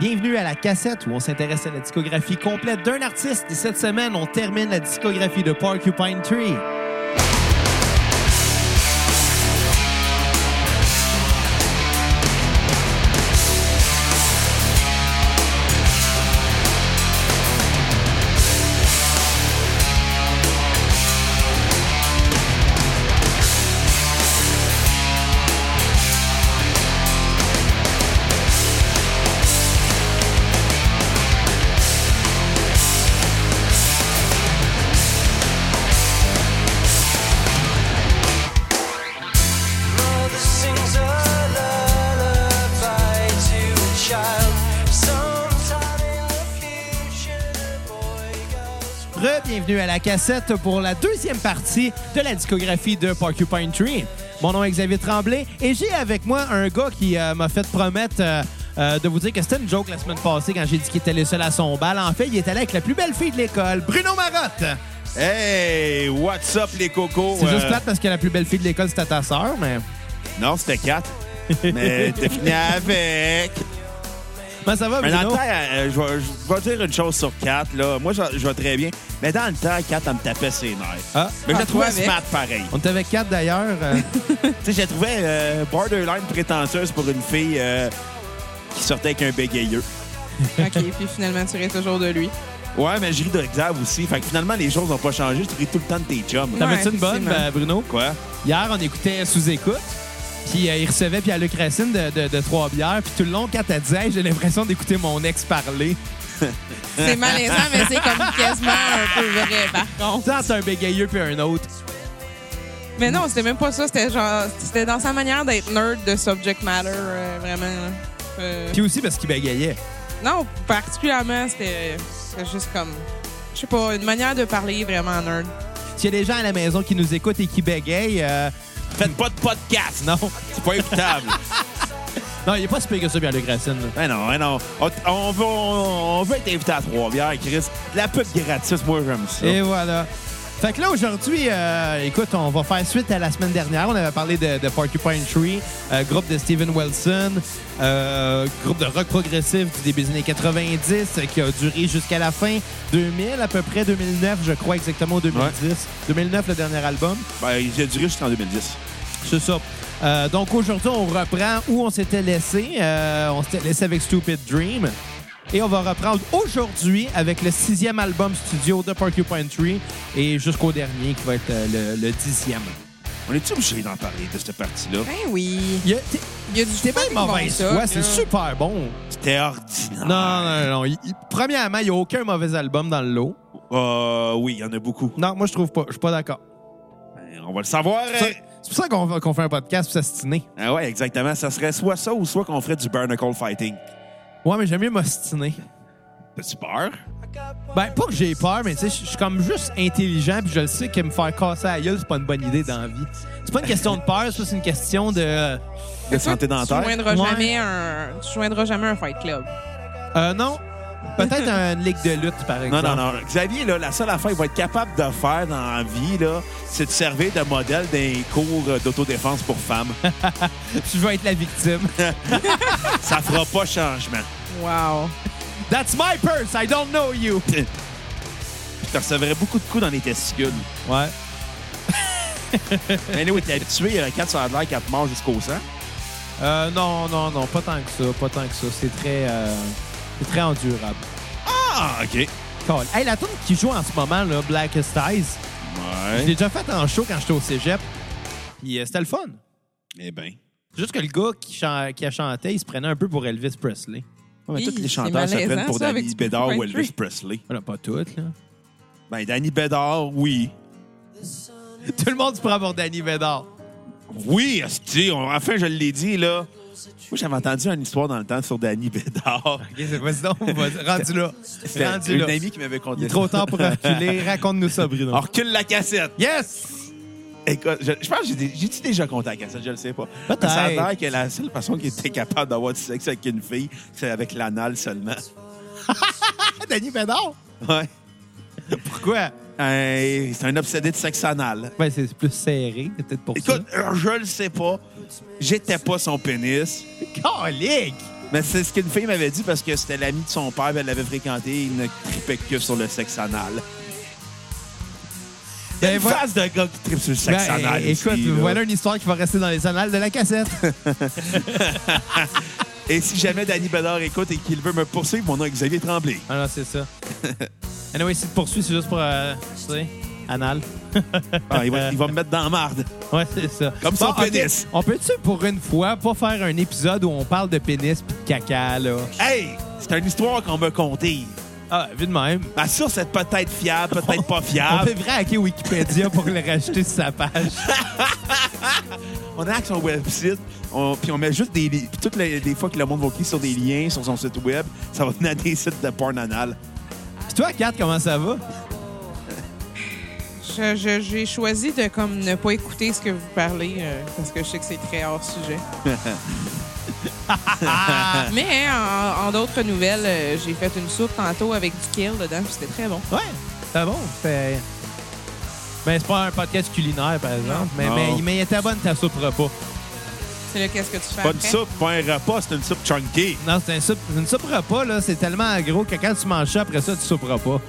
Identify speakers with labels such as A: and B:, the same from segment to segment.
A: Bienvenue à la cassette où on s'intéresse à la discographie complète d'un artiste. Et cette semaine, on termine la discographie de Porcupine Tree.
B: Mother sings a lullaby to a child. Sometime in the future, a boy goes
A: Re-bienvenue à la cassette pour la deuxième partie de la discographie de Porcupine Tree. Mon nom est Xavier Tremblay et j'ai avec moi un gars qui euh, m'a fait promettre euh, euh, de vous dire que c'était une joke la semaine passée quand j'ai dit qu'il était le seul à son bal. En fait, il est allé avec la plus belle fille de l'école, Bruno Marotte.
C: Hey, what's up les cocos?
A: C'est juste
C: Euh,
A: plate parce que la plus belle fille de l'école, c'était ta sœur, mais...
C: Non, c'était 4. Mais t'es fini avec.
A: Comment ça va,
C: Mais dans le
A: Bruno?
C: temps, euh, je vais- je vais dire une chose sur 4. Là. Moi, je je vais très bien. Mais dans le temps, 4, elle me tapait ses nerfs.
A: Ah.
C: Mais je
D: Ah,
C: la trouvais
D: toi avec.
C: smart pareil.
A: On était avec quatre d'ailleurs. euh,
C: Tu sais, je la trouvais euh, borderline prétentieuse pour une fille euh, qui sortait avec un bégayeux.
D: OK, puis finalement, tu ris toujours de lui.
C: Ouais, mais je ris de Xav aussi. Fait que finalement, les choses n'ont pas changé. Je ris tout le temps de tes chums.
A: T'en
D: Ouais,
A: veux-tu une bonne,
D: effectivement.
A: ben, Bruno?
C: Quoi?
A: Hier, on écoutait Sous-écoute. Puis euh, il recevait Pierre-Luc Racine de, de- de Trois-Bières. Puis tout le long, quand elle disait, Hey, j'ai l'impression d'écouter mon ex parler.
D: C'est malaisant, mais c'est comme quasiment un peu vrai, Bah. par contre.
A: Ça, c'est un bégayeux puis un autre.
D: Mais non, c'était même pas ça. C'était genre... C'était dans sa manière d'être nerd de subject matter, euh, vraiment. là. Euh,
A: Puis aussi parce qu'il bégayait.
D: non, particulièrement, c'était c'était juste comme... Je sais pas, une manière de parler vraiment nerd.
A: S'il y a des gens à la maison qui nous écoutent et qui bégayent, euh,
C: Faites pas de podcast.
A: non.
C: C'est pas écoutable.
A: Non, il est pas si pire que ça, Pierre-Luc Racine. là.
C: Ben non, ben non. On, on veut, on, on veut être invité à Trois-Bières, Chris. La pub gratuite, moi, j'aime ça.
A: Et voilà. Fait que là, aujourd'hui, euh, écoute, on va faire suite à la semaine dernière. On avait parlé de, de Porcupine Tree, euh, groupe de Steven Wilson, euh, groupe de rock progressif du début des années 90 euh, qui a duré jusqu'à la fin 2000, à peu près 2009, je crois exactement, 2010. 2009, le dernier album.
C: Ben, il a duré jusqu'en 2010.
A: C'est ça. Euh, donc aujourd'hui, on reprend où on s'était laissé. Euh, on s'était laissé avec Stupid Dream. Et on va reprendre aujourd'hui avec le sixième album studio de Porcupine Tree et jusqu'au dernier qui va être euh, le, le dixième.
C: On est-tu obligé d'en parler de cette partie-là?
D: Ben oui.
A: Il y a- t'es-
D: Il y a du
A: T'es pas
D: fun qui vont
A: mauvaise
D: ça,
A: foi, c'est
D: là.
A: super bon.
C: C'était
A: Non,
C: ordinaire.
A: non, non. non. Il- il- premièrement, il n'y a aucun mauvais album dans le lot.
C: Euh, oui, il y en a beaucoup.
A: Non, moi, je trouve pas. Je suis pas d'accord.
C: Ben, on va le savoir.
A: C'est pour ça- c'est pour ça qu'on va- qu'on fait un podcast pour s'astiner.
C: Ah ouais, exactement. Ça serait soit ça ou soit qu'on ferait du barnacle fighting.
A: Ouais, mais j'aime mieux m'ostiner.
C: T'as-tu peur?
A: Ben, pas que j'ai peur, mais tu sais, je suis comme juste intelligent, puis je le sais que me faire casser la gueule, c'est pas une bonne idée dans la vie. C'est pas une question de peur, ça, c'est une question de.
C: De santé dentaire?
D: Tu joindras,
A: Ouais.
D: jamais un, tu joindras jamais un fight club.
A: Euh, non. Peut-être une ligue de lutte, par
C: Non,
A: exemple.
C: non, non. Xavier, là, la seule affaire qu'il va être capable de faire dans la vie, là, c'est de servir de modèle d'un cours d'autodéfense pour femmes.
A: Je veux être la victime.
C: ça fera pas changement.
D: Wow.
A: That's my purse, I don't know you.
C: Tu recevrais beaucoup de coups dans les testicules.
A: Ouais.
C: Mais oui, t'es habitué, il y a 4 sur l'air, 4 morts jusqu'au sang.
A: Euh, non, non, non, pas tant que ça, pas tant que ça. C'est très. euh, c'est très endurable.
C: Ah, OK.
A: Cool. Hey, la tune qui joue en ce moment, là, Blackest Eyes, je l'ai
C: Ouais.
A: déjà faite en show quand j'étais au cégep, puis euh, c'était le fun.
C: Eh bien.
A: C'est Juste que le gars qui, chan- qui a chanté, il se prenait un peu pour Elvis Presley.
C: mais tous
D: Hi,
C: les
D: c'est
C: chanteurs se
D: malaisant,
C: prennent pour
D: ça, avec
C: Danny
D: du
C: Bédard ou
D: country.
C: Elvis Presley.
A: Voilà, pas toutes, là.
C: Ben, Danny Bédard, oui.
A: Tout le monde se prend pour Danny Bédard.
C: Oui, esti, on- enfin, je l'ai dit, là. Moi, j'avais entendu une histoire dans le temps sur Danny Bédard.
A: Vas-y donc, vas- rendu là.
C: C'était
A: Rendu
C: une
A: là.
C: amie qui m'avait conté.
A: Il est trop tard pour reculer. Raconte-nous ça, Bruno.
C: On recule la cassette.
A: Yes!
C: Écoute, je, je pense que j'ai dé- j'ai-tu déjà compté la cassette, je le sais pas.
A: Peut-être.
C: Mais Ça a l'air que la seule façon qu'il était capable d'avoir du sexe avec une fille, c'est avec l'anal seulement.
A: Ah, Danny Bédard?
C: Ouais.
A: Pourquoi?
C: Hey, c'est un obsédé de sexe anal.
A: Ben, c'est plus serré, c'est peut-être pour
C: Écoute, euh, je le sais pas. J'étais pas son pénis.
A: ça. Écoute, calique!
C: Mais c'est ce qu'une fille m'avait dit parce que c'était l'ami de son père, puis elle l'avait fréquenté, il ne tripait que sur le sexe anal. Il y a
A: Ben,
C: une
A: voilà-
C: phase de gars qui tripe sur le sexe
A: Ben,
C: anal.
A: é- écoute,
C: aussi, là.
A: voilà une histoire qui va rester dans les annales de la cassette.
C: Et si jamais Danny Bellard écoute et qu'il veut me poursuivre, mon nom est Xavier Tremblay.
A: ah non, c'est ça. Anyway, si tu te poursuis, c'est juste pour, euh, tu sais, anal.
C: Ah, il, va, il va me mettre dans la marde.
A: Ouais, c'est ça.
C: Comme son
A: ok.
C: pénis.
A: On peut-tu, pour une fois, pas faire un épisode où on parle de pénis pis de caca, là?
C: Hey, c'est une histoire qu'on m'a contée.
A: Ah, vu de même.
C: Ma source est peut-être fiable, peut-être pas
A: On
C: fiable.
A: devrait hacker Wikipédia pour le rajouter sur sa page.
C: On a son website, on- puis on met juste des liens. Puis toutes les, les fois que le monde va cliquer sur des liens sur son site web, ça va venir à des sites de porn anal.
A: Pis toi, Kat, comment ça va?
D: Je- je- J'ai choisi de comme ne pas écouter ce que vous parlez euh, parce que je sais que c'est très hors sujet. Ah, mais en, en d'autres nouvelles, euh, j'ai fait une soupe tantôt avec du kale dedans, puis c'était très bon.
A: Ouais, c'est bon. C'est... Ben, c'est pas un podcast culinaire, par exemple, mais,
C: Non.
A: mais, mais il était bonne ta soupe repas.
D: C'est là qu'est-ce que tu fais
C: Pas une
D: après?
C: soupe, pas un repas, c'est une soupe chunky.
A: Non, c'est un soupe, une soupe repas, là, c'est tellement gros que quand tu manges ça, après ça, tu souperas pas.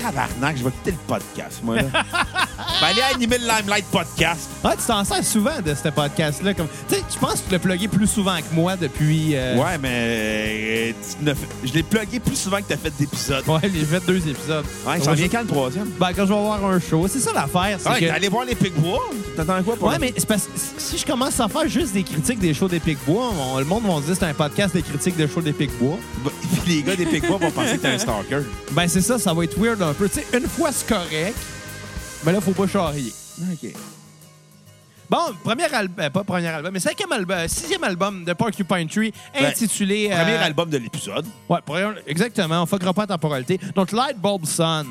C: Tabarnak, je vais quitter le podcast, moi. Là. ben, allez animer le Limelight Podcast.
A: Ah, tu t'en sers souvent de ce podcast-là. Comme... Tu sais, je pense que tu l'as plugué plus souvent que moi depuis... euh,
C: Ouais, mais euh, tu ne fais- je l'ai plugué plus souvent que t'as fait d'épisodes.
A: Ouais, j'ai fait deux épisodes.
C: Ouais, j'en viens quand le troisième?
A: Ben, quand je vais voir un show, c'est ça l'affaire. c'est
C: Ouais,
A: que-
C: t'es allé voir les Pigbois? T'attends quoi pour
A: Ouais,
C: le-
A: mais c'est parce que si je commence à faire juste des critiques des shows des Pic-Bois, on- le monde va dire que c'est un podcast des critiques des shows des Pic-Bois.
C: Bah, puis les gars des Pigbois vont penser que t'es un stalker.
A: Ben, c'est ça, ça va être weird un peu. Tu sais, une fois, c'est correct, mais là, faut pas charrier.
C: OK.
A: Bon, premier album, pas premier album, mais cinquième album, sixième album de Porcupine Tree,
C: Ben,
A: intitulé... euh,
C: Premier album de l'épisode.
A: Ouais, premier- exactement, on fuckera pas la temporalité. Donc, Light Bulb Sun,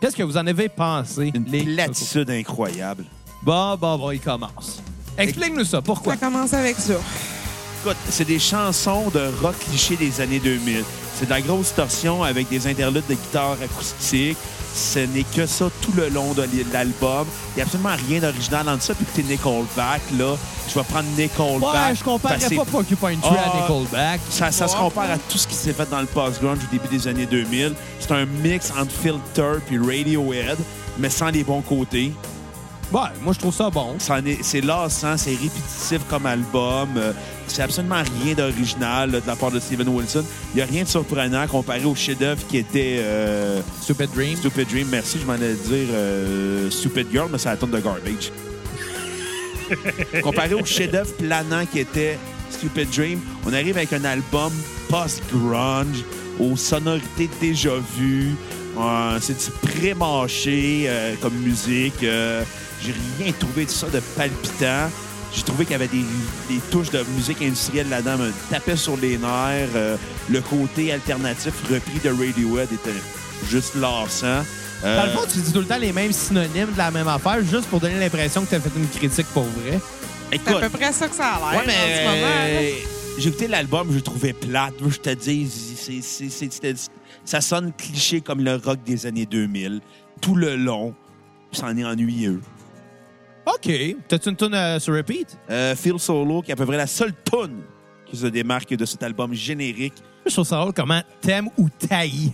A: qu'est-ce que vous en avez pensé?
C: Une
A: les-
C: platitude incroyable.
A: Bon, bon, bon, il commence. Explique-nous ça, pourquoi?
D: Ça commence avec ça.
C: Écoute, c'est des chansons de rock cliché des années 2000. C'est de la grosse torsion avec des interludes de guitare acoustique. Ce n'est que ça tout le long de l'album. Il n'y a absolument rien d'original dans ça. Puis que t'es Nickelback, là, je vais prendre Nickelback.
A: Ouais, je comparerais
C: parce que
A: pas
C: c'est-
A: Porcupine Tree
C: Ah.
A: à Nickelback.
C: Ça, ça se compare à tout ce qui s'est fait dans le post-grunge au début des années 2000. C'est un mix entre Filter puis Radiohead, mais sans les bons côtés.
A: Ouais, moi, je trouve ça bon.
C: Ça en est- C'est lassant, c'est répétitif comme album. euh, C'est absolument rien d'original là, de la part de Steven Wilson. Il n'y a rien de surprenant comparé au chef-d'œuvre qui était euh,
A: Stupid Dream.
C: Stupid Dream. Merci, je m'en allais dire euh, Stupid Girl, mais ça tourne de garbage. comparé au chef-d'œuvre planant qui était Stupid Dream, on arrive avec un album post-grunge aux sonorités déjà vues. Euh, c'est du pré-mâché euh, comme musique. Euh, J'ai rien trouvé de ça de palpitant. J'ai trouvé qu'il y avait des, des touches de musique industrielle là-dedans, me tapait sur les nerfs. Euh, le côté alternatif repris de Radiohead était juste lassant. Euh,
A: Dans le fond, tu dis tout le temps les mêmes synonymes de la même affaire, juste pour donner l'impression que t'as fait une critique pour vrai.
D: C'est à
C: écoute,
D: peu près ça que ça a l'air
C: Ouais,
D: en ce moment. là.
C: mais euh, j'ai écouté l'album, je le trouvais plate. Veux que Je te dis, c'est- c'est- c'est- c'était- ça sonne cliché comme le rock des années 2000. Tout le long, c'en est ennuyeux.
A: OK. T'as-tu une tune euh, sur repeat?
C: Euh, Phil Solo, qui est à peu près la seule tune qui se démarque de cet album générique.
A: Je trouve ça drôle comment t'aimes ou taillis.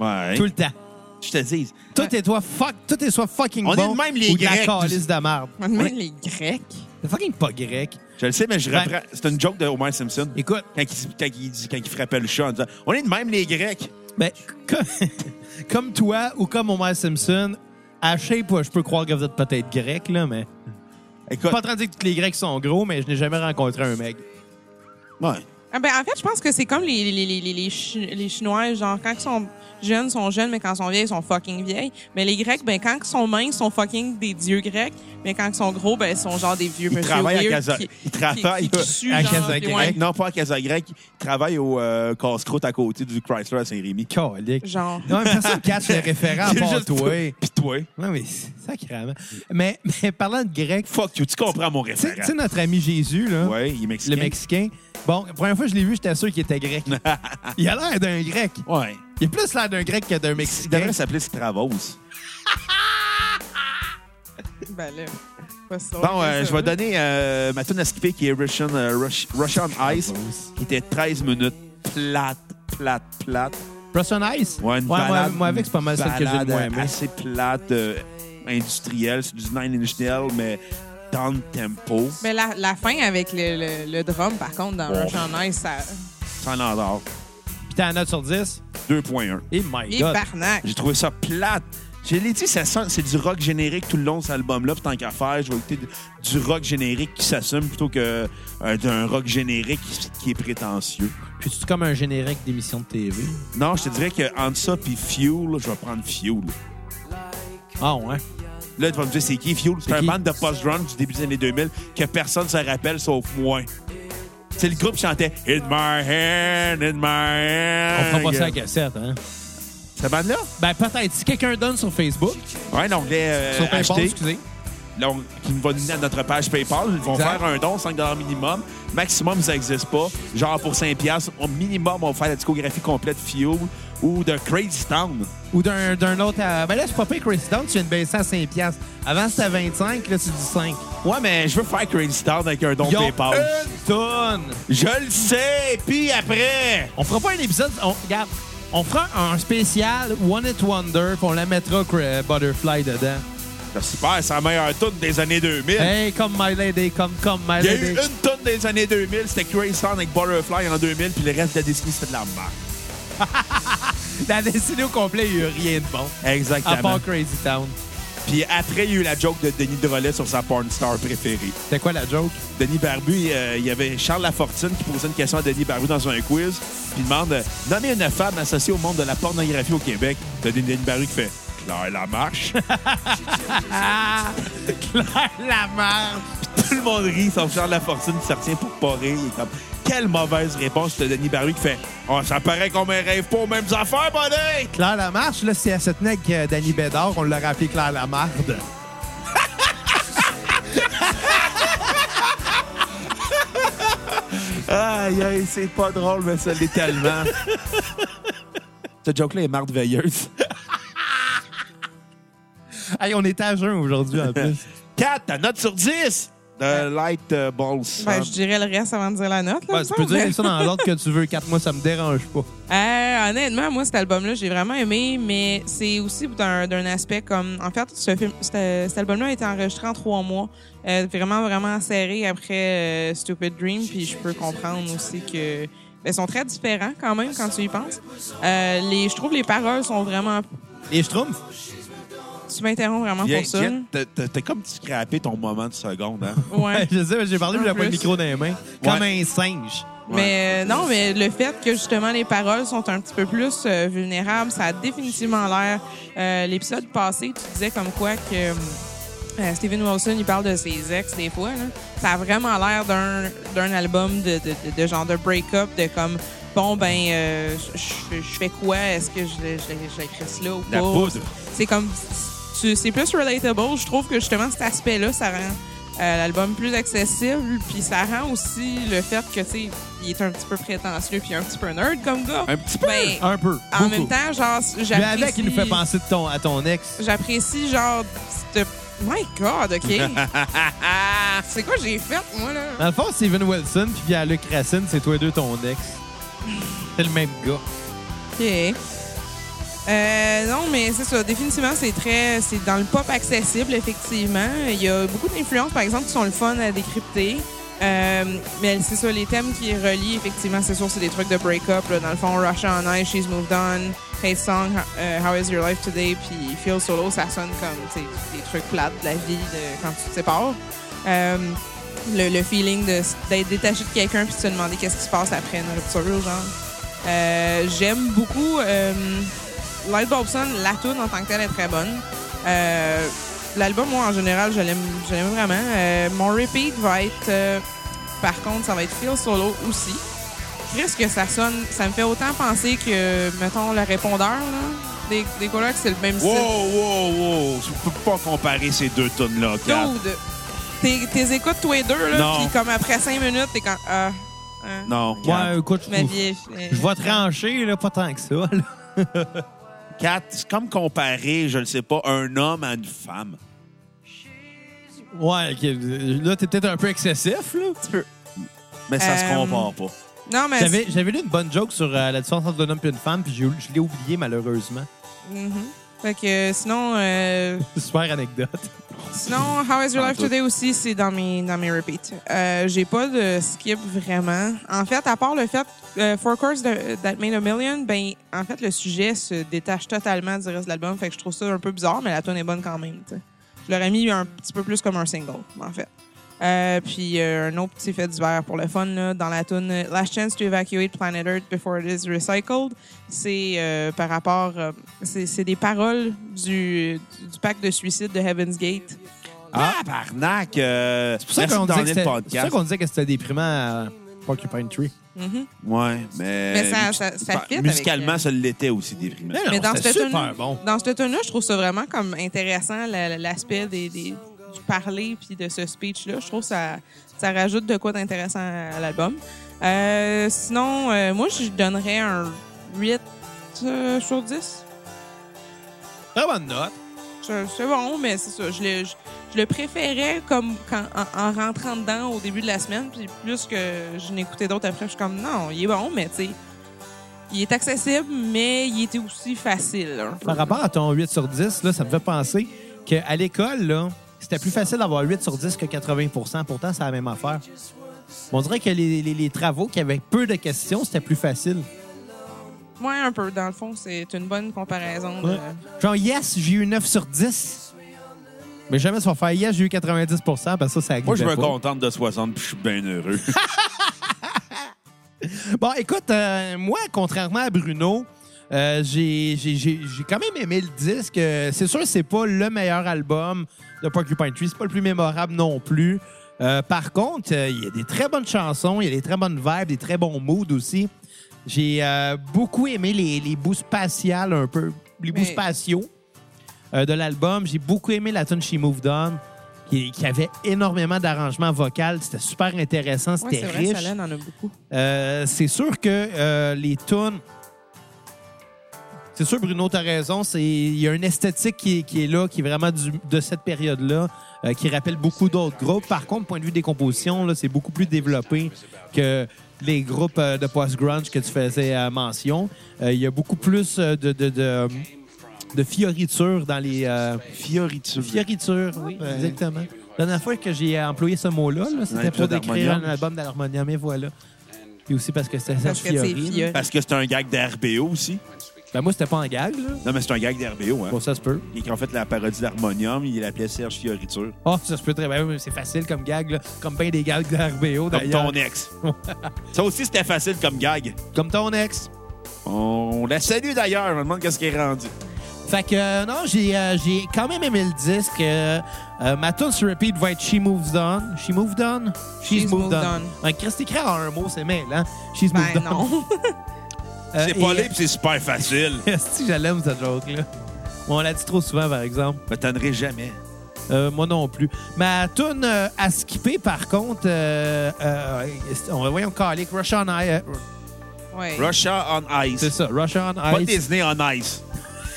C: Ouais.
A: Tout le temps.
C: Je te dis,
A: Tout est toi fuck, tout est soit fucking
C: On est
A: bon
C: de même les
A: ou de la
C: Grecs.
A: calice de merde.
D: On demande les Grecs.
A: C'est fucking pas grec.
C: je le sais, mais je
A: Ben-
C: reprends. C'est une joke de Homer Simpson.
A: Écoute,
C: Quand il, quand il dit, quand il frappait le chat en disant On est de même les Grecs.
A: ben, comme, comme toi ou comme Homer Simpson, à shape, ouais, je peux croire que vous êtes peut-être grec, là, mais... Je
C: Écoute,
A: suis pas en train de dire que tous les Grecs sont gros, mais je n'ai jamais rencontré un mec.
C: ouais.
D: Ah ben, en fait, je pense que c'est comme les, les, les, les, les Chi- les Chinois, genre, quand ils sont jeunes, ils sont jeunes, mais quand ils sont vieilles, ils sont fucking vieilles. Mais les Grecs, ben, quand ils sont minces, ils sont fucking des dieux grecs. Mais quand ils sont gros, ben, ils sont genre des vieux
C: Ils
D: monsieur
C: travaillent à
D: weird
C: Casa-
D: qui-
C: ils travaillent
D: qui- qui suent,
A: à
D: genre,
A: Casa
D: puis
A: Grec.
D: ouais,
C: Hey, Non, pas à Casa Grecque. Il travaille au euh, casse-croûte à côté du Chrysler à Saint-Rémy.
A: Calique.
D: Genre.
A: Non, mais personne catch le référent à
C: C'est
A: part
C: juste
A: toi.
C: Pis toi.
A: Non, mais c'est- sacrément. Mais, mais parlant de grec,
C: Fuck you, tu comprends mon
A: tu sais- tu
C: référent.
A: sais notre ami Jésus, là,
C: Ouais, il est mexicain.
A: le Mexicain. Bon, la première fois que je l'ai vu, j'étais sûr qu'il était grec. Il a l'air d'un grec.
C: Ouais.
A: Il a plus l'air d'un grec que d'un
C: Il
A: Mexicain.
C: devrait s'appeler Stravos.
D: Ben là, pas ça.
C: Bon, euh,
D: C'est
C: je
D: ça.
C: vais donner euh, ma tune à skipper qui est Russian, euh, Rush- Russian Ice, qui était 13 minutes plate, plate, plate.
A: Russian Ice?
C: Ouais, une
A: moi-
C: balade-
A: moi, avec, c'est pas mal celle que j'ai le
C: balade,
A: moins
C: euh,
A: aimée.
C: assez plate, euh, industrielle. C'est du Nine Inch Nails, mais dans le tempo.
D: Mais la, la fin avec le, le, le drum, par contre, dans
C: Oh.
D: Rush on Ice, ça.
C: Sans l'endort.
A: Puis t'as la note sur 10?
C: 2.1.
A: Et my
D: Et
A: God!
D: barnac.
C: J'ai trouvé ça plate. Je l'ai dit, ça sent- c'est du rock générique tout le long de cet album-là. Puis tant qu'à faire, je vais écouter du- du rock générique qui s'assume plutôt que euh, d'un rock générique qui- qui est prétentieux.
A: Puis tu comme un générique d'émission de TV.
C: Non, je te dirais que entre ça puis Fuel, je vais prendre Fuel.
A: Ah ouais?
C: Là, tu vas me dire, c'est qui Fuel? C'est un
A: qui?
C: band de post-grunge du début des années 2000 que personne se rappelle sauf moi. C'est le groupe qui chantait In my hand, in my hand.
A: On fera pas ça à la cassette, hein?
C: Cette bande-là?
A: Ben peut-être. Si quelqu'un donne sur Facebook,
C: Ouais, l'onglet euh,
A: sur PayPal,
C: acheter.
A: excusez.
C: Donc, qui va donner à notre page PayPal. Ils vont
A: Exact.
C: faire un don, 5 minimum. Maximum, ça n'existe pas. Genre, pour 5 au minimum, on va faire la discographie complète Fuel ou de Crazy Town.
A: Ou d'un d'un autre à... Ben là, c'est pas pire, Chris Down, tu viens de baisser à 5$. piastres. Avant, c'était à 25, là, tu dis 5.
C: Ouais, mais je veux faire Crazy Town avec un don
A: Ils ont
C: PayPal.
A: une tonne!
C: Je le sais, puis après...
A: On fera pas un épisode... On, regarde, on fera un spécial One It Wonder, puis on la mettra euh, Butterfly dedans.
C: ben, C'est Super, c'est la meilleure tune des années 2000.
A: Hey, comme My Lady, comme, comme My
C: Il y a
A: Lady.
C: eu une tune des années 2000, c'était Crazy Town avec Butterfly en 2000, puis le reste de la Disney, c'était de la merde.
A: La dessinée au complet, il y a eu rien de bon. À
C: Exactement.
A: part Crazy Town.
C: Puis après, il y a eu la joke de Denis Drolet sur sa porn star préférée.
A: C'était quoi la joke?
C: Denis Barbu, euh, il y avait Charles Lafortune qui posait une question à Denis Barbu dans un quiz. Puis il demande euh, Nommez une femme associée au monde de la pornographie au Québec. T'as Denis Barbu qui fait Claire Lamarche.
A: Claire Lamarche!
C: Tout le monde rit, sauf Charles Lafortune qui se retient pour pas rire. Il est comme Quelle mauvaise réponse de Denis Barbu qui fait oh, Ça paraît qu'on me rêve pas aux mêmes affaires, bonnet
A: Claire Lamarche, là, si elle se tenait avec euh, Danny Bédard, on l'aurait appelé Claire Lamarde.
C: Aïe, aïe, c'est pas drôle, mais ça l'est tellement. Cette joke-là est merveilleuse.
A: Hey, on est à jeun aujourd'hui, en plus.
C: 4, ta note sur 10 de Light euh, Balls.
D: Ben, je dirais le reste avant de dire la note. Là,
A: Ouais,
D: il
A: tu
D: me
A: peux
D: semble.
A: dire ça dans l'ordre que tu veux. Quatre mois, ça me dérange pas.
D: Euh, honnêtement, moi, cet album-là, j'ai vraiment aimé, mais c'est aussi d'un d'un aspect comme. En fait, ce film, cet cet album-là a été enregistré en trois mois. Euh, vraiment, vraiment serré après euh, Stupid Dream, puis je peux comprendre aussi que. ben, ils sont très différents quand même quand tu y penses. Euh, les, je trouve les paroles sont vraiment.
A: Et je trouve,
D: Tu m'interromps vraiment
C: Bien,
D: pour ça.
C: Jet, t'as- t'as- t'as comme scrappé ton moment de seconde, hein?
D: Ouais.
A: je sais, j'ai parlé, mais j'avais
D: En
A: pas le
D: plus.
A: micro dans les mains. Comme
C: Ouais.
A: un singe.
D: Mais euh, non, mais le fait que justement les paroles sont un petit peu plus euh, vulnérables, ça a définitivement l'air. Euh, L'épisode passé, tu disais comme quoi que euh, Steven Wilson, il parle de ses ex des fois. là. Ça a vraiment l'air d'un d'un album de, de, de- de genre de break-up, de comme bon ben euh, je je- je fais quoi, est-ce que je je- je l'écris cela ou pas
C: La poudre.
D: c'est comme tu- c'est plus relatable. Je trouve que justement cet aspect-là, ça rend euh, l'album plus accessible, puis ça rend aussi le fait que tu sais, il est un petit peu prétentieux puis un petit peu nerd comme gars.
C: Un petit peu.
D: Ben,
A: Un peu.
D: en
A: beaucoup.
D: même temps, genre j'apprécie.
A: Lui avec, il nous fait penser de ton, à ton ex.
D: J'apprécie genre cette- My God, ok. c'est quoi j'ai fait moi là
A: Dans le fond, Steven Wilson puis Pierre-Luc Racine, c'est toi deux ton ex. C'est le même gars.
D: OK. Euh, non, mais c'est ça. Définitivement, c'est très, c'est dans le pop accessible, effectivement. Il y a beaucoup d'influences, par exemple, qui sont le fun à décrypter. Euh, mais c'est ça, les thèmes qui relient, effectivement, c'est sûr, c'est des trucs de break-up. là. Dans le fond, Russia on Ice, She's Moved On, Hey Song, euh, How Is Your Life Today, puis Feel Solo, ça sonne comme tu sais, des trucs plates de la vie de- quand tu te sépares. Euh, le, le feeling de- d'être détaché de quelqu'un puis de se demander qu'est-ce qui se passe après une rupture, genre. Euh, j'aime beaucoup euh, Light Bobson, la tune en tant que telle est très bonne. Euh, L'album, moi, en général, je l'aime je l'aime vraiment. Euh, mon repeat va être, euh, par contre, ça va être Feel Solo aussi. Presque que ça sonne, ça me fait autant penser que, mettons, le répondeur là, des, des colocs, c'est le même
C: Wow,
D: style.
C: wow, wow. Je peux pas comparer ces deux tonnes-là, Kat.
D: Dude, t'es- t'es écoutes tous les deux, là,
C: Non.
D: puis comme après cinq minutes, t'es comme... Ah, hein,
C: Non,
A: Ouais,
C: Kat.
A: écoute, je
D: ma
A: trouve-
D: vieille...
A: je vais trancher, là, pas tant que ça. là.
C: Kat, c'est comme comparer, je ne sais pas, un homme à une femme.
A: Ouais, ok, là, t'es peut-être un peu excessif, là.
D: petit peu.
C: Mais ça se
D: Euh,
C: compare pas.
D: Non, mais.
A: J'avais j'avais lu une bonne joke sur euh, la différence entre un homme et une femme, puis j'ai- je l'ai oublié, malheureusement.
D: Mhm. Fait que euh, sinon, euh,
A: Super anecdote.
D: sinon, How is your
C: Pas en
D: life
C: tout.
D: today aussi, c'est dans mes, dans mes repeats. Euh, J'ai pas de skip vraiment. En fait, à part le fait euh, Four Courses de- That Made a Million, ben, en fait, le sujet se détache totalement du reste de l'album. Fait que je trouve ça un peu bizarre, mais la tune est bonne quand même. tu sais. Je l'aurais mis un petit peu plus comme un single, en fait. Euh, puis euh, un autre petit fait d'hiver pour le fun là, dans la tune Last Chance to Evacuate Planet Earth Before It Is Recycled. C'est euh, par rapport, euh, c'est c'est des paroles du, du pacte de suicide de Heaven's Gate.
A: Ah.
C: Ah, barnac! Euh,
A: C'est pour ça
C: merci
A: qu'on
C: de
A: disait que
C: donner le
A: c'était- c'est pour ça
C: podcast.
A: qu'on disait que c'était déprimant à Porcupine Tree.
D: Mhm.
C: Ouais, mais. ben,
D: Mais ça- ça- ça fit avec,
C: Musicalement,
D: euh,
C: ça l'était aussi, déprimé.
A: Mais non,
D: Mais dans
A: c'était
D: cette
A: super
D: tune-
A: bon.
D: Dans cette tune-là, je trouve ça vraiment comme intéressant la- l'aspect des, des- du parler puis de ce speech-là. Je trouve que ça ça rajoute de quoi d'intéressant à l'album. Euh, sinon, euh, moi, je donnerais un 8 euh, sur 10.
A: Très bonne note.
D: Je- C'est bon, mais c'est ça. Je le, je, je le préférais comme quand, en, en rentrant dedans au début de la semaine, puis plus que je n'écoutais d'autres après, je suis comme non, il est bon, mais tu sais, il est accessible, mais il était aussi facile. un peu.
A: Par rapport à ton 8 sur 10, là, ça me fait penser qu'à l'école, là, c'était plus facile d'avoir 8 sur 10 que 80 Pourtant, c'est la même affaire. On dirait que les, les- les travaux qui avaient peu de questions, c'était plus facile.
D: Ouais, un peu. Dans le fond, c'est une bonne comparaison. de-
A: Ouais. Genre, yes, j'ai eu 9 sur 10. Mais jamais se faire faire yes, j'ai eu 90 parce que ça, ça
C: Moi, je
A: arrivait
C: me
A: pas.
C: contente de 60 puis je suis bien heureux.
A: Bon, écoute, euh, moi, contrairement à Bruno, euh, j'ai j'ai- j'ai- j'ai quand même aimé le disque. Euh, c'est sûr, c'est pas le meilleur album de Porcupine Tree. C'est pas le plus mémorable non plus. Euh, par contre, euh, il y a des très bonnes chansons, il y a des très bonnes vibes, des très bons moods aussi. J'ai euh, beaucoup aimé les, les bouts spatiales un peu, les bouts
D: Mais-
A: spatiaux euh, de l'album. J'ai beaucoup aimé la tune She Moved On, qui, qui avait énormément d'arrangements vocaux. C'était super intéressant,
D: Ouais,
A: c'était
D: c'est vrai,
A: riche.
D: Solène en a beaucoup.
A: Euh, c'est sûr que euh, les tunes. C'est sûr, Bruno, t'as raison. c'est- Il y a une esthétique qui est, qui est là, qui est vraiment du- de cette période-là, euh, qui rappelle beaucoup d'autres groupes. Par contre, point de vue des compositions, là, c'est beaucoup plus développé que les groupes euh, de post-grunge que tu faisais euh, mention. Euh, il y a beaucoup plus euh, de, de, de, de fioritures dans les. euh,
C: Fioriture.
A: Fioriture, oui, exactement. La dernière fois que j'ai employé ce mot-là, là,
C: Un
A: c'était pour
C: épisode
A: décrire un
C: d'harmonium.
A: album d'harmonium, et voilà. Et aussi parce que c'était Serge
D: Parce que c'est
A: Fiori.
D: Fiori.
C: Parce que c'est un gag d'RBO aussi.
A: Ben, moi, c'était pas en gag, là.
C: Non, mais c'est un gag d'RBO, hein.
A: Bon, ça se peut.
C: Et qui ont fait la parodie d'Harmonium, il l'appelait Serge Fioriture.
A: Oh, ça se peut très bien. mais C'est facile comme gag, là. Comme bien des gags d'RBO,
C: Comme
A: d'ailleurs.
C: ton ex. ça aussi, c'était facile comme gag.
A: Comme ton ex.
C: On la salue d'ailleurs, je me demande qu'est-ce qu'elle est rendu.
A: Fait que, euh, non, j'ai euh, j'ai quand même aimé le disque. Euh, euh, ma tune sur repeat va être She Moves On. She Moved On? She's, Moved, On. Ouais, Chris, t'écris en un mot, c'est mêle, hein? She's
D: Ben
A: Moved On.
D: non.
A: Euh,
C: C'est pas
A: et-
C: libre, c'est super facile.
A: Si je l'aime, cette joke-là. On l'a dit trop souvent, par exemple.
C: Mais t'aimerais jamais.
A: Euh, moi non plus. Ma tune euh, à skipper, par contre, euh, euh, on va voyons calique. Rush on Ice. euh,
D: Ouais.
C: Russia on
A: c'est
C: Ice.
A: ça, Rush on
C: Pas
A: Ice.
C: Disney on Ice.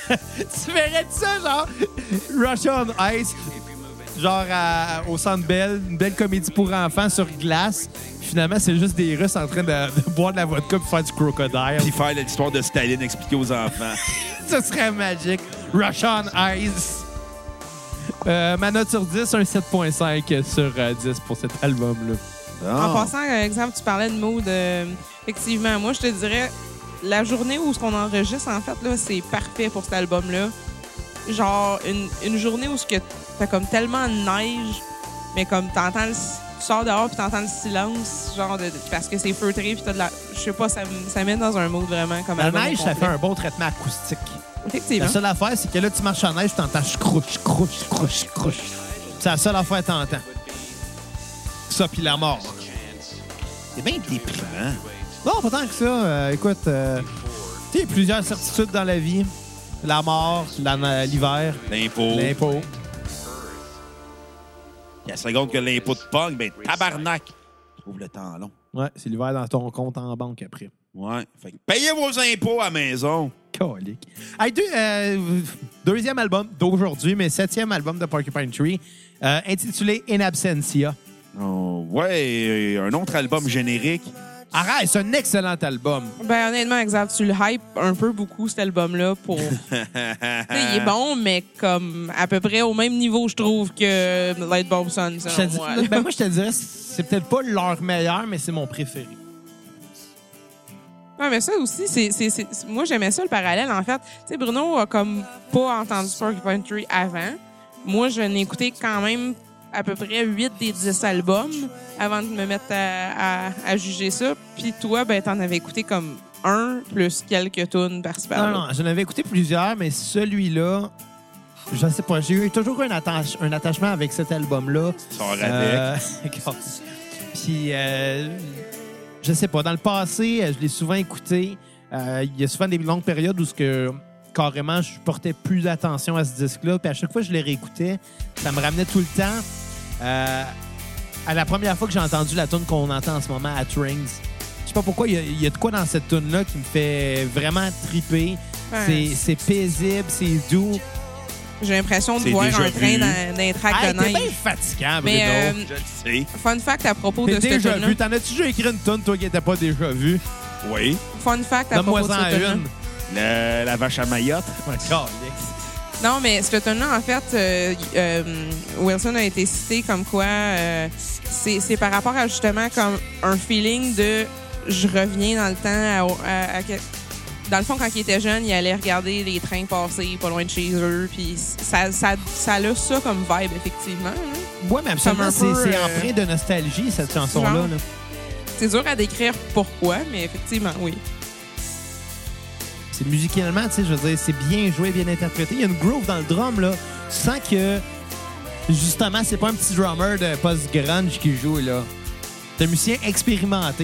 A: tu verrais de ça, genre, Rush on Ice, genre à- au Centre Bell, une belle comédie pour enfants sur glace. Finalement, c'est juste des Russes en train de, de boire de la vodka puis faire du crocodile.
C: Puis faire l'histoire de Staline expliquée aux enfants.
A: Ce serait magique. Rush on Ice. Euh, ma note sur 10, un 7.5 sur euh, 10 pour cet album-là.
C: Ah,
D: En passant, euh, exemple, tu parlais de mood. euh, effectivement, moi, je te dirais, la journée où ce qu'on enregistre, en fait, là, c'est parfait pour cet album-là. Genre, une, une journée où ce que t'as comme tellement de neige, mais comme t'entends le si- tu sors dehors puis t'entends le silence, genre de, de- parce que c'est feutré puis t'as de la, je sais pas, ça, me- ça mène dans un mood vraiment comme
A: La
D: album au
A: neige, ça fait
D: complet.
A: un bon traitement acoustique. La
D: Effectivement.
A: seule affaire, c'est que là, tu marches en neige, tu entends crouche, crouche, crouche, crouche. C'est la seule affaire que t'entends. Ça, puis la mort.
C: C'est bien déprimant.
A: Non, pas tant que ça. Euh, écoute, euh, tu sais, il y a plusieurs certitudes dans la vie. La mort, la- l'hiver,
C: L'impôt.
A: l'impôt.
C: La seconde que l'impôt de pong, ben tabarnak. Je trouve le temps long.
A: Ouais, c'est l'hiver dans ton compte en banque après.
C: Ouais. Fait que payez vos impôts à la maison.
A: Colique. Hey, deux- euh, deuxième album d'aujourd'hui, mais septième album de Porcupine Tree, euh, intitulé In Absentia.
C: Oh, ouais, un autre album générique.
A: Arrête, c'est un excellent album.
D: Ben, honnêtement, Xav, tu le hype un peu beaucoup, cet album-là, pour. Tu sais, il est bon, mais comme à peu près au même niveau, je trouve, que Light Bulb Sun,
A: Je te
D: selon
A: dis-
D: moi.
A: ben, moi, je te dirais, c'est peut-être pas leur meilleur, mais c'est mon préféré.
D: Ouais, mais ça aussi, c'est, c'est, c'est- c'est- moi, j'aimais ça, le parallèle, en fait. Tu sais, Bruno a comme pas entendu Porcupine Tree avant. Moi, je n'ai écouté quand même à peu près 8 des 10 albums avant de me mettre à, à- à juger ça. Puis toi, ben, t'en avais écouté comme un plus quelques tunes par-ci par-là.
A: Non, non, j'en avais écouté plusieurs, mais celui-là, je sais pas, j'ai eu toujours un, attache- un attachement avec cet album-là.
C: Sors avec.
A: Euh, Puis, euh, je sais pas, dans le passé, euh, je l'ai souvent écouté. Euh, Il y a souvent des longues périodes où ce que carrément je portais plus d'attention à ce disque-là. Puis à chaque fois que je le réécoutais, ça me ramenait tout le temps euh, à la première fois que j'ai entendu la tune qu'on entend en ce moment à Trains. Je sais pas pourquoi, il y a- il y, a de quoi dans cette tune là qui me fait vraiment triper.
D: Ouais.
A: C'est- C'est paisible, c'est doux.
D: J'ai l'impression de
C: C'est
D: voir un
C: déjà
D: train
C: vu.
D: dans, dans un track
A: Hey,
D: de
A: t'es
D: neige.
A: bien fatigant, Bruno.
D: mais euh,
C: Je le sais.
D: fun fact à propos de
A: T'es
D: ce
A: déjà
D: tune-là.
A: vu. T'en as-tu déjà écrit une tonne, toi, qui n'étais pas déjà vu?
C: Oui.
D: Fun fact à propos
A: Donne-moi
D: de
A: en
D: ce tune-là.
A: une.
C: Le- la vache à Mayotte.
A: Ouais, calisse.
D: Non, mais ce tune-là, en fait, euh, euh, Wilson a été cité comme quoi euh, c'est c'est par rapport à justement comme un feeling de je reviens dans le temps à- à- à que- dans le fond, quand il était jeune, il allait regarder les trains passer pas loin de chez eux. Puis ça, ça, ça a ça comme vibe, effectivement. hein. là.
A: Ouais, mais absolument,
D: Comme
A: c'est
D: un peu,
A: c'est
D: euh,
A: empreint de nostalgie, cette chanson-là.
D: genre.
A: là.
D: C'est dur à décrire pourquoi, mais effectivement, oui.
A: C'est musicalement, tu sais, je veux dire, c'est bien joué, bien interprété. Il y a une groove dans le drum, là. Tu sens que, justement, c'est pas un petit drummer de post-grunge qui joue, là. C'est un musicien expérimenté.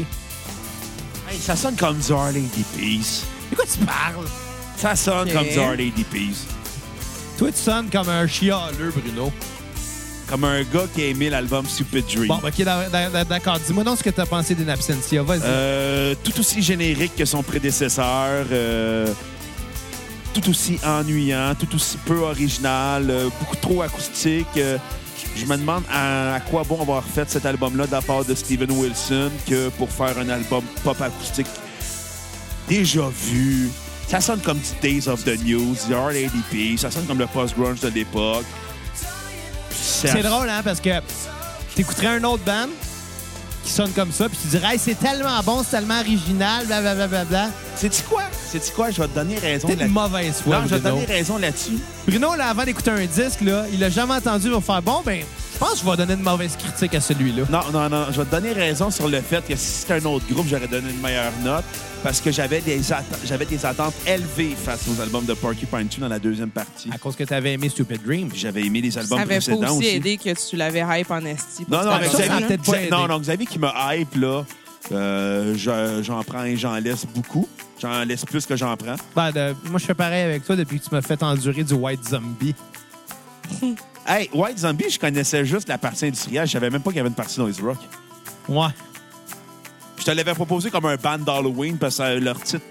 C: Hey, ça sonne comme du Lady Peace.
A: De quoi tu parles?
C: Ça sonne
D: Ok.
C: comme du Lady Peace.
A: Toi, tu sonnes comme un chialeux, Bruno.
C: Comme un gars qui a aimé l'album Stupid Dream.
A: Bon, ben, OK, d'a- d'a- d'accord. Dis-moi donc ce que t'as pensé d'Inabsentia. Vas-y.
C: Euh, tout aussi générique que son prédécesseur, euh, tout aussi ennuyant, tout aussi peu original, euh, beaucoup trop acoustique. euh, je me demande à, à quoi bon avoir fait cet album-là de la part de Steven Wilson que pour faire un album pop acoustique déjà vu. Ça sonne comme du Days of the News, du RADP, ça sonne comme le post-grunge de l'époque.
A: C'est drôle, hein, parce que t'écouterais un autre band qui sonne comme ça, puis tu dirais, hey, c'est tellement bon, c'est tellement original, blablabla. Bla, bla, bla.
C: C'est-tu quoi? C'est-tu quoi? Je vais te donner raison
A: T'es de
C: là-dessus.
A: mauvaise foi,
C: Non, je vais te
A: Bruno.
C: donner raison là-dessus.
A: Bruno, là, avant d'écouter un disque, là, il a jamais entendu, il va faire, bon, ben, je pense que je vais donner une mauvaise critique à celui-là.
C: Non, non, non. Je vais te donner raison sur le fait que si c'était un autre groupe, j'aurais donné une meilleure note parce que j'avais des, atte- j'avais des attentes élevées face aux albums de Porcupine Tree dans la deuxième partie.
A: À cause que t'avais aimé Stupid Dream.
C: J'avais aimé les albums
D: Ça avait pas
C: précédents
D: aussi,
C: aussi.
D: aidé que tu l'avais hype en esti.
C: Non, non,
A: Ça,
C: mais
A: ça, ça
C: Xavier-
A: a peut-être pas
C: Xa-
A: aidé.
C: non, non, Xavier qui me hype, là, euh, je- j'en prends et j'en laisse beaucoup. J'en laisse plus que j'en prends.
A: Ben, de- moi, je fais pareil avec toi depuis que tu m'as fait endurer du White Zombie.
C: Hey, White Zombie, je connaissais juste la partie industrielle. Je savais même pas qu'il y avait une partie noise rock.
A: Ouais.
C: Je te l'avais proposé comme un band d'Halloween parce que leur titre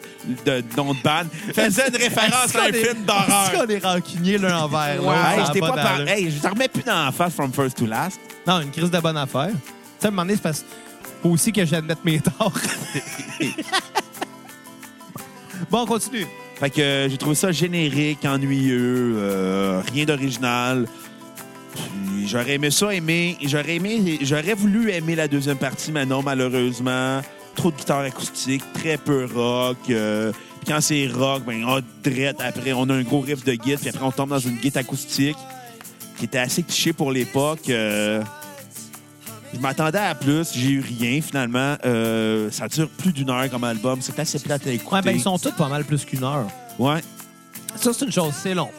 C: de nom de band faisait une référence à un film d'horreur.
A: Est-ce qu'on est rancunier l'un envers l'autre?
D: Ouais.
A: Ça
C: Hey,
A: a
C: je t'ai pas
A: d'allure.
C: par- hey, je t'en remets plus dans la face from first to last.
A: Non, une crise de bonne affaire. Tu sais, à un moment donné, c'est parce faut aussi que j'admette mes torts. bon, on continue.
C: Fait que euh, j'ai trouvé ça générique, ennuyeux, euh, rien d'original. Puis J'aurais aimé ça aimer. J'aurais aimé. J'aurais voulu aimer la deuxième partie, mais non, malheureusement. Trop de guitare acoustique, très peu rock. euh, puis quand c'est rock, ben on drette après, on a un gros riff de guitare, puis après on tombe dans une guitare acoustique qui était assez cliché pour l'époque. euh, je m'attendais à plus, j'ai eu rien finalement. Euh, ça dure plus d'une heure comme album, c'est assez plate à écouter.
A: Ouais, ben, ils sont tous pas mal plus qu'une heure.
C: ouais.
A: Ça, c'est une chose, c'est long.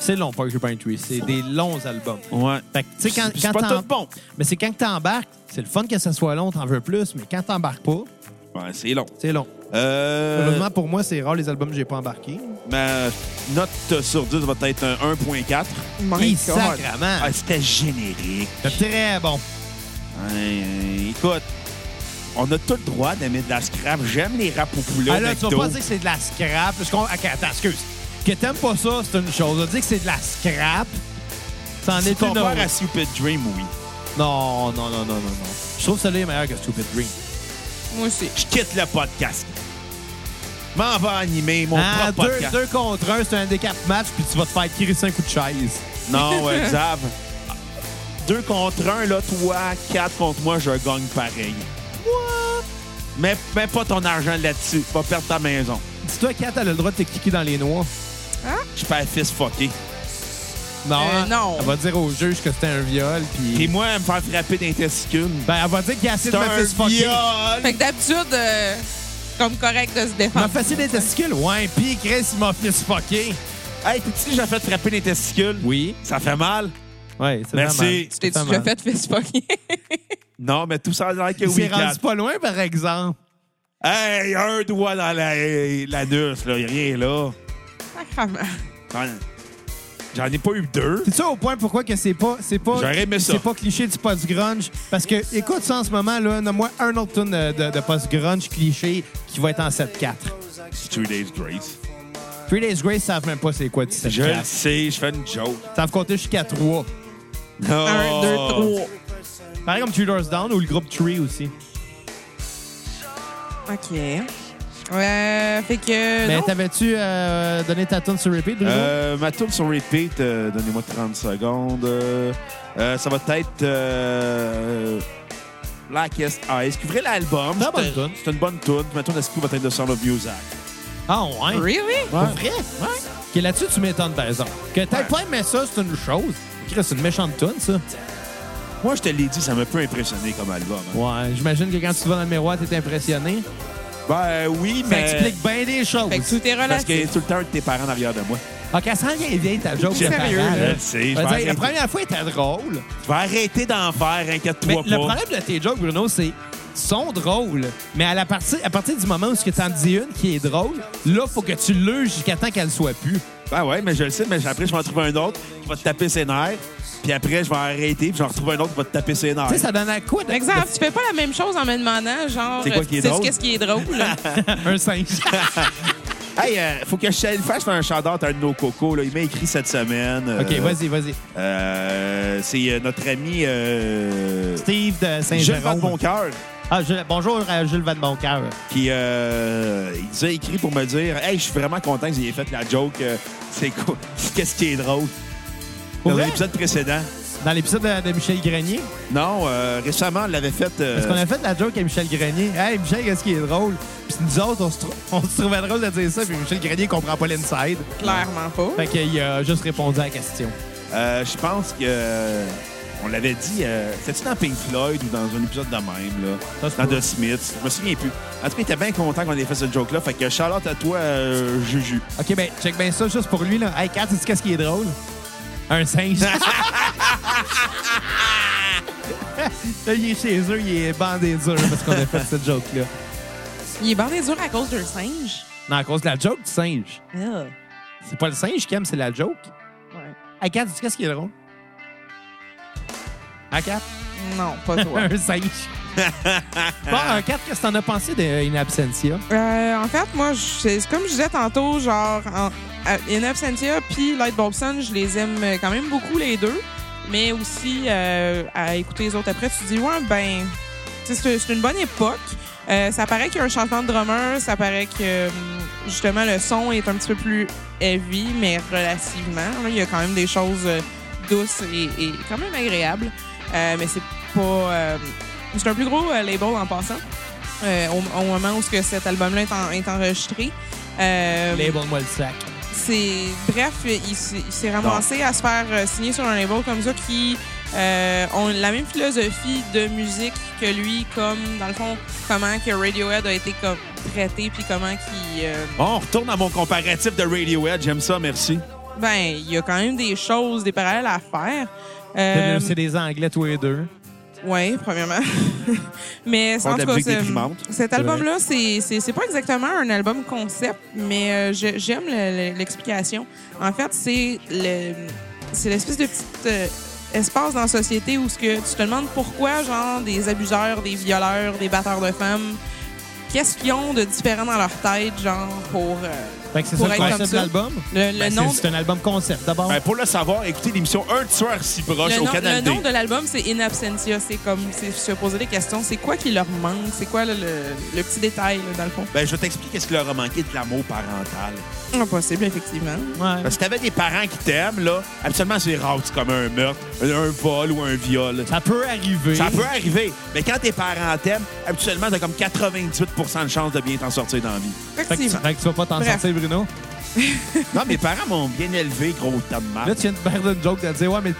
A: C'est long, Porcupine Tree. C'est des longs albums.
C: Ouais.
A: Fait que, tu sais, quand,
C: C'est- c'est
A: quand
C: pas
A: t'en-
C: tout bon.
A: Mais c'est quand que t'embarques, c'est le fun que ça soit long, t'en veux plus, mais quand t'embarques pas,
C: Ouais, c'est long.
A: c'est long.
C: Euh,
A: Heureusement, pour moi, c'est rare les albums que j'ai pas embarqués.
C: ma note sur 10 va être un 1.4.
A: Hey,
D: My God.
A: sacrement!
C: Ah, C'était générique.
A: C'est très bon.
C: Hein, écoute, on a tout le droit d'aimer de la scrap. J'aime les rap
A: Ah là, tu vas pas dire que c'est de la scrap. Parce qu'on- Attends, attends, excuse. Que t'aimes pas ça, c'est une chose. On dit que c'est de la scrap, ça en
C: Si
A: est
C: tu
A: une
C: compares
A: autre.
C: à Stupid Dream, oui.
A: Non, non, non, non, non, non. Je trouve celui-là est meilleur que Stupid Green.
D: Moi aussi.
C: Je quitte le podcast. M'en va animer mon
A: Ah,
C: propre
A: deux,
C: podcast.
A: deux contre un, c'est un handicap match, puis tu vas te faire crisser un coup de chaise.
C: Non, euh, Xav. Deux contre un, là, toi, quatre contre moi, je gagne pareil. What? Mets, mets pas ton argent là-dessus. Tu vas perdre ta maison.
A: Dis-toi, Kat, elle a le droit de te kicker dans les noix.
C: Je perds fils fucké.
A: Non,
D: Euh,
A: hein?
D: non.
A: Elle va dire au juge que c'était un viol,
C: Puis
A: puis...
C: moi, elle me faire frapper des testicules.
A: Ben, elle va dire qu'il a essayé
C: C'est
A: de me
C: un
A: faire fucker.
C: viol.
D: Fait que d'habitude, euh, c'est comme correct de se
A: Il m'a
D: défendre.
A: fait des testicules? Ouais, puis Chris, il m'a fait fucker.
C: Hey, t'es tu j'ai fait frapper des testicules?
A: Oui.
C: Ça fait mal?
A: Ouais, c'est
C: Merci.
A: normal.
D: Tu t'es-tu
A: C'est
D: déjà
A: normal.
D: fait fist fucking?
C: Non, mais tout ça a l'air que
A: Il
C: oui,
A: s'est
C: Kat.
A: rendu pas loin, par exemple.
C: Hey, un doigt dans la- l'anus, là. y a Rien, là.
D: Sacrement.
C: J'en- J'en ai pas eu deux.
A: C'est ça au point pourquoi que c'est pas c'est pas
C: J'aurais aimé ça.
A: c'est pas cliché du post grunge parce que écoute ça en ce moment là nomme-moi un autre tune de, de, post grunge cliché qui va être en 7-4.
C: Two Days Grace.
A: Three Days Grace savent même pas c'est quoi du
C: Je le
A: 7-4.
C: sais, je fais une joke.
A: Ils savent compter jusqu'à 3.
C: Oh.
D: Un, deux, trois.
A: Pareil comme Two Doors Down ou le groupe Tree aussi.
D: OK. Euh, fait que.
A: Mais
D: non.
A: t'avais-tu euh, donné ta tune sur repeat Bruno?
C: Euh, ma tourne sur repeat, euh, donnez-moi 30 secondes. Euh, euh, ça va être euh, Blackest Eyes, qui ouvrait l'album.
A: C'est une bonne
C: C'est-
A: toune.
C: C'est une bonne tune. Ma tourne à Scoop va être de Sound of Music.
A: Ah ouais.
D: Really?
A: Pour vrai? Ouais. Que là-dessus tu m'étonnes par exemple. Que t'aies
C: Ouais.
A: pas aimé ça c'est une chose. Chris, C'est une méchante tune ça.
C: Moi, je te l'ai dit, ça m'a peu impressionné comme album. hein.
A: Ouais, j'imagine que quand tu te vas dans le miroir t'es impressionné.
C: Ben oui,
A: Ça
C: mais...
A: explique bien des choses.
D: Fait que tout est
C: Parce que
D: relatif.
C: tout le temps, un de tes parents en arrière de moi.
A: OK, ça en vient vieille, ta joke.
D: Sérieux,
A: ta parole,
D: je
A: là.
C: le sais,
A: Je veux
C: je vais
A: dire,
C: arrêter.
A: la première fois, était drôle.
C: Je vais arrêter d'en faire,
A: Mais
C: inquiète-toi
A: le
C: pas.
A: problème de tes jokes, Bruno, c'est qu'ils sont drôles, mais à, la partie, à partir du moment où tu en dis une qui est drôle, là, faut que tu l'eues jusqu'à temps qu'elle soit plus.
C: Ben ouais, mais je le sais, mais après, je vais en trouver un autre qui va te taper ses nerfs. Puis après, je vais arrêter, puis j'en retrouve un autre qui va te taper ses nerfs.
A: Tu sais, ça donne à quoi? de-
D: Exemple, tu fais pas la même chose en me demandant, genre.
C: C'est quoi qui est
D: sais-tu
C: drôle?
D: Qu'est-ce qui est drôle? là?
A: Un singe.
C: Hey, euh, faut que je le fasse un shout-out à un de nos cocos. Là. Il m'a écrit cette semaine. euh,
A: OK, vas-y, vas-y.
C: euh, c'est euh, notre ami euh,
A: Steve de
C: Jules
A: Saint-Jérôme.
C: Van Boncoeur
A: Ah, Jules- bonjour à Jules Van Boncoeur.
C: qui euh, il nous a écrit pour me dire Hey, je suis vraiment content que vous ayez fait la joke. euh, c'est quoi Qu'est-ce qui est drôle
A: Pour
C: Dans
A: vrai?
C: l'épisode précédent.
A: Dans l'épisode de, de Michel Grenier,
C: Non, euh, récemment, on l'avait fait. euh,
A: parce qu'on a fait la joke à Michel Grenier. Hey, Michel, qu'est-ce qui est drôle? Puis nous autres, on se, trou- on se trouvait drôle de dire ça, puis Michel Grenier comprend pas l'inside.
D: Clairement pas.
A: Fait qu'il a juste répondu à la question.
C: Euh, je pense que. euh, On l'avait dit, euh, c'était-tu dans Pink Floyd ou dans un épisode de même, là?
A: Ça se
C: dans
A: peut.
C: The Smiths? Je me souviens plus. En tout cas, il était bien content qu'on ait fait ce joke-là. Fait que Charlotte à toi, euh, Juju.
A: OK, ben, check bien ça juste pour lui. Là. Hey, Kat, sais-tu qu'est-ce qui est drôle? Un singe. là, il est chez eux, il est bandé dur parce qu'on a fait cette joke-là.
D: Il est bandé dur à cause d'un singe.
A: Non, à cause de la joke du singe.
D: Ugh.
A: C'est pas le singe qui aime, c'est la joke.
D: Ah. Ouais.
A: Hey, Kat, sais-tu qu'est-ce qui est drôle? À 4?
D: Non, pas Ah, toi.
A: Un singe. bon, un 4, qu'est-ce que t'en as pensé d'In Absentia?
D: Euh, en fait, moi, je- c'est comme je disais tantôt, genre, en, à- In Absentia puis Light Bulbson, je les aime euh, quand même beaucoup, les deux. Mais aussi, euh, à écouter les autres après, tu te dis, ouais, ben, tu sais, c'est c'est une bonne époque. Euh, ça paraît qu'il y a un changement de drummer, ça paraît que, euh, justement, le son est un petit peu plus heavy, mais relativement. là, il y a quand même des choses euh, douces et, et quand même agréables. Euh, mais c'est pas. euh, c'est un plus gros euh, label en passant. euh, au, au moment où ce que cet album-là est, en- est enregistré. Euh,
A: Label-moi le sac.
D: c'est bref, il, s'est- il s'est ramassé à se faire euh, signer sur un label comme ça qui euh, ont la même philosophie de musique que lui, comme dans le fond comment que Radiohead a été comme traité puis comment euh, qui
C: Bon, on retourne à mon comparatif de Radiohead. J'aime ça, merci.
D: ben il y a quand même des choses, des parallèles à faire. Euh,
A: C'est des Anglais, tous les deux.
D: Oui, premièrement. mais
C: Bon,
D: en
C: de la
D: tout cas,
C: musique
D: c'est-
C: déprimante.
D: cet album-là, c'est- c'est c'est pas exactement un album concept, mais euh, je- j'aime le- le- l'explication. En fait, c'est le- c'est l'espèce de petite euh, espace dans la société où ce que tu te demandes pourquoi, genre, des abuseurs, des violeurs, des batteurs de femmes, qu'est-ce qu'ils ont de différent dans leur tête, genre, pour, euh,
A: Fait que c'est
D: pour
A: ça le
D: être comme
A: concept de
D: ça?
A: l'album?
D: Le, le
A: Ben, c'est-
D: nom
A: C'est un album concept, d'abord.
C: Ben, pour le savoir, écoutez l'émission Un tueur si
A: Ah,
C: proche
D: Le
C: au
D: nom, le
C: Canal D.
D: nom de l'album, c'est In Absentia. C'est comme c'est se poser des questions. C'est quoi qui leur manque? C'est quoi le, le- le petit détail, là, dans le fond?
C: Ben, je vais t'expliquer ce qui leur a manqué de l'amour parental.
D: Impossible, Ah, effectivement.
A: Ouais.
C: Parce que t'avais des parents qui t'aiment, là, absolument, c'est rare que tu commettes un meurtre, un- un vol ou un viol.
A: Ça peut arriver.
C: Ça peut arriver, mais quand tes parents t'aiment, habituellement, t'as comme 98 de chances de bien t'en sortir dans la vie.
A: Fait que, tu-
D: Effectivement.
A: fait que tu vas pas t'en
D: Bref.
A: sortir, Bruno.
C: Non, mes parents m'ont bien élevé, gros tas de marde.
A: Là, tu viens de perdre une joke de dire Ouais, mais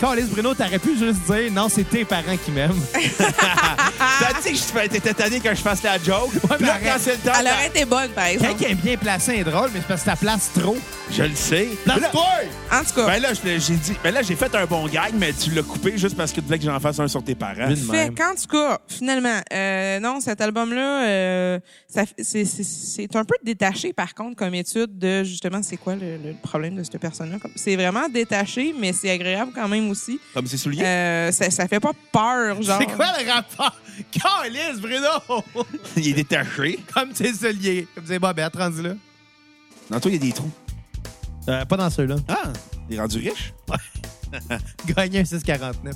A: Carlis Bruno, t'aurais pu juste dire Non, c'est tes parents qui m'aiment.
C: T'as dit Ben, que je fais- t'étais tanné que je fasse la joke. Puis là,
A: mais
C: quand c'est le temps, ben,
D: Elle
C: t'as-
D: aurait été bonne, par
A: Quand
D: exemple.
A: il est bien placé, il est drôle, mais c'est parce que ça place trop.
C: je le sais.
A: Place
C: Mais là-
A: pas!
D: En tout cas,
C: Ben là, je l'ai- j'ai dit, ben là, j'ai fait un bon gag, mais tu l'as coupé juste parce que tu voulais que j'en fasse un sur tes parents.
A: Une-
D: fait
A: même.
D: qu'en tout cas, finalement, euh, non, cet album-là, euh, ça f- c'est- c'est c'est un peu détaché, par contre, comme étude de justement c'est quoi le, le problème de cette personne-là. Comme- C'est vraiment détaché, mais c'est agréable quand même aussi.
C: Comme c'est souligné.
D: Euh, ça, ça fait pas peur, genre.
A: C'est quoi le rapport? Carlis Bruno!
C: Il est détaché.
A: Comme tes soliers. Comme tes bobettes, rendu là.
C: Dans toi, il y a des trous.
A: Euh, pas dans ceux-là.
C: Ah, il est rendu riche.
A: Gagner un 6,49.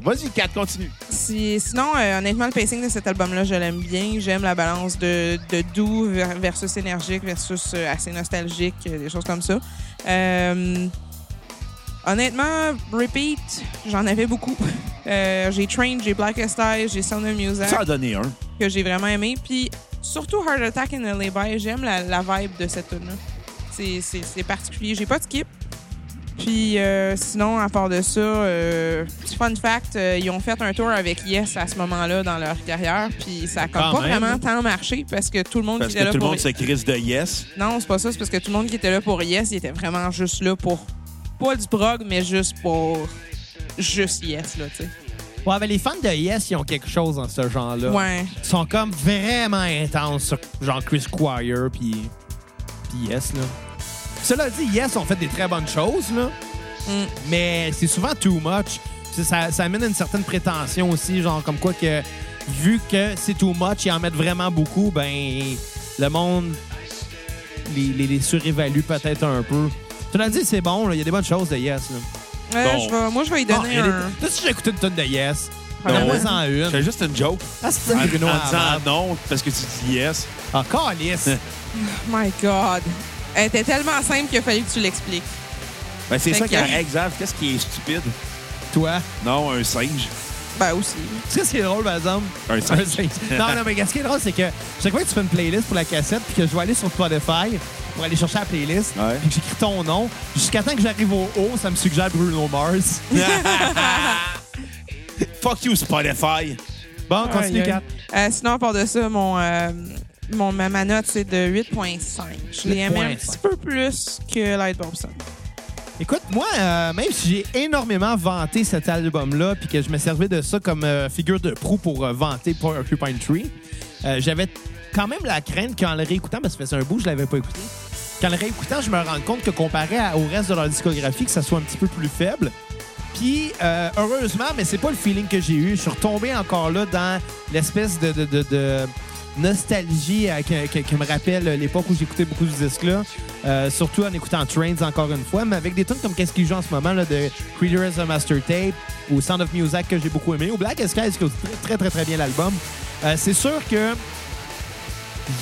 C: Vas-y, 4, continue.
D: Si- sinon, euh, honnêtement, le pacing de cet album-là, je l'aime bien. J'aime la balance de, de doux ver- versus énergique versus euh, assez nostalgique, euh, des choses comme ça. Euh, honnêtement, Repeat, j'en avais beaucoup. Euh, j'ai Train, j'ai Black Style, j'ai Sound of Music,
C: Ça en a donné un.
D: que j'ai vraiment aimé. Puis surtout Heart Attack and the Lay-By, j'aime la, la vibe de cette tune-là. C'est- C'est c'est particulier. J'ai pas de skip. Puis euh, sinon, à part de ça, euh, petit fun fact, euh, ils ont fait un tour avec Yes à ce moment-là dans leur carrière, puis ça a comme
A: Quand
D: pas
A: même.
D: vraiment tant marché parce que tout le monde
C: Parce
D: qui était
C: que
D: là
C: tout le
D: pour
C: monde se crise de yes.
D: non, c'est pas ça, c'est parce que tout le monde qui était là pour Yes, il était vraiment juste là pour pas du prog, mais juste pour juste Yes là, tu sais.
A: Ouais, mais les fans de Yes, ils ont quelque chose dans ce genre-là.
D: Ouais.
A: Ils sont comme vraiment intenses sur genre Chris Squire puis puis Yes là. Cela dit, Yes ont fait des très bonnes choses là,
D: Mm.
A: mais c'est souvent too much. Ça, ça, ça amène une certaine prétention aussi, genre comme quoi que vu que c'est too much, ils en mettent vraiment beaucoup, ben le monde les, les, les surévalue peut-être un peu. Cela dit, c'est bon, là, il y a des bonnes choses de Yes là.
D: Euh,
C: Bon.
D: je vais- moi, je vais y
A: Ah,
D: donner
A: il y a des-
D: un.
A: Toi, si j'ai écouté une tonne de Yes,
D: Non.
A: donne-moi-en une.
C: C'est juste une joke.
A: Ah, c'est
C: En,
A: ça, Bruno Ah,
C: en
A: Hamel.
C: disant non, parce que tu dis yes.
A: Encore lisse.
D: My God. Elle était tellement simple qu'il a fallu que tu l'expliques.
C: Ben, c'est
D: Fait
C: ça
D: que-
C: qui est exact. Qu'est-ce qui est stupide?
A: Toi.
C: Non, un singe.
D: Ben aussi.
A: Tu sais, c'est drôle, par exemple.
C: Un
A: Un
C: singe.
A: singe. non, non, mais ce qui est drôle, c'est que chaque fois que tu fais une playlist pour la cassette, puis que je vais aller sur Spotify pour aller chercher la playlist,
C: Ouais.
A: puis que j'écris ton nom, jusqu'à temps que j'arrive au haut, ça me suggère Bruno Mars.
C: Fuck you, Spotify.
A: Bon, continue,
D: Aïe, aïe.
A: Kat.
D: Euh, sinon, à part de ça, mon, euh, mon, ma, ma note, c'est de 8.5. Je l'ai aimé un
A: 8.5.
D: petit peu plus que Lightbulb Sun.
A: Écoute, moi, euh, même si j'ai énormément vanté cet album-là, puis que je me servais de ça comme euh, figure de proue pour euh, vanter pour Occupy Tree, euh, j'avais quand même la crainte qu'en le réécoutant, parce que ça faisait un bout, je l'avais pas écouté, qu'en le réécoutant, je me rends compte que comparé à- au reste de leur discographie, que ça soit un petit peu plus faible. Puis, euh, heureusement, mais c'est pas le feeling que j'ai eu. Je suis retombé encore là dans l'espèce de, de- de- de nostalgie euh, que- que- qui me rappelle l'époque où j'écoutais beaucoup de disques-là. Euh, surtout en écoutant Trains encore une fois, mais avec des tunes comme Qu'est-ce qu'ils jouent en ce moment, là, de Creator as a Master Tape, ou Sound of Music que j'ai beaucoup aimé, ou Black Skies qui est très, très, très, très bien l'album. Euh, c'est sûr que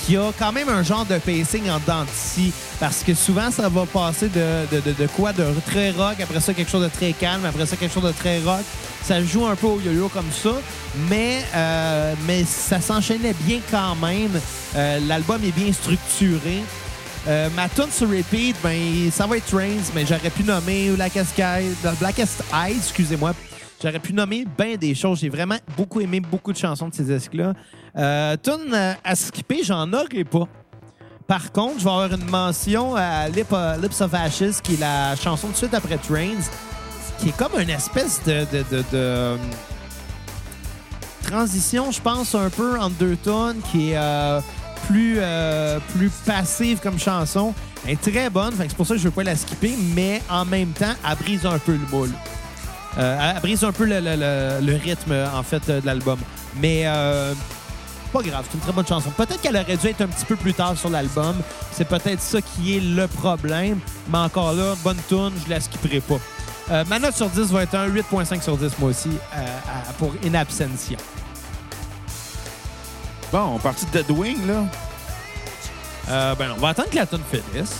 A: il y a quand même un genre de pacing en dents d'ici, parce que souvent, ça va passer de, de, de, de quoi de très rock, après ça, quelque chose de très calme, après ça, quelque chose de très rock. Ça joue un peu au yo-yo comme ça, mais, euh, mais ça s'enchaînait bien quand même. Euh, L'album est bien structuré. Euh, ma tune sur repeat, ben, ça va être Trains, mais j'aurais pu nommer Black Sky, Blackest Eyes, excusez-moi. J'aurais pu nommer bien des choses. J'ai vraiment beaucoup aimé beaucoup de chansons de ces disques-là. Euh, tune euh, à skipper, j'en aurais pas. Par contre, je vais avoir une mention à Lip- euh, Lips of Ashes, qui est la chanson de suite après Trains, qui est comme une espèce de, de, de- de, euh, transition, je pense, un peu entre deux tonnes, qui est euh, plus, euh, plus passive comme chanson. Elle est très bonne, fait que c'est pour ça que je veux pas la skipper, mais en même temps, elle brise un peu le moule. Euh, elle brise un peu le, le- le- le rythme, en fait, euh, de l'album. Mais euh, pas grave, c'est une très bonne chanson. Peut-être qu'elle aurait dû être un petit peu plus tard sur l'album. C'est peut-être ça qui est le problème. Mais encore là, bonne tune, je la skipperai pas. Euh, ma note sur 10 va être un 8.5 sur 10, moi aussi, euh, à- pour In Absentia.
C: Bon, on partit de The Wing, là.
A: Euh, ben, on va attendre que la tune finisse.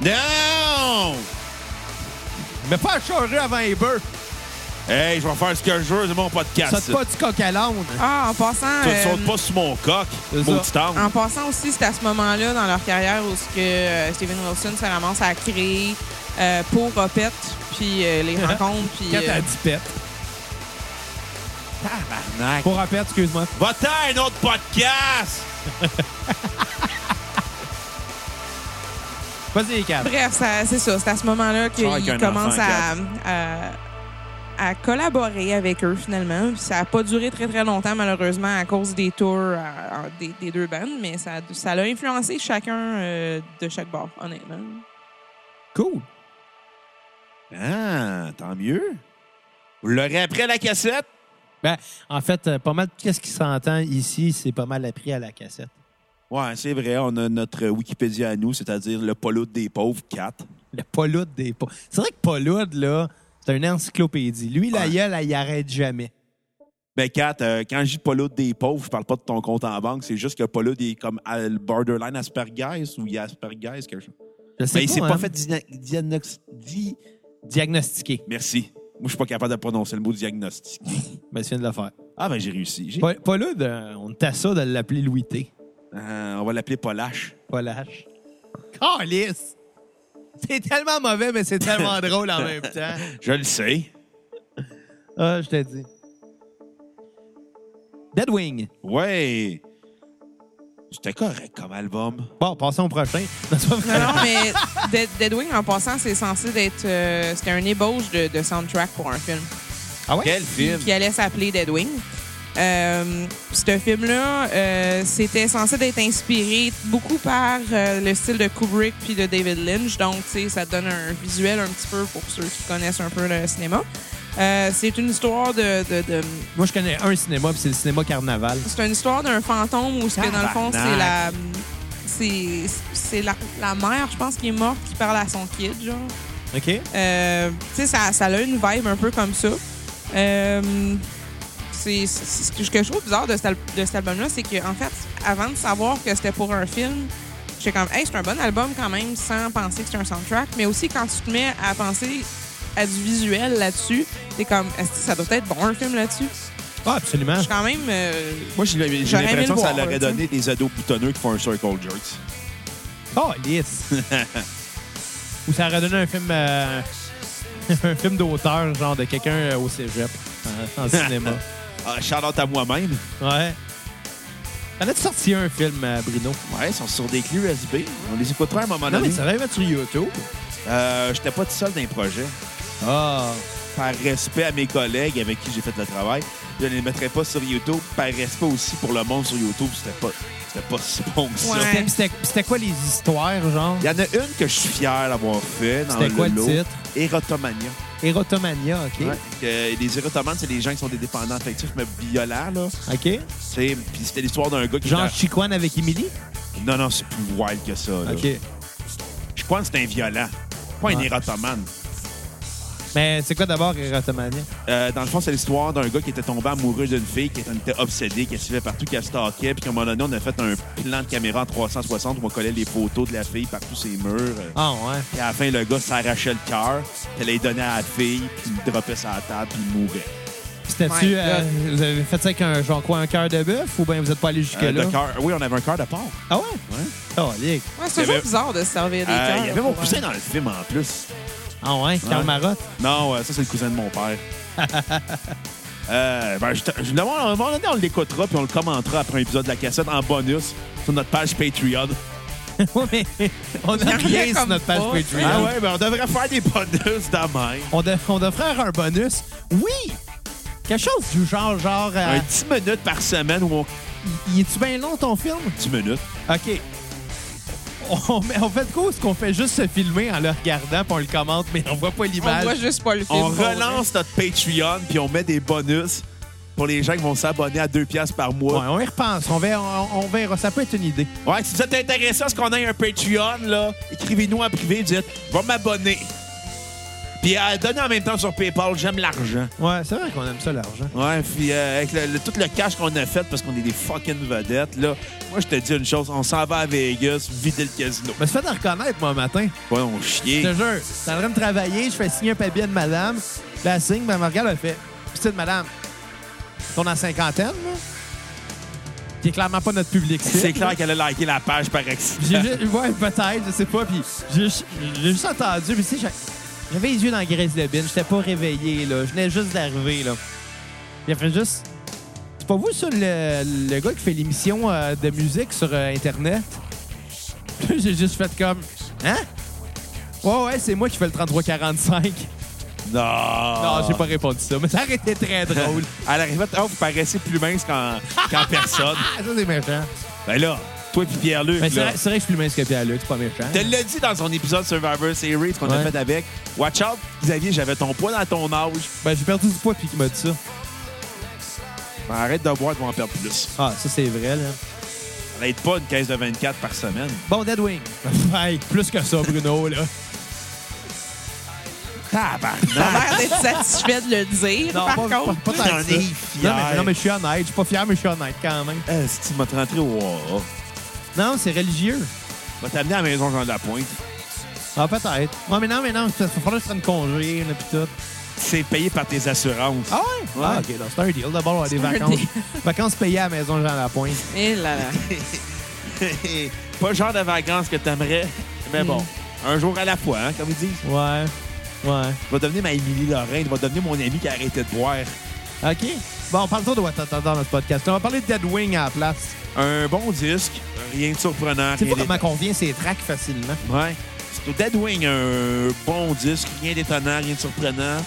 C: Non!
A: Mais pas à charger avant Eber.
C: Hey, je vais faire ce que je veux, Ah, c'est mon podcast.
A: Saute pas du coq à l'âne.
D: Ah, en passant.
C: Tu
D: euh,
C: sautes pas sur mon coq,
A: C'est ça.
C: maudit arbre.
D: En passant aussi, c'est à ce moment-là dans leur carrière où ce que euh, Steven Wilson se ramasse à créer euh, pour Opet, puis euh, les rencontres, puis
A: Quand
D: euh,
A: t'as dit pète.
C: Tabarnak.
A: Pour rappel, excuse-moi.
C: Va-t'en à un autre podcast!
A: Vas-y, Cap.
D: Bref, ça- c'est ça. C'est à ce moment-là
C: Sors Ah, avec un
D: qu'ils commencent
C: enfant,
D: à, à- à collaborer avec eux, finalement. Puis ça n'a pas duré très, très longtemps, malheureusement, à cause des tours euh, euh, des, des deux bandes, mais ça ça l'a influencé chacun euh, de chaque bord, honnêtement.
A: Cool.
C: Ah, tant mieux. Vous l'aurez après la cassette?
A: Ben, en fait, euh, pas mal tout ce qui s'entend ici, c'est pas mal appris à la cassette.
C: Ouais, c'est vrai, on a notre Wikipédia à nous, c'est-à-dire le polo des pauvres 4.
A: Le Paulude des pas. C'est vrai que Paulude, là, c'est une encyclopédie. Lui, la
C: Ouais.
A: gueule, elle y arrête jamais.
C: Ben, Kat, euh, quand je dis polo des pauvres, je parle pas de ton compte en banque, c'est juste que polo des comme à- borderline aspergais ou il y a aspergais, quelque chose.
A: Je sais
C: Ben, il s'est pas
A: hein.
C: fait diagno- diagnox- di-
A: diagnostiquer.
C: Merci. Moi, je suis pas capable de prononcer le mot diagnostic.
A: Ben, tu viens de le faire.
C: Ah, ben, j'ai réussi. J'ai-
A: Pa- Paulude, euh, on t'a ça de l'appeler Louis T.
C: Euh, on va l'appeler Polache.
A: Pas lâche. Calice! C'est tellement mauvais, mais c'est tellement drôle en même temps.
C: Je le sais.
A: Ah, je te dis. Deadwing.
C: Ouais. C'était correct comme album.
A: Bon, passons au prochain. Ah Non, c'est pas vrai.
D: Non, non, mais Dead, Deadwing, en passant, c'est censé d'être. euh, C'était un ébauche de- de soundtrack pour un film.
A: ah ouais?
C: Quel film!
D: qui allait s'appeler Deadwing. Euh, ce film-là, euh, c'était censé d'être inspiré beaucoup par euh, le style de Kubrick puis de David Lynch. Donc, tu sais, ça donne un visuel un petit peu pour ceux qui connaissent un peu le cinéma. Euh, c'est une histoire de, de- de-
A: Moi, je connais un cinéma, puis c'est le cinéma Carnaval.
D: c'est une histoire d'un fantôme où ce que dans le fond c'est la
C: Tabarnak.
D: c'est c'est la, la mère, je pense, qui est morte qui parle à son kid, genre.
A: OK?
D: Euh, tu sais, ça, ça a une vibe un peu comme ça. Euh, c'est c'est- ce que ce que je trouve bizarre de, cet al- de cet album-là, c'est qu'en fait, avant de savoir que c'était pour un film, j'étais comme, hey, c'est un bon album quand même, sans penser que c'est un soundtrack. Mais aussi, quand tu te mets à penser à du visuel là-dessus, t'es comme, est-ce que ça doit être bon un film là-dessus?
A: Ah, absolument.
D: Je suis quand même. euh,
C: Moi, j'ai j'ai
D: J'aurais aimé
C: l'impression
D: le
C: que ça
D: voir,
C: l'aurait
D: tu sais.
C: donné des ados boutonneux qui font un circle jerks.
A: Calice! Ou ça aurait donné un film... euh, un film d'auteur, genre de quelqu'un euh, au cégep, en- en cinéma.
C: Ah, Charlotte à moi-même.
A: Ouais. T'en as-tu sorti un film, euh, Bruno?
C: Ouais, ils sont sur des clés USB. On les écoutera à un moment
A: Ah, Non,
C: donné.
A: mais ça va être sur YouTube.
C: Euh, J'étais pas tout seul dans les projets.
A: Ah.
C: Par respect à mes collègues avec qui j'ai fait le travail, je ne les mettrais pas sur YouTube. Par respect aussi pour le monde sur YouTube, c'était pas, c'était pas si bon que ça.
D: Ouais.
A: C'était- C'était c'était quoi les histoires, genre?
C: Il y en a une que je suis fier d'avoir fait dans
A: C'était quoi le
C: lot.
A: titre?
C: Erotomania.
A: Erotomania, OK?
C: Ouais. Que les érotomanes, c'est les gens qui sont des dépendants affectifs, mais violents, là.
A: OK?
C: C'est- Puis c'était l'histoire d'un gars qui.
A: Genre Chicoine avec Emily?
C: Non, non, c'est plus wild que ça, là.
A: OK.
C: Je pense que c'est un violent, pas un
A: Ouais.
C: érotomane.
A: Mais c'est quoi d'abord Erotomania?
C: Euh, dans le fond, c'est l'histoire d'un gars qui était tombé amoureux d'une fille, qui était obsédé, qui la suivait partout, qui la stalkait. Puis à un moment donné, on a fait un plan de caméra en 360 où on collait les photos de la fille partout ses murs. Euh,
A: Ah ouais.
C: Puis à la fin, le gars s'arrachait le cœur, puis elle les donnait à la fille, puis il dropait sa table, puis il mourait.
A: Puis C'était-tu...
D: My God.
A: euh, vous avez fait ça avec un genre quoi, un cœur de bœuf ou bien vous êtes pas allé
C: Euh,
A: jusque-là?
C: le cœur- oui, on avait un cœur de porc.
A: ah ouais? Oh, lick.
D: ouais, c'est
C: Il y
D: toujours
C: avait-
D: bizarre de se servir des
C: Euh,
D: cœurs.
C: il y avait mon
D: pour,
C: cousin
D: euh,
C: dans le film en plus.
A: Ah ouais? Karl Marotte?
C: Non, euh, ça, c'est le cousin de mon père. euh, ben, je, te- je- à un moment donné, on l'écoutera, puis on le commentera après un épisode de la cassette en bonus sur notre page Patreon.
A: Ouais, mais on a rien sur
D: comme
A: notre page
D: pas.
A: Patreon.
C: Ah ouais, ben on devrait faire des bonus demain.
A: On, de- on devrait avoir un bonus. Oui! Quelque chose du genre, genre... euh,
C: Un 10 minutes par semaine ou on...
A: y- y est-tu bien long ton film?
C: 10 minutes.
A: OK. on, met- on fait de quoi? Est-ce qu'on fait juste se filmer en le regardant puis on le commente, mais on voit pas
D: On voit
A: l'image?
D: juste pas le film.
C: On
D: pour vrai.
C: relance notre Patreon, puis on met des bonus pour les gens qui vont s'abonner à 2 piastres par mois.
A: Ouais, on y repense. On verra, on, on verra. Ça peut être une idée.
C: Ouais, si vous êtes intéressé à ce qu'on ait un Patreon, là, écrivez-nous en privé, dites va m'abonner. Puis euh, donnez en même temps sur PayPal, j'aime l'argent.
A: Ouais, c'est vrai qu'on aime ça, l'argent.
C: Ouais, puis euh, avec le- le- tout le cash qu'on a fait parce qu'on est des fucking vedettes, là, moi je te dis une chose, on s'en va à Vegas, vider le casino.
A: Je me suis fait en reconnaître, moi, un matin.
C: Ouais, on
A: Je te
C: chier.
A: jure, j'étais en train de travailler, je fais signer un papier de madame. Là, elle signe, puis elle me regarde, elle fait Petite madame, t'en as cinquantaine, là? Qui est clairement pas notre public. cible.
C: C'est clair qu'elle a liké la page par accident.
A: J'ai juste- ouais, peut-être, je sais pas. Puis j'ai juste- j'ai juste entendu, puis tu sais, j'a- j'avais les yeux dans la graisse de bine, j'étais pas réveillé, là. Je venais juste d'arriver, là. Il a fait juste. C'est pas vous, ça, le, le gars qui fait l'émission euh, de musique sur euh, Internet? j'ai juste fait comme. Hein? Ouais, ouais, c'est moi qui fais le 3345.
C: Non.
A: Non, j'ai pas répondu ça, mais ça aurait été très drôle.
C: À l'arrivée, oh, vous paraissez plus mince qu'en qu'en personne.
A: Ah, ça, c'est méchant.
C: Ben là, toi et Pierre-Luc,
A: Mais Ben, c'est
C: là.
A: vrai, c'est vrai que je suis plus mince que Pierre-Luc, c'est pas méchant.
C: Tu l'as dit dans son épisode Survivor Series qu'on a
A: Ouais.
C: fait avec. Watch out, Xavier, j'avais ton poids dans ton âge.
A: Ben, j'ai perdu du poids, puis qui m'a dit ça.
C: Ben, arrête de boire, tu vas en perdre plus.
A: Ah, ça, c'est vrai, là.
C: Arrête pas une caisse de 24 par semaine.
A: Bon, Deadwing. Ouais, plus que ça, Bruno, là.
D: T'as
C: Tabarnak!
D: l'air d'être satisfait de le dire, par
A: pas,
D: contre.
A: pas- pas tant
C: J'en
A: que ça.
C: ai
A: Non
C: fier.
A: mais, non, mais je suis honnête. Je suis pas fier, mais je suis honnête quand même.
C: Est-ce que tu m'as rentré au AA?
A: Non, c'est religieux.
C: Va t'amener à la maison Jean de la Pointe.
A: Ah, peut-être. Non, mais non, mais non. Ça va falloir se prendre congé, là, pis tout.
C: C'est payé par tes assurances.
A: Ah ouais? Ah, OK. donc C'est un deal. D'abord, on a des
D: C'est un
A: vacances.
D: deal.
A: vacances payées à la Maison Jean-Lapointe.
D: Eh là là.
C: pas le genre de vacances que t'aimerais, mais bon. Un jour à la fois, hein, comme ils disent.
A: Ouais. Ouais.
C: Tu vas devenir ma Émilie Lorraine, tu vas devenir mon ami qui a arrêté de boire.
A: OK. Bon, on parle trop de Watatata dans notre podcast. On va parler de Deadwing à la place.
C: Un bon disque, rien de surprenant.
A: Tu sais
C: rien
A: pas comment qu'on vient ces tracks facilement.
C: Ouais. C'est au Deadwing, un bon disque, rien d'étonnant, rien de surprenant.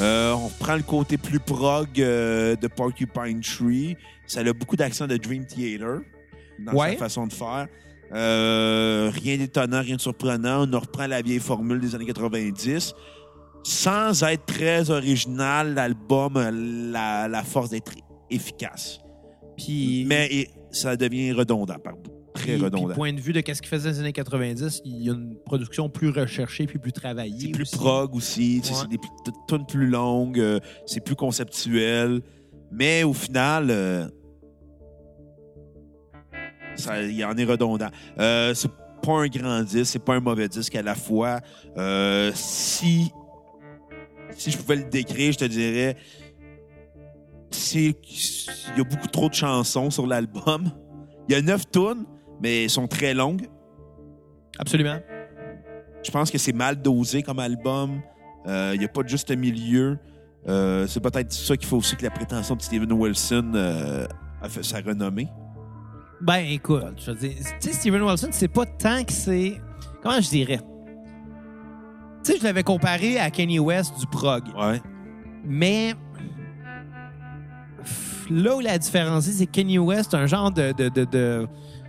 C: Euh, on reprend le côté plus prog euh, de Porcupine Tree. Ça a beaucoup d'accent de Dream Theater dans
A: Ouais.
C: sa façon de faire. Euh, rien d'étonnant, rien de surprenant. On reprend la vieille formule des années 90. Sans être très original, l'album a la, la force d'être efficace.
A: Puis...
C: Mais et- ça devient redondant par bout. Très
A: Puis-
C: redondant.
A: Puis, point de vue de qu'est-ce qu'il faisait dans les années 90, il y a une production plus recherchée puis plus travaillée.
C: C'est plus
A: aussi.
C: prog aussi. tu sais,
A: Ouais.
C: C'est des plus- t- tunes plus longues. euh, c'est plus conceptuel. Mais au final, euh, ça, il en est redondant. Euh, c'est pas un grand disque. C'est pas un mauvais disque à la fois. Euh, si, si je pouvais le décrire, je te dirais... c'est Il y a beaucoup trop de chansons sur l'album. Il y a neuf tunes, mais elles sont très longues.
A: Absolument.
C: Je pense que c'est mal dosé comme album. Euh, Il n'y a pas de juste milieu. Euh, c'est peut-être ça qu'il faut aussi que la prétention de Steven Wilson euh, a fait sa renommée.
A: Ben, écoute, je veux dire, tu sais, Steven Wilson, c'est pas tant que c'est. Comment je dirais? Tu sais, je l'avais comparé à Kanye West du prog.
C: Ouais.
A: Mais. pff, Là où la différence, c'est que Kanye West, un genre de. de- de- de-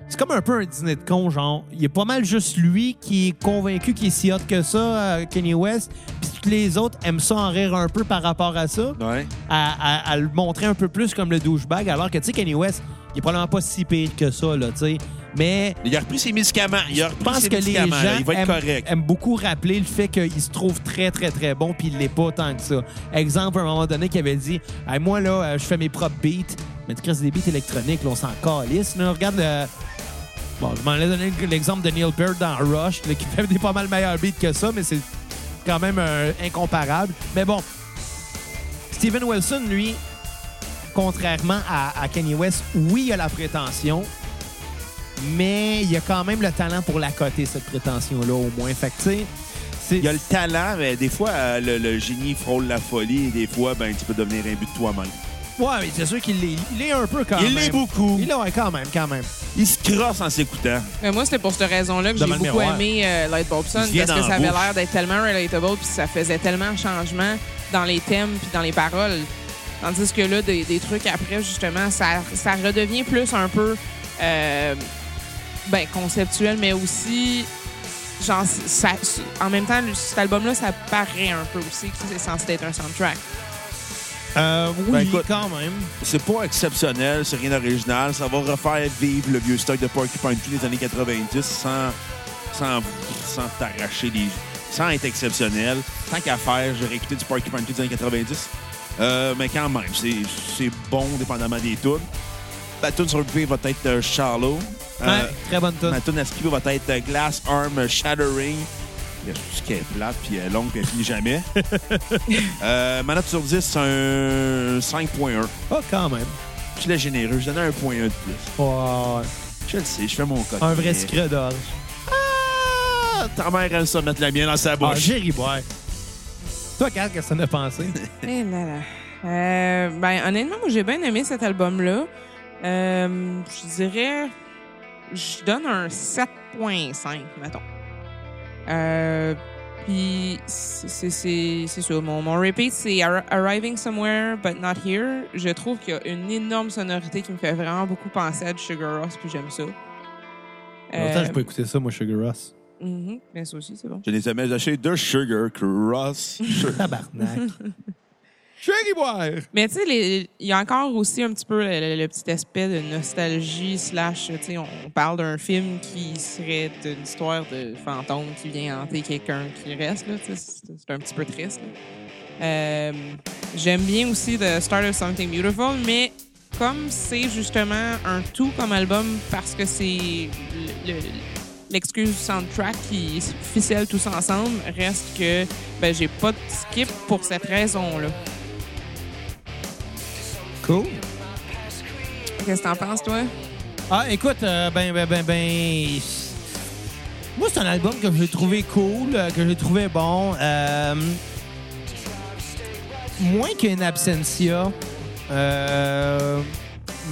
A: C'est comme un peu un dîner de con, genre. Il est pas mal juste lui qui est convaincu qu'il est si hot que ça, euh, Kanye West. Puis tous les autres aiment ça en rire un peu par rapport à ça.
C: Ouais.
A: à, à- à le montrer un peu plus comme le douchebag, alors que, tu sais, Kanye West, il est probablement pas si pire que ça, là, tu sais. Mais
C: Il a repris ses médicaments. Il a repris
A: je pense
C: ses
A: que les gens
C: médicaments. là. Il va être
A: aiment,
C: correct.
A: aiment beaucoup rappeler le fait qu'il se trouve très, très, très bon, puis il l'est pas tant que ça. Exemple, à un moment donné, qui avait dit Hey, Moi, là, euh, je fais mes propres beats, mais tu crées des beats électroniques, là, on s'en calisse. là. Regarde le- Bon, je m'en ai donné l'exemple de Neil Peart dans Rush, là, qui fait des pas mal meilleurs beats que ça, mais c'est quand même euh, incomparable. Mais bon, Steven Wilson, lui, contrairement à, à Kanye West, oui, il a la prétention, mais il a quand même le talent pour la coter, cette prétention-là, au moins. Fait que, tu sais, c'est-
C: Il y a le talent, mais des fois, euh, le, le génie frôle la folie. Et des fois, ben, tu peux devenir un but de toi-même.
A: Ouais, mais c'est sûr qu'il l'est. Il l'est un peu quand
C: Il
A: même.
C: l'est beaucoup.
A: Il l'est, ouais, quand même, quand même.
C: Il se crosse en s'écoutant.
D: Mais moi, c'était pour cette raison-là que j'ai
A: Demande
D: beaucoup
A: miroir.
D: aimé euh, Light Bulbson
C: Il vient
D: parce
C: dans
D: que ça
C: la
D: avait
C: bouche.
D: l'air d'être tellement relatable puis ça faisait tellement changement dans les thèmes puis dans les paroles. Tandis que là, des, des trucs après, justement, ça, ça redevient plus un peu euh, ben, conceptuel, mais aussi, genre, ça, en même temps, le- cet album-là, ça paraît un peu aussi que c'est censé être un soundtrack.
A: Euh, oui,
C: Ben, écoute-
A: quand même.
C: C'est pas exceptionnel, c'est rien d'original. Ça va refaire vivre le vieux stock de Porcupine Tree des années 90 sans, sans, sans t'arracher les... Sans être exceptionnel. Tant qu'à faire, j'aurais écouté du Porcupine Tree des années 90. Euh, mais quand même, c'est c'est bon dépendamment des tunes. La tune sur le P va être euh, Shallow. Euh,
A: Ouais, très bonne tune.
C: Ma tune à skipper va être euh, Glass Arm Shattering. Là, Je sais qu'elle est plate, puis elle est longue, puis elle finit jamais. euh, ma note sur 10, c'est un 5.1.
A: Oh, quand même.
C: Je suis le généreux, je donnais un point 1 de plus.
A: Oh,
C: Je le sais, je fais mon code.
A: un vrai secret d'orge.
C: Ah, ta mère aime ça mettre la mienne dans sa
A: Ah,
C: bouche.
A: Jerry Boy. Toi, Carl, qu'est-ce que t'en as pensé?
D: Eh là là. Euh, ben, honnêtement, moi, j'ai bien aimé cet album-là. Euh, je dirais, je donne un 7.5, mettons. Euh, Puis, c'est- c'est c'est- c'est ça. Mon, mon repeat, c'est Ar- Arriving Somewhere But Not Here. Je trouve qu'il y a une énorme sonorité qui me fait vraiment beaucoup penser à du Sugar Ross, puis j'aime ça.
A: En
D: Euh,
A: Longtemps, j'ai pas écouté ça, moi, Sugar Ross.
D: mhm, mais ça aussi, c'est bon.
C: Je les aimais, j'ai acheté deux Sugar Cross.
A: Tabarnak. Jerry Boy!
D: Mais tu sais, les- il y a encore aussi un petit peu le, le- le petit aspect de nostalgie slash, tu sais, on, on parle d'un film qui serait une histoire de fantôme qui vient hanter quelqu'un qui reste, là, tu sais, c'est c'est un petit peu triste. là. Euh, J'aime bien aussi The Start of Something Beautiful, mais comme c'est justement un tout comme album parce que c'est le- le- l'excuse du soundtrack qui ficelle tous ensemble, reste que ben, j'ai pas de skip pour cette raison-là.
A: Cool.
D: Qu'est-ce que t'en penses, toi?
A: Ah, écoute, euh, ben, ben, ben, ben. Moi, c'est un album que j'ai trouvé cool, euh, que j'ai trouvé bon. Euh, moins qu'une absentia. Euh,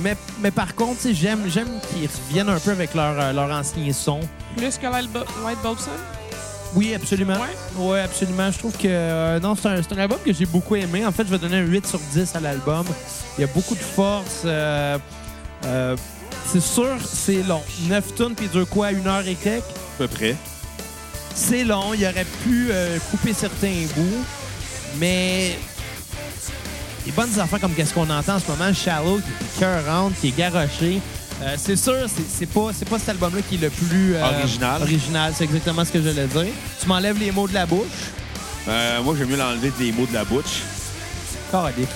A: mais, mais par contre, tu sais, j'aime j'aime qu'ils reviennent un peu avec leur, euh, leur ancien son.
D: Plus que Light Bo- Light Bulb Sun?
A: Oui, absolument.
D: Ouais?
A: Ouais, absolument. Je trouve que euh, non, c'est un, c'est un album que j'ai beaucoup aimé. En fait, je vais donner un 8 sur 10 à l'album. Il y a beaucoup de force. euh, euh, c'est sûr, c'est long. 9 tonnes, puis il dure quoi? Une heure et quelques?
C: À peu près.
A: C'est long. Il aurait pu euh, couper certains bouts, mais les bonnes affaires comme qu'est-ce qu'on entend en ce moment, Shallow, qui est cœurante, qui est garoché. euh, c'est sûr, c'est- c'est pas, c'est pas cet album-là qui est le plus euh,
C: Original.
A: original, c'est exactement ce que je voulais dire. Tu m'enlèves les mots de la bouche.
C: Euh, moi, j'aime mieux l'enlever des mots de la bouche.
A: Calique.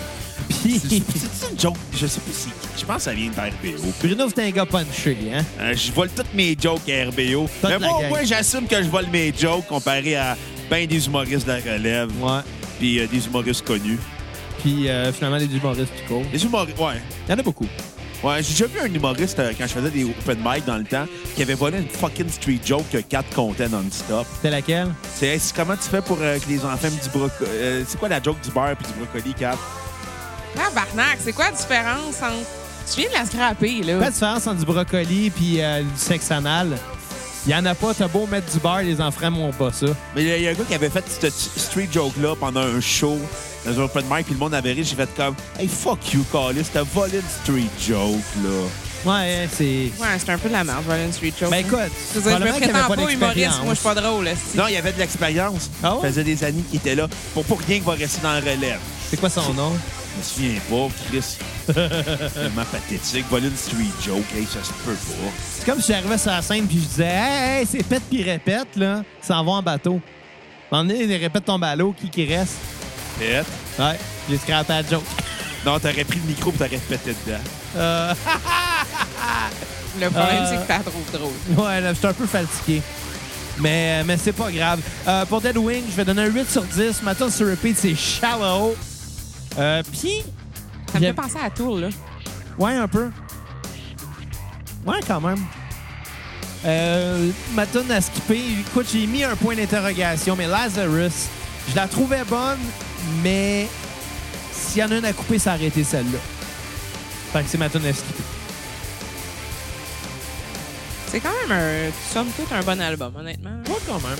A: Puis,
C: C'est une joke. Je sais pas si. Je pense que ça vient de RBO.
A: Bruno, c'est un gars punché, hein?
C: Euh, je vole toutes mes jokes à RBO.
A: Toute
C: mais
A: la
C: moi,
A: gang.
C: moi j'assume que je vole mes jokes comparé à ben des humoristes de la relève,
A: Ouais.
C: puis euh, des humoristes connus.
A: Puis, euh, finalement, les humoristes du cours.
C: Des humoristes, ouais.
A: Il y en a beaucoup.
C: Ouais, j'ai déjà vu un humoriste euh, quand je faisais des open mic dans le temps qui avait volé une fucking street joke que 4 comptait non-stop.
A: C'est laquelle?
C: C'est hey, c'est comment tu fais pour euh, que les enfants aiment du brocoli. c'est quoi la joke du beurre puis du brocoli, Cap?
D: Ah, Barnac, c'est quoi la différence entre. Tu viens de la scraper, là.
A: Pas de différence entre du brocoli puis euh, du sexe anal. Il y en a pas, t'as beau mettre du beurre, les enfants m'ont pas ça.
C: Mais il y a un gars qui avait fait cette street joke-là pendant un show dans un open mic, puis le monde avait ri. J'ai fait comme, hey, fuck you, Carlis, t'as volé une street joke, là.
A: Ouais, hein, c'est...
D: Ouais, c'est un peu de la merde, Violent Street Show.
A: Ben écoute,
D: je veux dire, je me
A: probablement qu'il y avait
D: prétends pas,
A: pas
D: humoriste,
A: d'expérience.
D: moi, je suis pas drôle, esti.
C: Non, il y avait de l'expérience.
A: Ah ouais?
C: Il faisait des années qu'il était là. Pour pas rien qu'il va rester dans la relève.
A: C'est quoi son nom?
C: Je me souviens pas, Chris. Tellement pathétique. Voler une street joke, hey, ça se peut pas.
A: C'est comme si j'arrivais sur la scène puis je disais « Hey, hey, c'est pète puis répète, là. Ils s'en vont en bateau. » À un moment donné, les répètes tombent à l'eau, qui qui reste?
C: Pète.
A: Ouais, j'ai scrappé la joke.
C: Non, t'aurais pris le micro et t'aurais pété dedans.
A: Euh,
D: Le problème,
A: Euh,
D: c'est que t'as trouves drôle.
A: Ouais, là, je suis un peu fatigué. Mais, mais c'est pas grave. Euh, pour Dead Wing, je vais donner un 8 sur 10. Ma tune sur repeat, c'est Shallow. Euh, Puis,
D: Ça me fait
A: j'aime-
D: penser à Tour, là.
A: ouais, un peu. Ouais, quand même. Euh, ma tune à skipper, écoute, j'ai mis un point d'interrogation, mais Lazarus, je la trouvais bonne, mais s'il y en a une à couper, ça aurait été celle-là. Fait que c'est ma tune à skipper.
D: C'est quand même, un, somme toute, un bon album, honnêtement.
A: Ouais, quand même.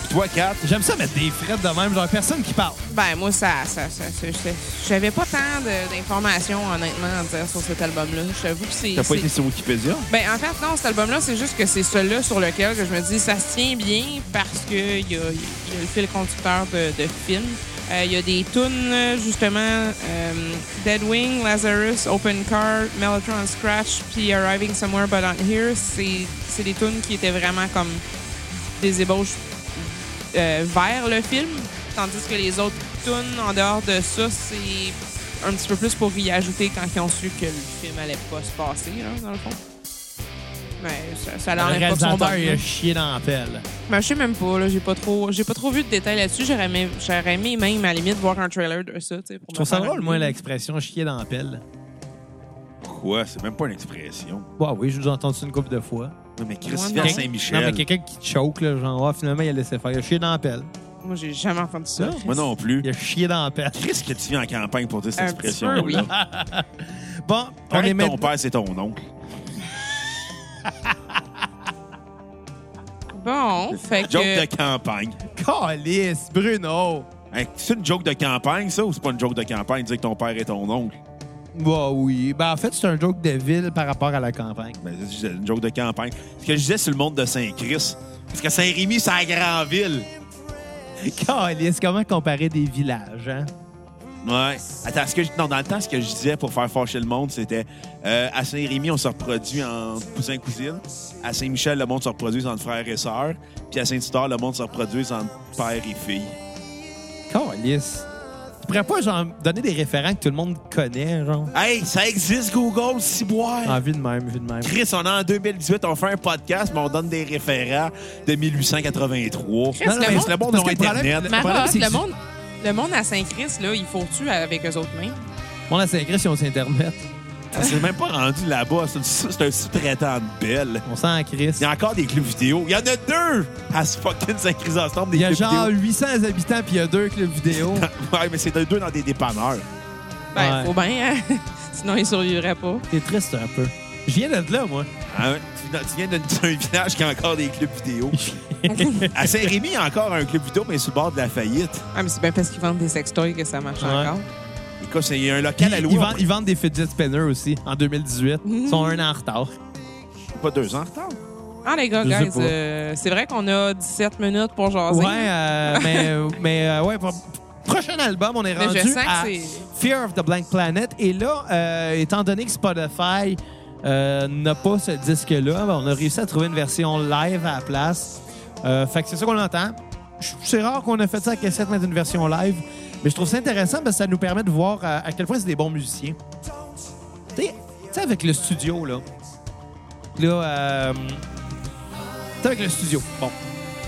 C: Puis Toi, Kat,
A: J'aime ça mettre des frettes de même, genre personne qui parle.
D: Ben, moi, ça. ça, ça, ça- j'étais- J'avais pas tant de- d'informations, honnêtement, à dire sur cet album-là. Je t'avoue que c'est.
C: t'as pas
D: c'est-
C: été sur Wikipédia?
D: Ben, en fait, non, cet album-là, c'est juste que c'est celui-là sur lequel que je me dis ça se tient bien parce qu'il y a, il y a le fil conducteur de, de film. Euh, Il y a des tunes, euh, justement, euh, Dead Wing, Lazarus, Open Car, Mellotron Scratch, puis Arriving Somewhere But Not Here. C'est c'est des tunes qui étaient vraiment comme des ébauches euh, vers le film, tandis que les autres tunes, en dehors de ça, c'est un petit peu plus pour y ajouter quand ils ont su que le film allait pas se passer, là, dans le fond. Mais ça, ça
A: le
D: l'enlève pas de son
A: réalisateur,
D: bord,
A: il
C: hein?
D: là.
A: a chié dans la pelle.
D: Ben, je sais même pas, là, j'ai pas trop, j'ai pas trop vu de détails là-dessus. J'aurais aimé, j'aurais aimé même à la limite voir un trailer de ça, tu sais. pour
A: Je
D: me
A: trouve ça
D: faire
A: drôle,
D: une
A: moi,
D: idée.
A: l'expression chier dans la pelle.
C: Quoi? C'est même pas une expression.
A: Bah oui, je vous ai entendu ça une couple de fois.
C: Non, mais Chris,
D: Ouais,
C: viens à
D: non.
A: Non,
C: Saint-Michel.
A: mais quelqu'un qui te choque, là, genre, ah, finalement, il a laissé faire. Il a chié dans la pelle.
D: Moi, j'ai jamais entendu ça.
A: Non,
C: Moi non plus.
A: Il a chié dans la pelle.
C: Chris, que tu viens en campagne pour dire cette
D: Un
C: expression-là.
D: petit peu, oui.
A: Bon, on
C: Arrête,
A: est
C: ton
A: maintenant...
C: père, c'est ton oncle.
D: Bon, fait
C: Joke
D: que.
C: de campagne.
A: Calice, Bruno!
C: Hey, c'est une joke de campagne, ça, ou c'est pas une joke de campagne, dire que ton père est ton oncle?
A: Bah oui. Ben, en fait, c'est un joke de ville par rapport à la campagne.
C: Ben, c'est juste une joke de campagne. Ce que je disais sur le monde de Saint-Christ, parce que Saint-Rémy, c'est la grande ville.
A: Calice, comment comparer des villages, hein?
C: Ouais. Attends, ce que je- non, dans le temps, ce que je disais pour faire fâcher le monde, c'était euh, à Saint-Rémy, on se reproduit en cousin-cousine. À Saint-Michel, le monde se reproduit en frères et sœurs. Puis à Saint-Tutor, le monde se reproduit en père et fille.
A: Calice. Tu pourrais pas, genre, donner des référents que tout le monde connaît, genre?
C: Hey, ça existe, Google, ciboire!
A: En vue de même, vue de même.
C: Chris, on est en 2018, on fait un podcast, mais on donne des référents de 1883.
D: Chris, le
C: mais
D: monde-
C: c'est le monde
A: parce
C: ont
A: que le problème-
C: Internet.
A: Le problème,
D: Marotte,
A: c'est que
D: le
A: tu-
D: monde, le monde à Saint-Christ, là, il faut-tu avec eux autres mêmes?
A: On a Saint-Christ, ils ont sur Internet.
C: C'est même pas rendu là-bas. C'est un sous- c'est un sous-traitant de Belle.
A: On sent Christ.
C: Il y a encore des clubs vidéo. Il y en a deux à ce fucking Saint-Chrysostome, des
A: Il y a
C: clubs
A: genre
C: vidéo.
A: 800 habitants, puis il y a deux clubs vidéo.
C: Ouais, mais c'est deux dans des dépanneurs.
D: Ben,
A: Ouais.
D: faut bien, hein? Sinon, ils survivraient pas.
A: C'est triste un peu. Je viens d'être là, moi.
C: Hein? Tu viens- Tu viens d'un d'un village qui a encore des clubs vidéo. à Saint-Rémy, il y a encore un club vidéo, mais sur le bord de la faillite.
D: Ah, mais c'est bien parce qu'ils vendent des sextoys que ça marche
A: Ouais.
D: encore.
C: Écoute, c'est- il y a un
A: Puis,
C: local à
A: ils,
C: louer. on
A: vendent, ils vendent des fidget spinners aussi en 2018. Ils
C: Mm.
A: sont un an en retard.
C: peut- pas deux ans en retard.
D: Ah, les gars,
A: Je sais
D: guys,
A: pas.
D: euh, c'est vrai qu'on a 17 minutes pour jaser.
A: Ouais, euh, mais, mais euh, ouais, pro- prochain album, on est
D: Mais
A: rendu
D: je sens que
A: à
D: c'est-
A: Fear of the Blank Planet. Et là, euh, étant donné que Spotify euh, n'a pas ce disque-là, ben, on a réussi à trouver une version live à la place. Euh, fait que c'est ça qu'on entend. J- C'est rare qu'on a fait ça à cassette, mettre une version live. Mais je trouve ça intéressant parce que ça nous permet de voir euh, à, à quel point c'est des bons musiciens. Tu sais- tu sais, avec le studio, là. Là, euh, tu sais, avec le studio. Bon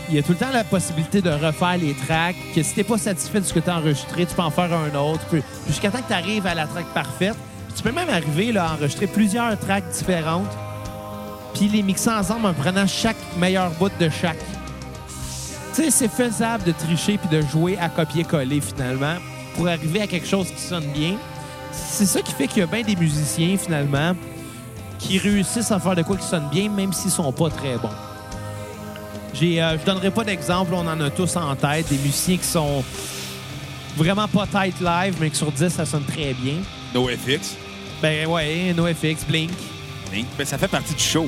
A: il y a tout le temps la possibilité de refaire les tracks, que si t'es pas satisfait de ce que t'as enregistré, tu peux en faire un autre, puis jusqu'à temps que t'arrives à la track parfaite. Puis tu peux même arriver là, à enregistrer plusieurs tracks différentes, puis les mixer ensemble en prenant chaque meilleur bout de chaque. Tu sais, c'est faisable de tricher puis de jouer à copier-coller finalement pour arriver à quelque chose qui sonne bien. C'est ça qui fait qu'il y a bien des musiciens finalement qui réussissent à faire de quoi qui sonne bien, même s'ils sont pas très bons. J'ai, euh, je donnerai pas d'exemple, on en a tous en tête, des musiciens qui sont vraiment pas tight live, mais que sur 10, ça sonne très bien.
C: NoFX.
A: Ben ouais, NoFX, Blink.
C: Mais ça fait partie du show.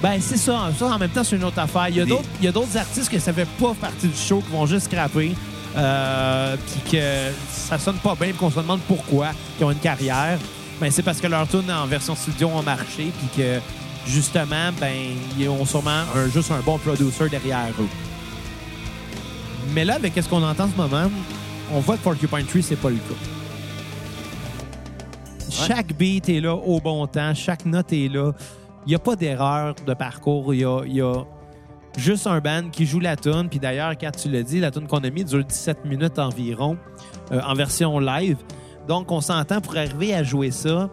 A: Ben c'est ça, ça en même temps, c'est une autre affaire. Il y a
C: Des-
A: d'autres, il y a d'autres artistes que ça fait pas partie du show, qui vont juste scraper, euh, puis que ça sonne pas bien, puis qu'on se demande pourquoi, qui ont une carrière. Ben c'est parce que leurs tunes en version studio ont marché, puis que justement, ben ils ont sûrement un- juste un bon producer derrière eux. Mais là, avec ce qu'on entend en ce moment, on voit que Porcupine Tree, c'est pas le cas. Chaque beat est là au bon temps, chaque note est là. Il n'y a pas d'erreur de parcours. Il y a, il y a juste un band qui joue la tune. Puis d'ailleurs, quand tu l'as dit, la tune qu'on a mis dure 17 minutes environ euh, en version live. Donc, on s'entend pour arriver à jouer ça.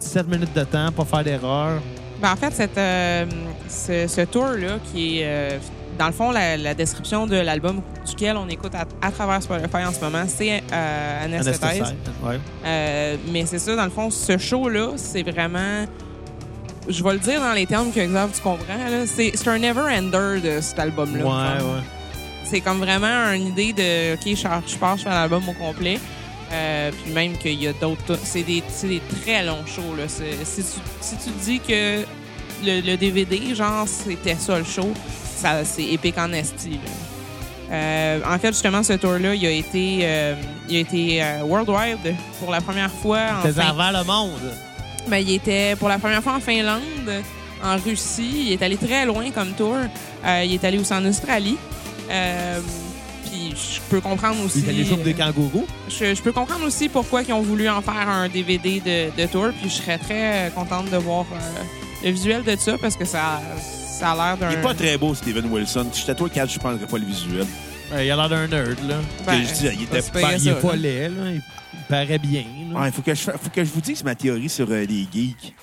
A: 17 minutes de temps, pas faire d'erreur.
D: Ben, en fait, cette, euh, ce, ce tour-là, qui est, euh, dans le fond, la, la description de l'album duquel on écoute à, à travers Spotify en ce moment, c'est euh, Anesthetize.
A: Ouais.
D: Euh, mais c'est ça, dans le fond, ce show-là, c'est vraiment. Je vais le dire dans les termes que Xav, tu comprends. là, C'est c'est un never-ender de cet
A: Ouais,
D: album-là.
A: ouais.
D: c'est comme vraiment une idée de OK, je, je pars, je fais un album au complet. Euh, puis même qu'il y a d'autres. C'est des, c'est des très longs shows. Là. C'est- Si, tu, si tu dis que le, le DVD, genre, c'était ça le show, ça, c'est épique en esti. là. Euh, en fait, justement, ce tour-là, il a été, euh, il a été euh, worldwide pour la première fois. En
A: C'est
D: fin-
A: envers le monde.
D: ben, il était pour la première fois en Finlande, en Russie. Il est allé très loin comme tour. Euh, il est allé aussi en Australie. Euh, Puis je peux comprendre aussi.
A: Il y a les jours des kangourous.
D: je, je peux comprendre aussi pourquoi ils ont voulu en faire un DVD de, de tour. Puis je serais très euh, contente de voir euh, le visuel de ça parce que ça, ça a l'air d'un.
C: Il est pas très beau, Steven Wilson. Je suis à toi, Kat, je prendrais pas le visuel.
A: il a l'air d'un nerd, là.
D: Ben,
C: je dis, il était
D: c'est pas
A: Ben, il est
D: ça, hein.
A: pas
D: là.
A: laid, là. Il il paraît bien, là.
C: Ouais, Ah, faut que je, fa- faut que je vous dise ma théorie sur euh, les geeks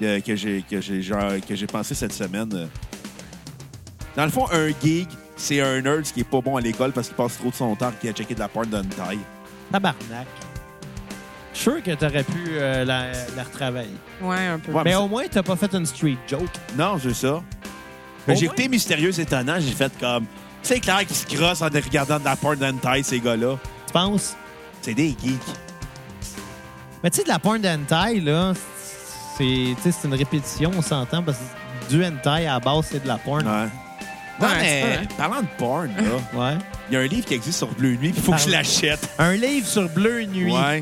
C: Euh, que j'ai que j'ai genre- que j'ai pensé cette semaine. euh. Dans le fond, un geek, c'est un nerd qui est pas bon à l'école parce qu'il passe trop de son temps à checker de la porte d'une taille.
A: Tabarnak. Je suis sûr que t'aurais pu euh, la, la retravailler.
D: Ouais, un peu.
C: Ouais, mais
A: Mais au moins, t'as pas fait une street joke.
C: Non, c'est ça.
A: Au
C: Mais J'ai
A: moins.
C: écouté Mystérieux Étonnant, j'ai fait comme. C'est clair qu'ils se crossent en regardant de la porte d'une taille, ces gars-là.
A: Tu penses?
C: C'est des geeks.
A: Mais tu sais, de la porn d'hentai, là, c'est tu sais, c'est une répétition, on s'entend, parce que du hentai, à la base, c'est de la porn.
C: Ouais. Non,
D: Ouais,
C: mais
D: c'est vrai.
C: parlant de porn, là,
A: Ouais.
C: il y a un livre qui existe sur Bleu Nuit, il faut que je l'achète.
A: Un livre sur Bleu Nuit.
C: Ouais.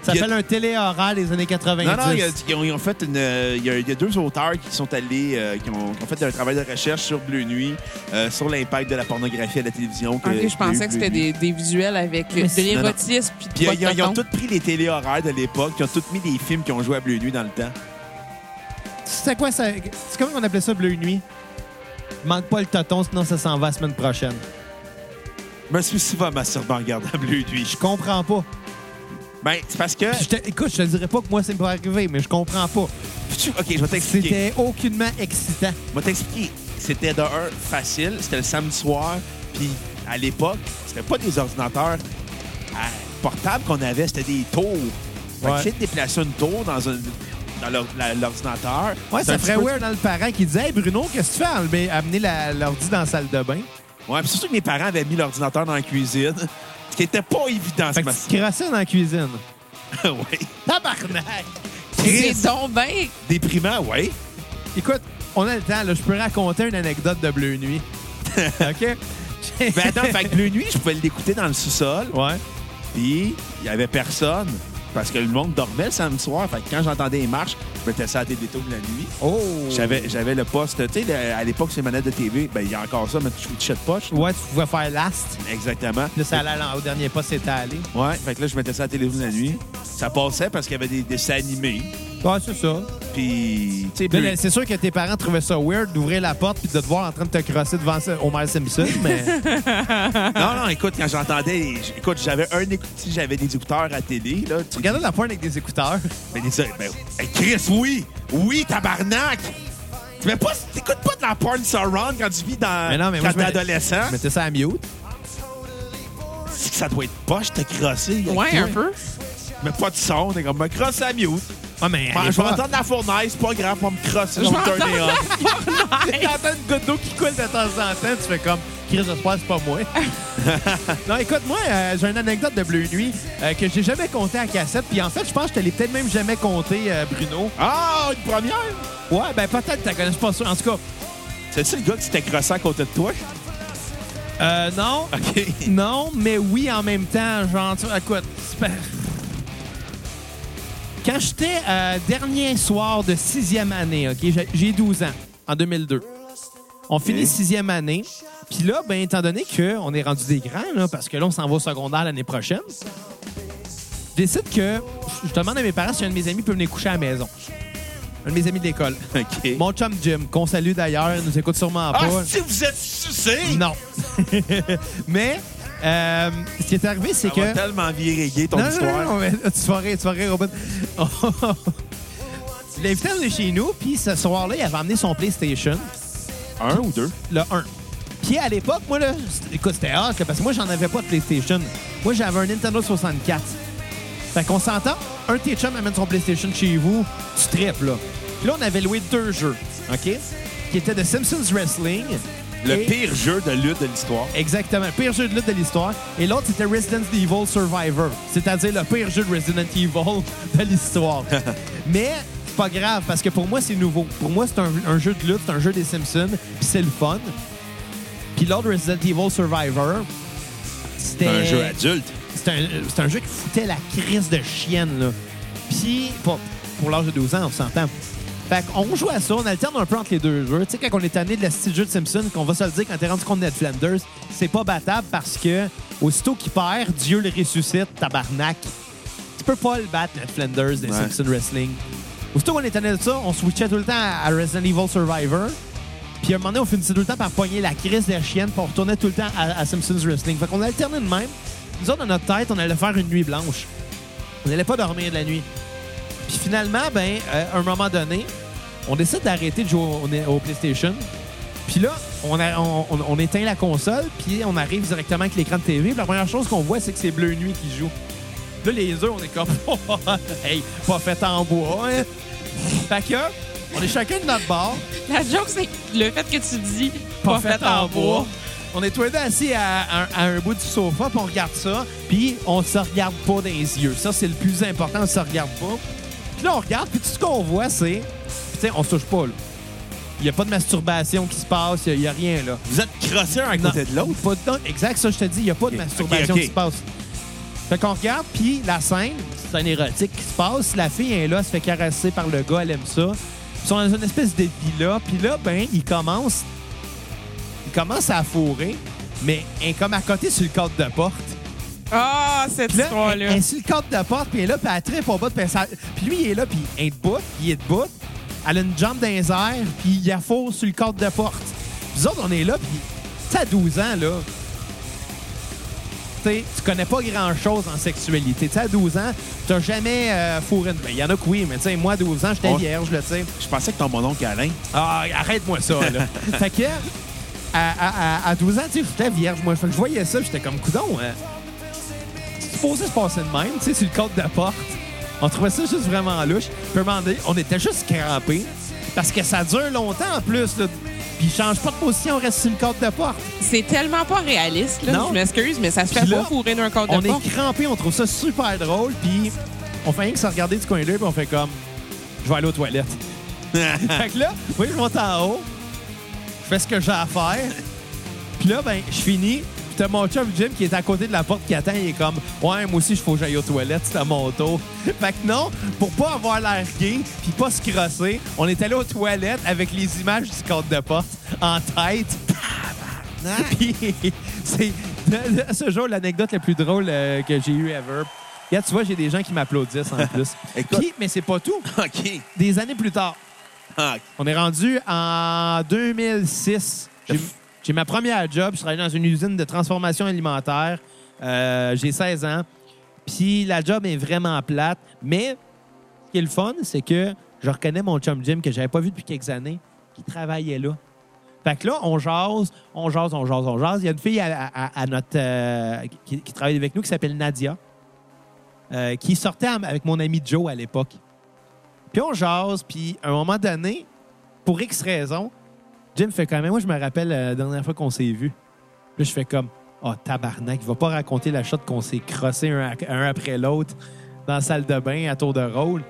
A: Ça
C: Il y a-
A: s'appelle un télé-oral des années 90.
C: Non, non, il y a- ils ont, ils ont fait une. euh, Il y, a- il y a deux auteurs qui sont allés, euh, qui, ont, qui ont fait un travail de recherche sur Bleu Nuit, euh, sur l'impact de la pornographie à la télévision. que-
D: Ah, Ok, je pensais que
C: qu'il y a
D: c'était
C: eu Bleu Nuit.
D: des, des visuels avec euh,
A: Mais
D: de
A: c'est-
C: non, non.
D: l'érotisme puis de
C: Puis euh,
D: pas
C: ils, ont-
D: de
C: ils ont
D: tonton.
C: tous pris les télé-horaires de l'époque, ils ont tous mis des films qui ont joué à Bleu Nuit dans le temps.
A: C'est quoi ça? C'est comment on appelait ça Bleu Nuit? Manque pas le toton, sinon ça s'en va la semaine prochaine.
C: Je me suis souvent masturbé en regardant Bleu Nuit.
A: Je comprends pas.
C: Je- Ben, c'est parce que.
A: Puis je te- écoute, je te dirais pas que moi, c'est pas arrivé, mais je comprends pas.
C: Ok, je vais t'expliquer.
A: C'était aucunement excitant.
C: Je vais t'expliquer. C'était de un facile, c'était le samedi soir, puis à l'époque, c'était pas des ordinateurs à- portables qu'on avait, c'était des tours. Fait que
A: Ouais.
C: tu sais, de déplacer une tour dans un dans l'or- la- l'ordinateur.
A: Ouais,
C: c'est
A: ça
C: un petit
A: ferait
C: peu-
A: weird dans le parent qui disait Hey Bruno, qu'est-ce que tu fais à enlever- amener la- l'ordi dans la salle de bain?
C: Ouais, puis surtout que mes parents avaient mis l'ordinateur dans la cuisine, ce qui était pas évident.
A: Fait que tu te crassais dans la cuisine.
C: ce ouais.
A: Tabarnak!
C: Chris,
D: C'est donc bien
C: déprimant, ouais.
A: Écoute, on a le temps, là, je peux raconter une anecdote de Bleu Nuit. OK?
C: Ben attends, fait que Bleu Nuit, je pouvais l'écouter dans le sous-sol,
A: Ouais.
C: puis il y avait personne. Parce que le monde dormait le samedi soir. Fait que quand j'entendais les marches, je me testais à des détours de la nuit.
A: Oh!
C: J'avais, j'avais le poste, tu sais, le- à l'époque, ces manettes de TV, ben, il y a encore ça, mais tu fous de shit poche.
A: Ouais, tu pouvais faire last.
C: Exactement.
A: Puis là, ça allait à l'en- au dernier pas, c'était allé.
C: Ouais, fait que là, je mettais ça à la télévision la nuit. Ça passait parce qu'il y avait des dessins animés.
A: Ouais, c'est ça.
C: Puis, tu sais,
A: Là,
C: bleu-
A: là, c'est sûr que tes parents trouvaient ça weird d'ouvrir la porte puis de te voir en train de te crosser devant ça- Homer Simpson, mais
C: non, non, écoute, quand j'entendais, j- écoute, j'avais un écoute, si j'avais des écouteurs à télé, là, tu
A: regardez la pointe avec des écouteurs.
C: mais des, ben, hey, Chris, oui! Oui, tabarnak! Tu mets pas, t'écoutes pas de la porn surround quand tu vis dans, Ah, quand t'es
A: je mettais-
C: adolescent.
A: Je mettais ça à mute.
C: C'est que ça doit être poche, t'es crossé.
D: Ouais, un peu.
C: Mais pas de son, t'es comme, me crosse à mute.
A: Ouais, mais.
C: Bon, je vais entendre la fournaise, c'est pas grave, on me crosser, on
D: Je
C: me
D: vais
C: turner off.
A: T'entends une goutte d'eau qui coule de temps en temps, tu fais comme Chris Espoir, c'est pas moi. non, écoute, moi, euh, j'ai une anecdote de Bleu Nuit euh, que j'ai jamais compté à cassette. Puis en fait, je pense que je te l'ai peut-être même jamais compté, euh, Bruno.
C: Ah, une première!
A: Ouais, ben peut-être que tu connais pas ça. En tout cas,
C: C'est-tu le gars qui s'était crossé à côté de toi?
A: euh, non.
C: OK.
A: Non, mais oui, en même temps, genre, tu- écoute, c'est pas- Quand j'étais euh, dernier soir de sixième année, OK, j'ai- j'ai 12 ans, en 2002. On finit sixième année. Puis là, ben, étant donné qu'on est rendu des grands, là, parce que là, on s'en va au secondaire l'année prochaine, je décide que je demande à mes parents si un de mes amis peut venir coucher à la maison. Un de mes amis de l'école.
C: OK.
A: Mon chum Jim, qu'on salue d'ailleurs, il nous écoute sûrement
C: Ah,
A: pas.
C: si vous êtes sucé!
A: Non. mais euh, ce qui est arrivé, c'est
C: Ça
A: que.
C: va tellement virer gay, Ah, ton
A: non, non, non,
C: histoire.
A: non, mais tu vas rire, tu vas rire, Robin. L'invité est chez nous, puis ce soir-là, il avait amené son PlayStation,
C: Un ou deux?
A: le 1. Puis à l'époque, moi, là, c'était- écoute, c'était hard, là, parce que moi, j'en avais pas de PlayStation. Moi, j'avais un Nintendo 64. Fait qu'on s'entend, un de tes chums amène son PlayStation chez vous, tu tripes, là. Puis là, on avait loué deux jeux, OK? Qui étaient de Simpsons Wrestling
C: Le
A: Et-
C: pire jeu de lutte de l'histoire.
A: Exactement. Pire jeu de lutte de l'histoire. Et l'autre, c'était Resident Evil Survivor. C'est-à-dire le pire jeu de Resident Evil de l'histoire. Mais c'est pas grave, parce que pour moi, c'est nouveau. Pour moi, c'est un, un jeu de lutte, c'est un jeu des Simpsons, puis c'est le fun. Puis l'autre, Resident Evil Survivor, c'était...
C: C'est un jeu adulte.
A: C'est un, c'est un jeu qui foutait la crise de chienne, là. Puis, pour, pour l'âge de 12 ans, on s'entend. Fait qu'on joue à ça, on alterne un peu entre les deux jeux. Tu sais, quand on est tanné de la style jeu de Simpson, qu'on va se le dire quand t'es rendu compte de Ned Flanders, c'est pas battable parce que aussitôt qu'il perd, Dieu le ressuscite, tabarnak. Tu peux pas le battre, Ned Flanders, des
C: Ouais.
A: Simpson Wrestling. Aussitôt qu'on est tanné de ça, on switchait tout le temps à à Resident Evil Survivor. Puis à un moment donné, on finissait tout le temps par pogner la crise de la chienne, puis on retournait tout le temps à, à Simpsons Wrestling. Fait qu'on alternait de même. Nous autres, dans notre tête, on allait faire une nuit blanche. On n'allait pas dormir de la nuit. Puis finalement, ben, euh, à un moment donné, on décide d'arrêter de jouer au, au PlayStation. Puis là, on, a- on- on- on éteint la console, puis on arrive directement avec l'écran de TV. Puis la première chose qu'on voit, c'est que c'est Bleu Nuit qui joue. Là, les yeux, on est comme, hey, pas fait en bois, hein? Fait que, on est chacun de notre bord
D: La joke, c'est le fait que tu dis
A: pas fait en bois. On est tous les deux assis à, à- à un bout du sofa, puis on regarde ça, puis on se regarde pas dans les yeux. Ça, c'est le plus important, on se regarde pas. Puis là, on regarde, puis tout ce qu'on voit, c'est... Puis tu sais, on se touche pas, là. Il y a pas de masturbation qui se passe, il y a- il y a, rien, là.
C: Vous êtes crossés un à
A: Non.
C: côté de l'autre.
A: Pas de- non, exact, ça, je te dis, il y a pas de
C: Ok,
A: masturbation
C: ok, ok.
A: qui se passe. Fait qu'on regarde, puis la scène, c'est un érotique qui se passe. La fille elle est là, elle se fait caresser par le gars, elle aime ça. Ils sont dans une espèce de villa, puis là, ben, ils commencent il commence à fourrer, mais elle est comme à côté sur le cadre de porte.
D: Ah, cette
A: Puis là, elle,
D: histoire-là.
A: elle est sur le cadre de porte, puis elle est là, puis elle tripe au bout. Puis, elle s'a- puis lui, il est là, puis il est debout, il est debout. Elle a une jambe dans les airs, puis il a fourre sur le cadre de porte. Puis nous autres, on est là, puis tu sais, à 12 ans, là, tu sais, tu connais pas grand-chose en sexualité. Tu sais, à 12 ans, t'as jamais euh, fourré une... Ben, Il y en a que oui, mais tu sais, moi, à 12 ans, j'étais
C: Ouais.
A: vierge, là, tu sais.
C: Je pensais que ton mononcle Alain.
A: Ah, arrête-moi ça, là. fait que, à, à- à- à 12 ans, tu sais, j'étais vierge. Moi, Fait que je voyais ça, j'étais comme, coudon, hein. C'est supposé se passer de même, tu sais, sur le cadre de la porte. On trouvait ça juste vraiment louche. Je peux demander, on était juste crampés. Parce que ça dure longtemps, en plus, là. Puis, ils changent pas de position, on reste sur le cadre de porte.
D: C'est tellement pas réaliste, là.
A: Non.
D: Je m'excuse, mais ça se
A: Puis
D: fait
A: là,
D: pas fourrer d'un corps
A: On
D: de porc.
A: est crampés, on trouve ça super drôle, puis on fait rien que se regarder du coin de l'œil, puis on fait comme, je vais aller aux toilettes. fait que là, oui, je monte en haut, je fais ce que j'ai à faire, puis là, ben, je finis, puis t'as mon chum Jim qui est à côté de la porte qui attend, il est comme, ouais, moi aussi, il faut que j'aille aux toilettes, c'est à mon tour. fait que non, pour pas avoir l'air gay, puis pas se crosser, on est allé aux toilettes avec les images du compte de porte en tête. Puis, c'est de- de- ce jour l'anecdote la plus drôle euh, que j'ai eue ever. Regarde, tu vois, j'ai des gens qui m'applaudissent en plus.
C: Écoute.
A: Puis, mais c'est pas tout.
C: OK.
A: Des années plus tard,
C: Ah,
A: on est rendu en 2006. J'ai- J'ai ma première job. Je travaillais dans une usine de transformation alimentaire. Euh, j'ai 16 ans. Puis la job est vraiment plate. Mais ce qui est le fun, c'est que je reconnais mon chum Jim que j'avais pas vu depuis quelques années qui travaillait là. Fait que là, on jase, on jase, on jase, on jase. Il y a une fille à, à- à notre, euh, qui, qui travaille avec nous qui s'appelle Nadia, euh, qui sortait am- avec mon ami Joe à l'époque. Puis on jase, puis à un moment donné, pour X raison, Jim fait quand même. Moi, je me rappelle euh, la dernière fois qu'on s'est vu. Là, je fais comme Oh, tabarnak, il va pas raconter la shot qu'on s'est crossé un, ac- un après l'autre dans la salle de bain à tour de rôle.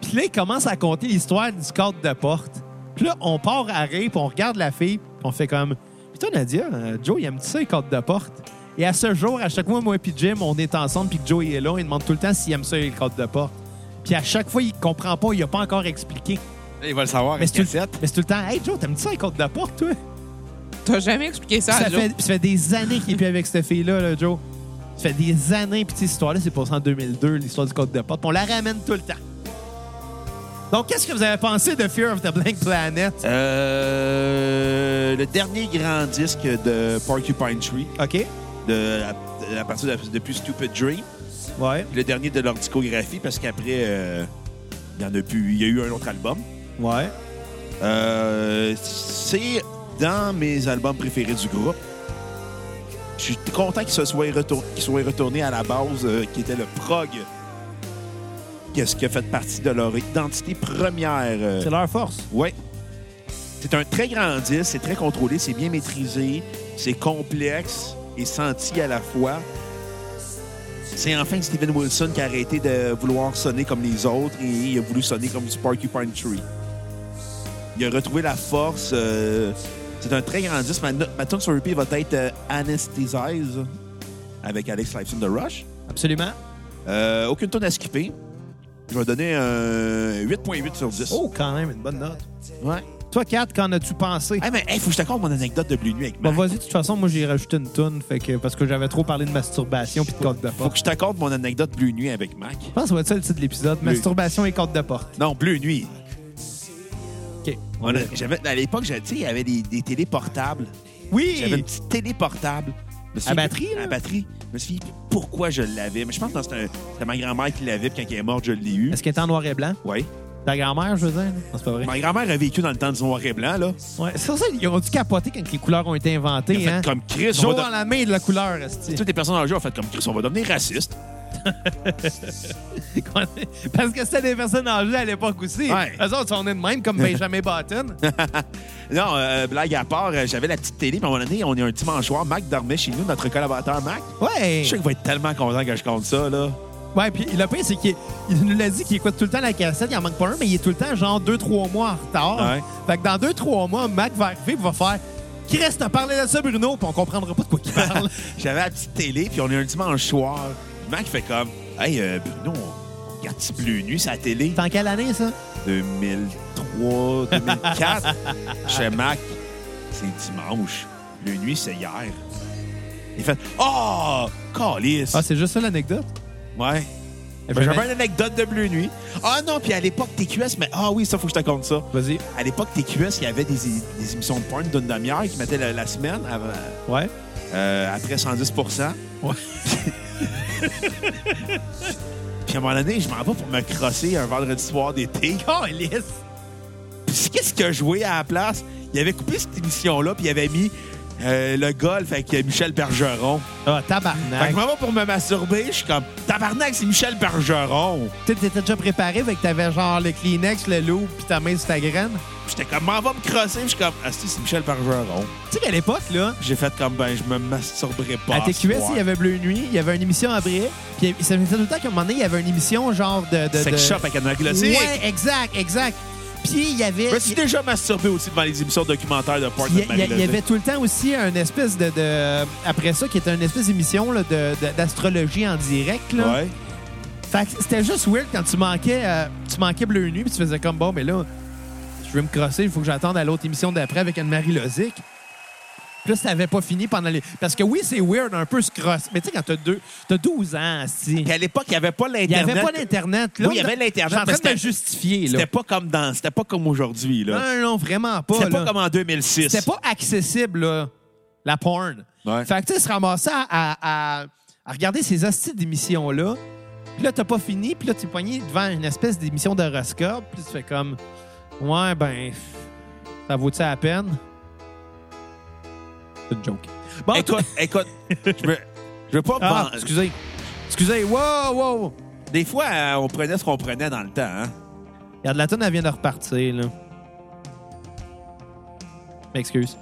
A: Puis là, il commence à compter l'histoire du cadre de porte. Puis là, on part à rire, puis on regarde la fille, puis on fait comme Putain, Nadia, euh, Joe, il aime ça, les cadres de porte. Et à ce jour, à chaque fois, moi et Jim, on est ensemble, puis que Joe il est là, il demande tout le temps s'il aime ça, les cadres de porte. Puis à chaque fois, il comprend pas, il a pas encore expliqué.
C: Là, il va le savoir.
A: Mais
C: avec
A: c'est tout,
C: cassette.
A: mais c'est tout le temps, hey Joe, t'aimes ça, les côtes de porte, toi?
D: T'as jamais expliqué
C: Ah,
D: ça, à
A: ça,
D: l'autre.
A: fait, ça fait des années qu'il est plus avec cette fille-là, là, Joe. Ça fait des années, puis tu sais, cette histoire-là, c'est passé en 2002, l'histoire du côte de porte. puis On la ramène tout le temps. Donc, qu'est-ce que vous avez pensé de Fear of the Blank Planet?
C: Euh, le dernier grand disque de Porcupine Tree,
A: OK?
C: de, à, à partir de, depuis Stupid Dream,
A: Ouais.
C: le dernier de leur discographie, parce qu'après, euh, il y en a plus. Il y a eu un autre album.
A: Ouais.
C: Euh, c'est dans mes albums préférés du groupe. Je suis content qu'il se soit, retour- qu'il soit retourné à la base, euh, qui était le prog, Qu'est-ce qui a fait partie de leur identité première. euh,
A: C'est leur force.
C: Ouais. C'est un très grand disque, c'est très contrôlé, c'est bien maîtrisé, c'est complexe et senti à la fois. C'est enfin Steven Wilson qui a arrêté de vouloir sonner comme les autres et il a voulu sonner comme du Porcupine Tree. Il a retrouvé la force. euh, c'est un très grand disque. Ma, no- ma tune sur repeat va être euh, Anesthesize avec Alex Lifeson de Rush.
A: Absolument.
C: Euh, aucune tonne à skipper. Je vais donner un 8.8 sur 10.
A: Oh, quand même, une bonne note.
C: Ouais.
A: Toi, Kat, qu'en as-tu pensé?
C: Ah, mais hey, faut que je te conte mon anecdote de Blue Nuit avec
A: Bon,
C: Mac.
A: Bah, vas-y, de toute façon, moi, j'ai rajouté une toune fait que, parce que j'avais trop parlé de masturbation puis de corde de
C: Faut que
A: porte.
C: je te conte mon anecdote Blue Nuit avec Mac.
A: Je pense que ça va être ça le titre de l'épisode. Masturbation et corde de porte.
C: Non, Bleu Nuit.
A: OK.
C: On a- j'avais- à l'époque, j'avais- tu sais, il y avait des, des téléportables. J'avais une
A: Oui!
C: petite téléportable. Je me souviens-
A: À batterie, là?
C: À batterie. Je me suis dit pourquoi je l'avais. Mais je pense que c'était un- c'était ma grand-mère qui l'avait, puis quand elle est morte, je l'ai eu.
A: Est-ce qu'elle était en noir et blanc?
C: Oui.
A: Ta grand-mère, je veux dire? Non, c'est pas vrai.
C: Ma grand-mère a vécu dans le temps du noir et blanc, là.
A: Ouais, c'est pour ça qu'ils ont dû capoter quand les couleurs ont été inventées.
C: Ils ont fait
A: hein?
C: comme Chris, on
A: Jour
C: va
A: dans
C: de-
A: la main de la couleur, esti.
C: Toutes les personnes dans le jeu ont fait comme Chris, on va devenir raciste.
A: Parce que c'était des personnes âgées à l'époque aussi.
C: Ouais.
A: Eux autres, on est de même, comme Benjamin Button.
C: Non, euh, blague à part, euh, j'avais la petite télé, puis à un moment donné, on est un dimanche soir. Mac dormait chez nous, notre collaborateur Mac.
A: Ouais.
C: Je sais qu'il va être tellement content que je compte ça, là.
A: Ouais, puis le pire, c'est qu'il il nous l'a dit qu'il écoute tout le temps la cassette. Il en manque pas un, mais il est tout le temps genre 2-3 mois en retard.
C: Ouais.
A: Fait que dans 2-3 mois, Mac va arriver et va faire Chris, t'as parlé de ça, Bruno, puis on comprendra pas de quoi qu'il parle.
C: J'avais la petite télé, puis on est un dimanche soir. Mac fait comme Hey, euh, Bruno, on regarde-tu Bleu Nuit sa télé
A: T'es en quelle année, ça?
C: 2003, 2004. Chez Mac, c'est dimanche. Bleu Nuit, c'est hier. Il fait Oh, calice.
A: Ah, c'est juste ça l'anecdote?
C: ouais. Ben, J'avais une anecdote de Bleu Nuit. Ah non, puis à l'époque, TQS, mais ah oui, ça, faut que je te compte ça.
A: Vas-y.
C: À l'époque, TQS, il y avait des, des émissions de porn d'une demi-heure qui mettaient la, la semaine avant-
A: Ouais.
C: euh, après 110
A: Ouais.
C: Puis à un moment donné, je m'en vais pour me crosser un vendredi soir d'été.
A: Oh, Calice!
C: Puis qu'est-ce qu'il a joué à la place? Il avait coupé cette émission-là, puis il avait mis euh, le golf avec Michel Bergeron.
A: Ah,
C: Fait que je
A: tabarnak.
C: m'en vais pour me masturber, je suis comme Tabarnak, c'est Michel Bergeron!
A: Tu t'étais déjà préparé, fait que t'avais genre le Kleenex, le loup, puis ta main sur ta graine.
C: J'étais comme M'en va me crosser, puis je suis comme Ah, si, c'est Michel Bergeron.
A: Tu sais qu'à l'époque, là,
C: J'ai fait comme ben, je me masturberai pas.
A: à
C: ce
A: TQS,
C: soir.
A: il y avait Bleu Nuit, il y avait une émission à Bray, puis ça me fait tout le temps qu'à un moment donné, il y avait une émission genre de. de
C: Sex
A: de-
C: Shop avec Anna Glossier.
A: Ouais, exact, exact. Puis il y avait.
C: Je me suis déjà masturbé aussi devant les émissions documentaires de Park
A: Il y, a- il y a- il y avait tout le temps aussi un espèce de, de- après ça qui était une espèce d'émission là, de- de- d'astrologie en direct là.
C: Ouais.
A: Fait que c'était juste weird quand tu manquais euh, tu manquais bleu nu puis tu faisais comme bon mais là je veux me crosser, il faut que j'attende à l'autre émission d'après avec Anne-Marie Lozic. Puis là, ça n'avait pas fini pendant les. Parce que oui, c'est weird un peu se cross. Mais tu sais, quand t'as deux- t'as 12 ans, si.
C: Puis à l'époque, il n'y avait pas l'Internet.
A: Il n'y avait pas d'Internet. là.
C: Oui, il y avait l'Internet,
A: Je suis en
C: mais
A: train de me
C: c'était-
A: justifier, là.
C: C'était pas comme dans. C'était pas comme aujourd'hui,
A: Non,
C: là.
A: non, non, vraiment pas.
C: C'était pas
A: là.
C: comme en 2006.
A: c'était pas accessible, là, la porn.
C: Ouais.
A: Fait que tu sais, se ramasser à, à- à- à regarder ces hosties d'émissions-là. Puis là, t'as pas fini. Puis là, t'es poigné devant une espèce d'émission d'horoscope. Puis tu fais comme, ouais, ben, ça vaut-tu la peine? C'est une joke. Bon,
C: Écoute, écoute. Je veux, je veux pas.
A: Ah,
C: ban-
A: excusez. Excusez, wow, wow.
C: Des fois, euh, on prenait ce qu'on prenait dans le temps. Hein?
A: Regarde, la tonne, elle vient de repartir, là. M'excuse.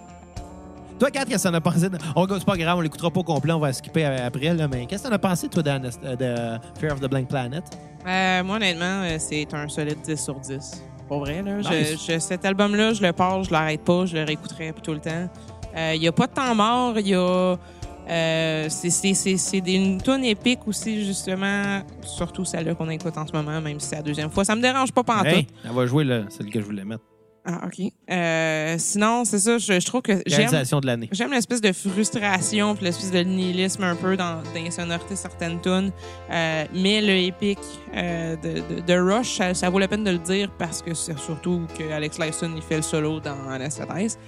A: Toi, Kat, qu'est-ce que t'en as pensé? de- On, c'est pas grave, on l'écoutera pas au complet, on va skipper euh, après, là, mais qu'est-ce que t'en as pensé, toi, d'Anest- euh, de Fear of the Blank Planet?
D: Euh, moi, honnêtement, euh, c'est un solide 10 sur 10. Pour vrai, là. Je-
A: Nice.
D: je- cet album-là, je le pars, je l'arrête pas, je le réécouterai tout le temps. Euh, Il n'y a pas de temps mort, il y a. euh, c'est- c'est c'est- c'est des- une tonne épique aussi, justement. Surtout celle-là qu'on écoute en ce moment, même si c'est la deuxième fois. Ça me dérange pas pantoute.
A: Hey, elle va jouer, là, celle que je voulais mettre.
D: Ah, OK. Euh, sinon, c'est ça, je, je trouve que j'aime.
A: Réalisation de l'année.
D: J'aime l'espèce de frustration puis l'espèce de nihilisme un peu dans, dans les sonorités de certaines tunes. Euh, mais le épique euh, de, de, de Rush, ça, ça vaut la peine de le dire parce que c'est surtout que Alex Lifeson il fait le solo dans Anesthetize.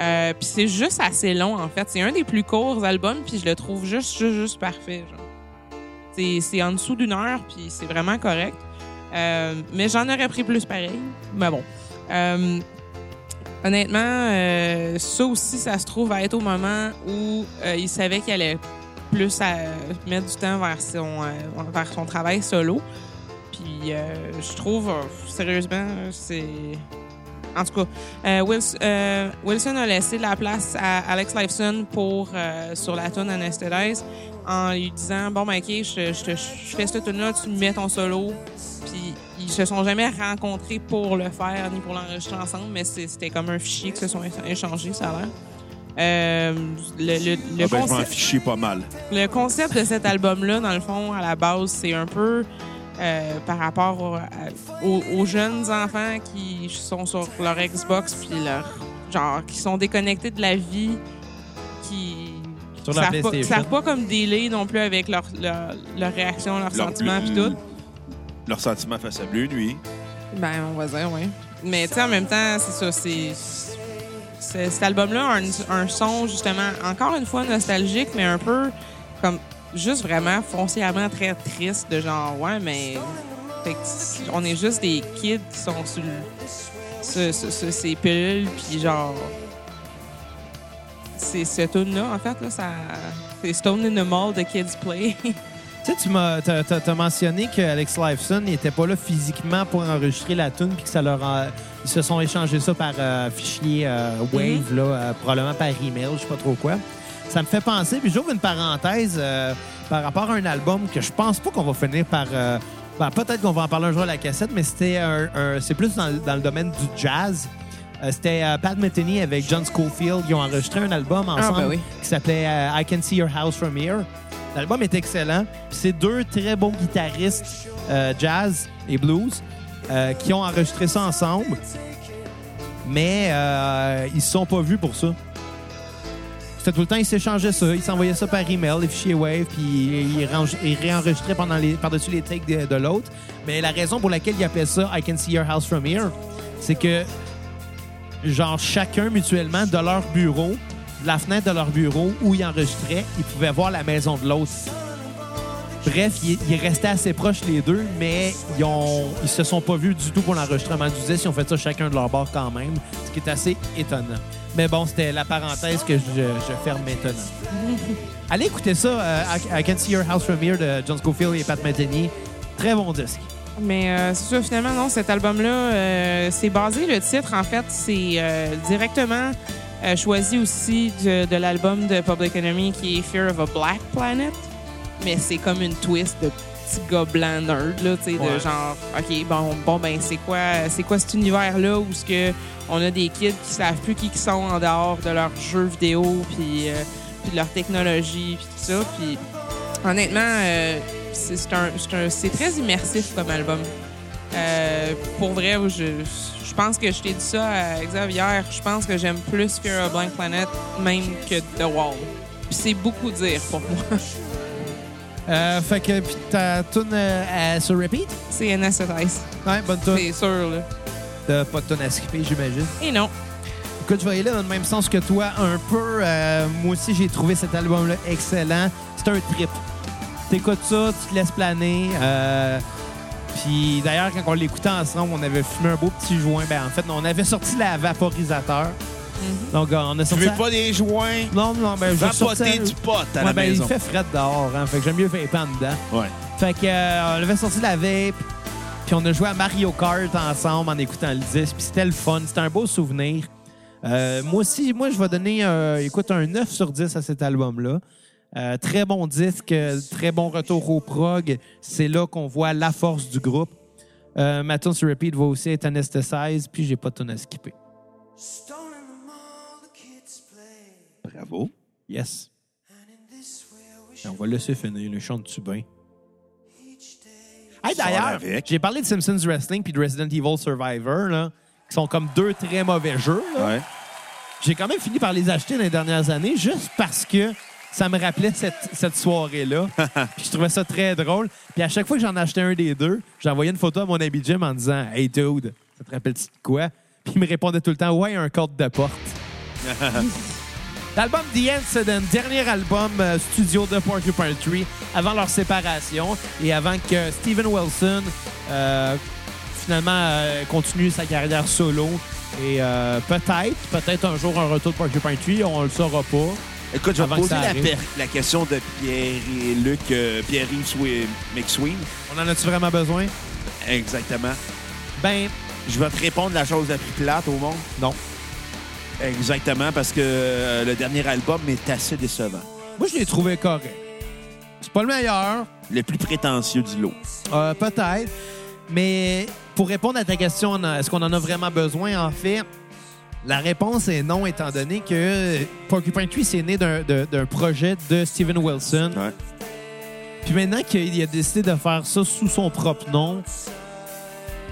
D: Euh, puis c'est juste assez long en fait. C'est un des plus courts albums puis je le trouve juste juste, juste parfait. genre. C'est c'est en dessous d'une heure puis c'est vraiment correct. Euh, mais j'en aurais pris plus pareil. Mais bon. Euh, Honnêtement, euh, ça aussi, ça se trouve à être au moment où euh, il savait qu'il allait plus euh, mettre du temps vers son, euh, vers son travail solo. Puis euh, je trouve, euh, sérieusement, euh, c'est En tout cas, euh, Wilson, euh, Wilson a laissé de la place à Alex Lifeson pour, euh, sur la tune Anesthetize en lui disant Bon, ben, OK, je, je, te- je fais cette tune-là, tu me mets ton solo. Puis ils se sont jamais rencontrés pour le faire ni pour l'enregistrer ensemble, mais c'est- c'était comme un fichier qui se sont éch- échangés, ça a l'air. Euh, le, le, le
C: Ah ben, je m'en
D: concept-
C: fichais pas mal.
D: le concept de cet album-là, dans le fond, à la base, c'est un peu euh, par rapport au- à- aux, aux jeunes enfants qui sont sur leur Xbox, puis leur, genre, qui sont déconnectés de la vie, qui
A: Sur
D: qui
A: leur
D: savent pas, qui
A: PlayStation.
D: savent pas comme délai non plus avec leur, leur, leur réaction, leurs
C: Leur-
D: sentiments, puis tout.
C: Leur sentiment face à Bleu Nuit.
D: Ben, on va dire, oui. Mais tu sais, en même temps, c'est ça, c'est... c'est- Cet album-là a un, un son, justement, encore une fois nostalgique, mais un peu comme juste vraiment foncièrement très triste, de genre, ouais, mais... fait que c- on est juste des kids qui sont sur, le- sur- sur- sur ces pilules, puis genre... C'est ce tune-là, en fait, là, ça... C'est Stone in the Mall de Kids Play.
A: Tu sais, tu m'as t'as- t'as- t'as mentionné que Alex Lifeson n'était pas là physiquement pour enregistrer la tune, puis que ça leur en- ils se sont échangés ça par euh, fichier euh, Wave,
D: Mm-hmm.
A: là, euh, probablement par email, je sais pas trop quoi. Ça me fait penser, puis j'ouvre une parenthèse euh, par rapport à un album que je pense pas qu'on va finir par. euh, ben, peut-être qu'on va en parler un jour à la cassette, mais c'était un, un- c'est plus dans, le- dans le domaine du jazz. Euh, c'était euh, Pat Metheny avec John Schofield. Ils ont enregistré un album ensemble
D: ben oui.
A: qui s'appelait euh, I Can See Your House From Here. L'album est excellent. Puis C'est deux très bons guitaristes euh, jazz et blues euh, qui ont enregistré ça ensemble, mais euh, ils se sont pas vus pour ça. C'était tout le temps, ils s'échangeaient ça, ils s'envoyaient ça par email, les fichiers Wave, puis ils, range- ils réenregistraient pendant les- par-dessus les takes de, de l'autre. Mais la raison pour laquelle ils appelaient ça I Can See Your House From Here, c'est que, genre, chacun mutuellement de leur bureau, de la fenêtre de leur bureau où ils enregistraient, ils pouvaient voir la maison de l'autre. Bref, ils, ils restaient assez proches les deux, mais ils, ont, ils se sont pas vus du tout pour l'enregistrement du disque. Ils ont fait ça chacun de leur bord quand même, ce qui est assez étonnant. Mais bon, c'était la parenthèse que je, je ferme maintenant. Allez écouter ça, euh, I, I Can See Your House From Here de John Scofield et Pat Metheny. Très bon disque.
D: Mais euh, c'est ça, finalement, non, cet album-là, euh, c'est basé, le titre, en fait, c'est euh, directement euh, choisi aussi de, de l'album de Public Enemy qui est Fear of a Black Planet. Mais c'est comme une twist de petit gars blanc nerd, là, tu sais, de
A: Ouais.
D: genre, OK, bon, bon ben, c'est quoi, c'est quoi cet univers-là où ce que on a des kids qui savent plus qui qu'ils sont en dehors de leurs jeux vidéo, puis, euh, puis de leur technologie, puis tout ça, puis honnêtement, euh, c'est c'est un- c'est un- c'est très immersif comme album. Euh, pour vrai, je, je pense que je t'ai dit ça à Xavier. Je pense que j'aime plus Fear of Blank Planet même que The Wall. Puis c'est beaucoup dire pour moi.
A: Euh, fait que puis ta tune euh, à- sur repeat?
D: C'est Anesthetize.
A: Ouais, bonne tune.
D: C'est sûr, là.
A: T'as pas de tune à skipper, j'imagine.
D: Et non.
A: Écoute, je vais y aller dans le même sens que toi, un peu. Euh, moi aussi, j'ai trouvé cet album-là excellent. C'est un trip. T'écoutes ça, tu te laisses planer. euh, puis d'ailleurs, quand on l'écoutait ensemble, on avait fumé un beau petit joint. Ben, en fait, non, on avait sorti la vaporisateur. Donc, euh, on a
C: Tu
A: sorti.
C: veux pas des joints?
A: Non, non, ben, j'ai sorti-
C: Vapoter du pot à
A: Ouais,
C: la
A: ben,
C: maison.
A: Il fait fret dehors, hein, fait que j'aime mieux vaper en dedans.
C: Ouais.
A: Fait que euh, on avait sorti la vape, puis on a joué à Mario Kart ensemble en écoutant le disque, puis c'était le fun, c'était un beau souvenir. Euh, moi aussi, moi je vais donner euh, écoute un 9 sur 10 à cet album là. très bon disque, euh, très bon retour au prog, c'est là qu'on voit la force du groupe. Euh, ma tune sur repeat va aussi être anesthésise, puis j'ai pas de tune à skipper.
B: Stone in the mall, the kids play.
C: Bravo.
A: Yes.
B: And in this way, I wish
A: On va laisser finir le chant de Tubin.
B: each day.
A: Hey,
C: Sors
A: d'ailleurs,
C: avec.
A: j'ai parlé de Simpsons Wrestling puis de Resident Evil Survivor, là, qui sont comme deux très mauvais jeux. là.
C: Ouais.
A: J'ai quand même fini par les acheter dans les dernières années juste parce que ça me rappelait cette, cette soirée-là. puis je trouvais ça très drôle. Puis à chaque fois que j'en achetais un des deux, j'envoyais une photo à mon ami Jim en disant Hey dude, ça te rappelle-tu de quoi? Puis il me répondait tout le temps Ouais, un code de porte. L'album The Incident, dernier album euh, studio de Porcupine Tree avant leur séparation et avant que Steven Wilson euh, finalement euh, continue sa carrière solo. Et euh, peut-être, peut-être un jour un retour de Porcupine Tree, on le saura pas.
C: Écoute, je vais
A: Avant
C: te
A: que
C: poser
A: ça
C: la,
A: arrive.
C: per- la question de Pierre et Luc, euh, Pierre-Yves Swi- McSween.
A: On en a-tu vraiment besoin?
C: Exactement.
A: Ben,
C: Je vais te répondre la chose la plus plate au monde.
A: Non.
C: Exactement, parce que euh, le dernier album est assez décevant.
A: Moi, je l'ai trouvé correct. C'est pas le meilleur,
C: Le plus prétentieux du lot.
A: euh, peut-être, mais pour répondre à ta question, on a- est-ce qu'on en a vraiment besoin, en fait, la réponse est non, étant donné que Porcupine Tree, c'est né d'un de- d'un projet de Steven Wilson.
C: Ouais.
A: Puis maintenant qu'il a décidé de faire ça sous son propre nom,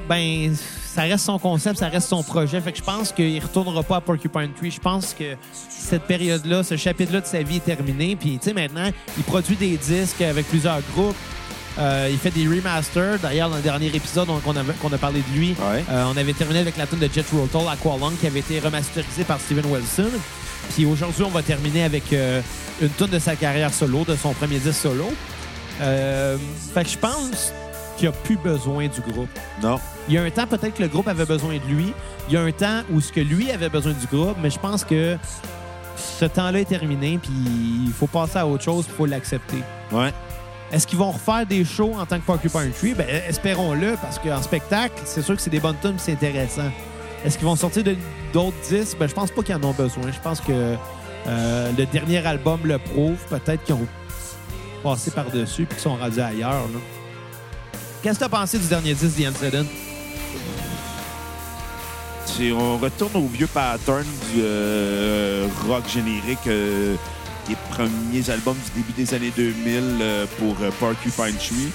A: ben ça reste son concept, ça reste son projet. Fait que je pense qu'il retournera pas à Porcupine Tree. Je pense que cette période-là, ce chapitre-là de sa vie est terminé. Puis tu sais maintenant, il produit des disques avec plusieurs groupes. Euh, il fait des remasters. D'ailleurs, dans le dernier épisode on- qu'on avait- qu'on a parlé de lui,
C: Ouais.
A: euh, on avait terminé avec la tune de Jet Rotal, Aqualung, qui avait été remasterisée par Steven Wilson. Puis aujourd'hui, on va terminer avec euh, une tune de sa carrière solo, de son premier disque solo. Euh, fait que je pense qu'il n'y a plus besoin du groupe.
C: Non.
A: Il y a un temps, peut-être que le groupe avait besoin de lui. Il y a un temps où ce que lui avait besoin du groupe, mais je pense que ce temps-là est terminé, puis il faut passer à autre chose, puis il faut l'accepter.
C: Ouais.
A: Est-ce qu'ils vont refaire des shows en tant que Porcupine Tree? Ben, espérons-le, parce qu'en spectacle, c'est sûr que c'est des bonnes tunes, c'est intéressant. Est-ce qu'ils vont sortir de- d'autres disques? Ben, je pense pas qu'ils en ont besoin. Je pense que euh, le dernier album le prouve. Peut-être qu'ils ont passé par-dessus puis qu'ils sont rendus ailleurs. là. Qu'est-ce que t'as pensé du dernier disque, The Incident?
C: C'est- on retourne au vieux pattern du euh, rock générique euh, des premiers albums du début des années 2000 euh, pour euh, Porcupine Tree.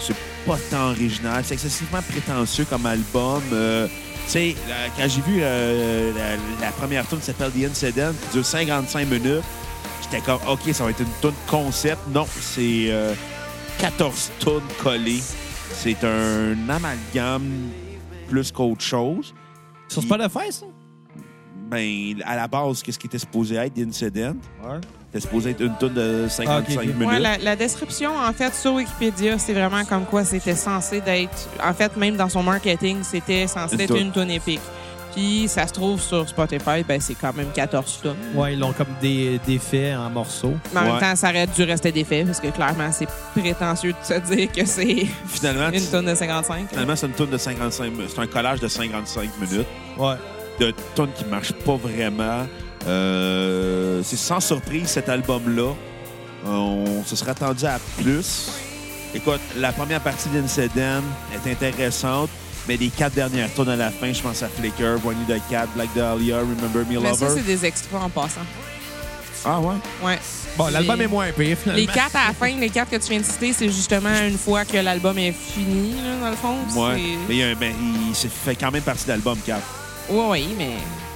C: C'est pas tant original, c'est excessivement prétentieux comme album. euh, tu sais, la- quand j'ai vu euh, la, la première tune qui s'appelle The Incident, qui dure 55 minutes, j'étais comme, OK, ça va être une tune concept. Non, c'est euh, 14 tunes collées. C'est un amalgame plus qu'autre chose.
A: Sur
C: Sur
A: Spotify, ça?
C: Ben, à la base, qu'est-ce qui était supposé être d'Incident?
A: Ouais.
C: C'était supposé être une tonne de 55
A: Ah, ok, ok.
C: minutes.
D: Ouais, la, la description, en fait, sur Wikipédia, c'est vraiment comme quoi c'était censé d'être... En fait, même dans son marketing, c'était censé
C: Une
D: être
C: toune.
D: une tonne épique. Puis, ça se trouve sur Spotify, ben, c'est quand même 14 tonnes.
A: ils l'ont comme des, des faits en morceaux.
D: Mais en
C: Ouais.
D: même temps, ça aurait dû rester des faits, parce que clairement, c'est prétentieux de se dire que c'est
C: Finalement,
D: une
C: tu-
D: tonne de 55.
C: finalement c'est une tonne de 55 minutes. C'est un collage de 55 minutes.
A: Ouais.
C: De tonnes qui marchent pas vraiment. Euh, c'est sans surprise, cet album-là. On se serait attendu à plus. Écoute, la première partie d'Incident est intéressante, mais les quatre dernières tonnes à la fin, je pense à Flicker, One You the Cat, Black Dahlia, Remember Me
D: Mais ça,
C: Lover.
D: c'est des extras en passant.
C: ah ouais?
D: Ouais.
A: Bon, l'album
D: Les-
A: est moins pire, finalement.
D: Les quatre à la fin, les quatre que tu viens de citer, c'est justement une fois que l'album est fini, là, dans le fond.
C: Ouais.
D: C'est-
C: Mais il, y a un- ben, il s'est fait quand même partie de l'album 4.
D: Ouais, oui, mais.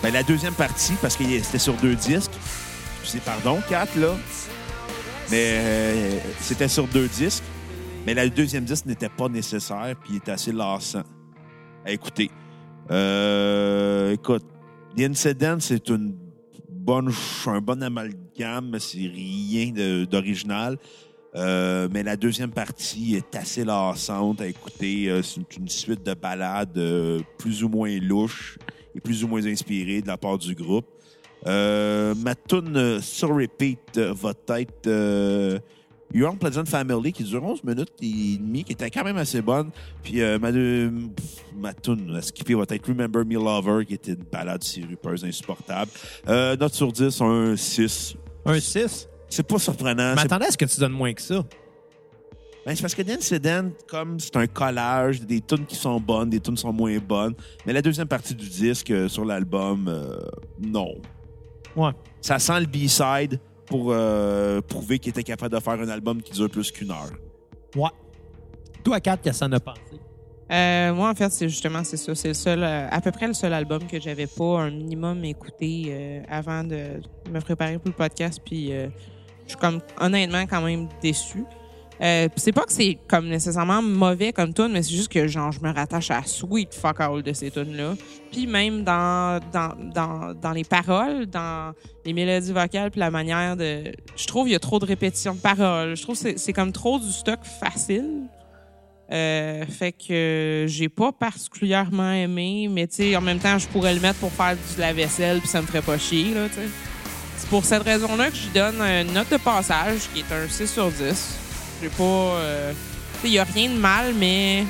C: Ben, la deuxième partie, parce que c'était sur deux disques. Je sais, pardon, 4, là. Mais euh, c'était sur deux disques. Mais la deuxième disque n'était pas nécessaire, puis il était assez lassant à écouter. Euh, écoute, The Incident, c'est une bonne, ch- un bon amalgame, mais c'est rien de- d'original. Euh, mais la deuxième partie est assez lassante à écouter. Euh, c'est une suite de ballades euh, plus ou moins louches et plus ou moins inspirées de la part du groupe. Euh, ma tune euh, sur repeat euh, va être euh, Your Unpleasant Family qui dure 11 minutes et demie, qui était quand même assez bonne. Puis euh, ma, deux- pff, ma tune à skipper va être Remember Me Lover qui était une ballade sirupeuse insupportable. Euh, note sur 10, un 6.
A: Un 6.
C: C'est pas surprenant.
A: Mais
C: c'est
A: attendez à ce que tu donnes moins que ça.
C: Ben, c'est parce que l'incident, comme c'est un collage, des tunes qui sont bonnes, des tunes qui sont moins bonnes, mais la deuxième partie du disque euh, sur l'album, euh, non.
A: Ouais.
C: Ça sent le B-side pour euh, prouver qu'il était capable de faire un album qui dure plus qu'une heure.
A: Ouais. Toi, 4, qu'est-ce que ça en a pensé?
D: Euh, moi, en fait, c'est justement, c'est ça. C'est le seul, euh, à peu près le seul album que j'avais pas un minimum écouté euh, avant de me préparer pour le podcast. Puis, euh, je suis comme, honnêtement, quand même déçue. Euh, puis c'est pas que c'est comme nécessairement mauvais comme tune, mais c'est juste que genre je me rattache à sweet fuck all de ces tunes là. Puis même dans, dans dans dans les paroles, dans les mélodies vocales, puis la manière de, je trouve il y a trop de répétitions de paroles. Je trouve que c'est c'est comme trop du stock facile. Euh, fait que euh, j'ai pas particulièrement aimé, mais tu sais, en même temps, je pourrais le mettre pour faire du lave-vaisselle, puis ça me ferait pas chier, là, tu sais. C'est pour cette raison-là que je donne une note de passage qui est un 6 sur 10. J'ai pas. euh, tu sais, il y a rien de mal, mais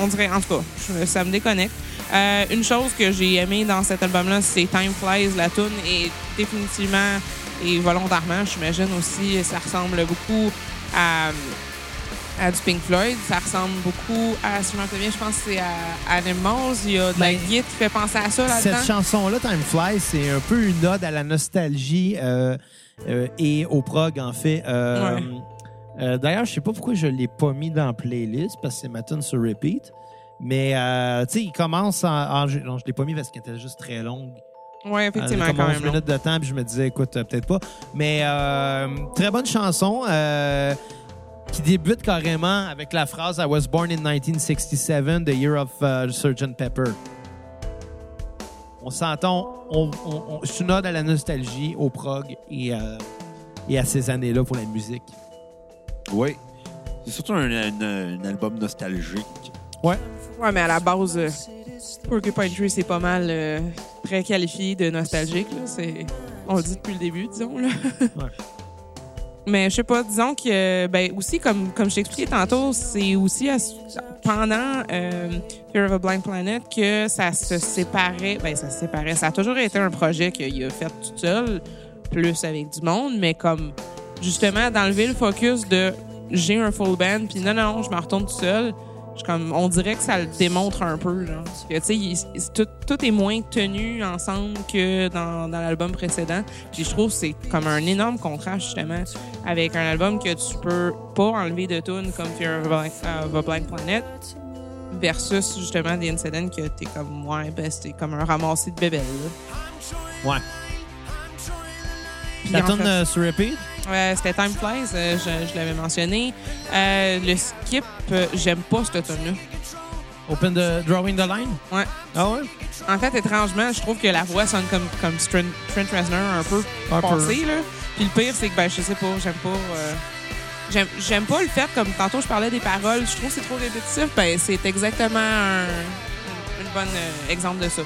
D: on dirait. En tout cas, je- ça me déconnecte. Euh, une chose que j'ai aimée dans cet album-là, c'est Time Flies, la tune et définitivement et volontairement, j'imagine aussi, ça ressemble beaucoup à, à du Pink Floyd. Ça ressemble beaucoup à, si je m'en souviens, je pense que c'est à Animals. Il y a de la
A: Ben,
D: guitare qui fait penser à ça là-dedans.
A: Cette chanson-là, Time Flies, c'est un peu une ode à la nostalgie euh, euh, et au prog, en fait. Euh,
D: Ouais.
A: euh, D'ailleurs, je sais pas pourquoi je l'ai pas mis dans la playlist, parce que c'est ma tune sur repeat. Mais, euh, tu sais, il commence en... en- je- non, je l'ai pas mis parce qu'elle était juste très longue.
D: Oui, effectivement,
A: Elle avait
D: quand
A: Euh, comme
D: même.
A: 11
D: non.
A: minutes de temps, puis je me disais, écoute, euh, peut-être pas. Mais euh, très bonne chanson euh, qui débute carrément avec la phrase I was born in 1967, the year of euh, Sgt. Pepper. On s'entend, on, on, on- c'est une ode à la nostalgie, au prog et, euh, et à ces années-là pour la musique.
C: Oui. C'est surtout un, un- un album nostalgique.
A: Ouais.
D: Ouais, mais à la base, euh, Porcupine Tree, c'est pas mal euh, très qualifié de nostalgique. Là. C'est- On le dit depuis le début, disons. Là.
A: Ouais.
D: Mais je sais pas, disons que, euh, ben, aussi, comme, comme je t'expliquais tantôt, c'est aussi à- pendant euh, Fear of a Blind Planet que ça se séparait. Ben, ça se séparait. Ça a toujours été un projet qu'il a fait tout seul, plus avec du monde, mais comme, justement, d'enlever le focus de j'ai un full band, puis non, non, je me retourne tout seul. Je suis comme, on dirait que ça le démontre un peu. Là. Que, tu sais, il- il- tout, tout est moins tenu ensemble que dans, dans l'album précédent. Puis je trouve que c'est comme un énorme contraste, justement, avec un album que tu peux pas enlever de tune comme Fear of a Blind- of a Blind Planet versus, justement, The Incident, que t'es comme, ouais, ben, c'était comme un ramassé de bébelles. là.
A: Ouais.
D: Puis
A: La
D: en
A: tune
D: fait-
A: euh, sur repeat?
D: euh, c'était Time Flies, euh, je, je l'avais mentionné. Euh, le skip, euh, j'aime pas cette tune là
A: Open the Drawing the Line?
D: Ouais.
A: Ah ouais?
D: En fait, étrangement, je trouve que la voix sonne comme, comme Trent, Trent Reznor un peu
A: Un peu.
D: passé, là. Puis le pire, c'est que, ben, je sais pas, j'aime pas... euh, j'aime- J'aime pas le fait, comme tantôt je parlais des paroles, je trouve que c'est trop répétitif. Ben, c'est exactement un, une bonne euh, exemple de ça.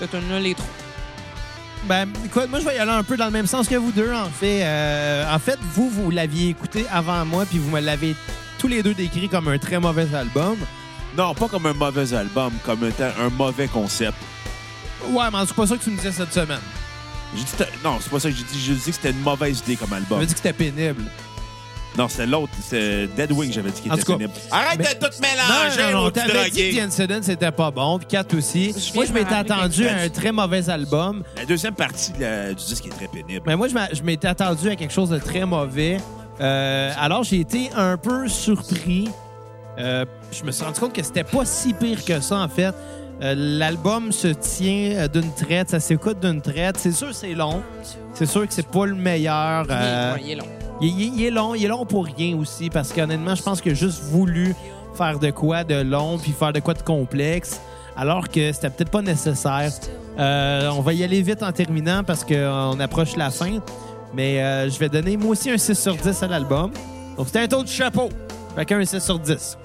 D: Cette tune là les trous.
A: Ben, écoute, moi, je vais y aller un peu dans le même sens que vous deux, en fait. Euh, en fait, vous, vous l'aviez écouté avant moi, puis vous me l'avez tous les deux décrit comme un très mauvais album.
C: Non, pas comme un mauvais album, comme étant un mauvais concept.
A: Ouais, mais c'est pas ça que tu me disais cette semaine.
C: J'ai dit que- non, c'est pas ça que j'ai dit. J'ai dit que c'était une mauvaise idée comme
A: Tu
C: album.
A: m'as dit que c'était pénible.
C: Non, c'est l'autre. C'est Deadwing, j'avais dit qu'il
A: En
C: était
A: tout cas,
C: pénible. Arrête
A: mais-
C: de
A: non,
C: tout
D: hein,
C: mélanger,
A: non,
C: mon
A: non,
C: petit
A: t'avais dit que
C: drogué.
A: The Incident, c'était pas bon, puis Kat aussi.
D: Je
A: moi,
D: viens
A: je m'étais
D: de me rappeler
A: attendu
C: quelque
A: à un
C: chose.
A: très mauvais album.
C: La deuxième partie de la- du disque est très pénible.
A: Mais moi, je m'a- je m'étais attendu à quelque chose de très mauvais. Euh, alors, j'ai été un peu surpris. Euh, je me suis rendu compte que c'était pas si pire que ça, en fait. Euh, L'album se tient euh, d'une traite, ça s'écoute d'une traite. C'est sûr, c'est long. C'est sûr que c'est pas le meilleur.
D: Il est-
A: euh,
D: ouais, il est long.
A: il, il- il est long, il est long pour rien aussi, parce qu'honnêtement, je pense qu'il a juste voulu faire de quoi de long, puis faire de quoi de complexe, alors que c'était peut-être pas nécessaire. Euh, on va y aller vite en terminant, parce qu'on approche la fin, mais euh, je vais donner moi aussi un 6 sur 10 à l'album. Donc c'était un taux de chapeau, chacun un 6 sur 10.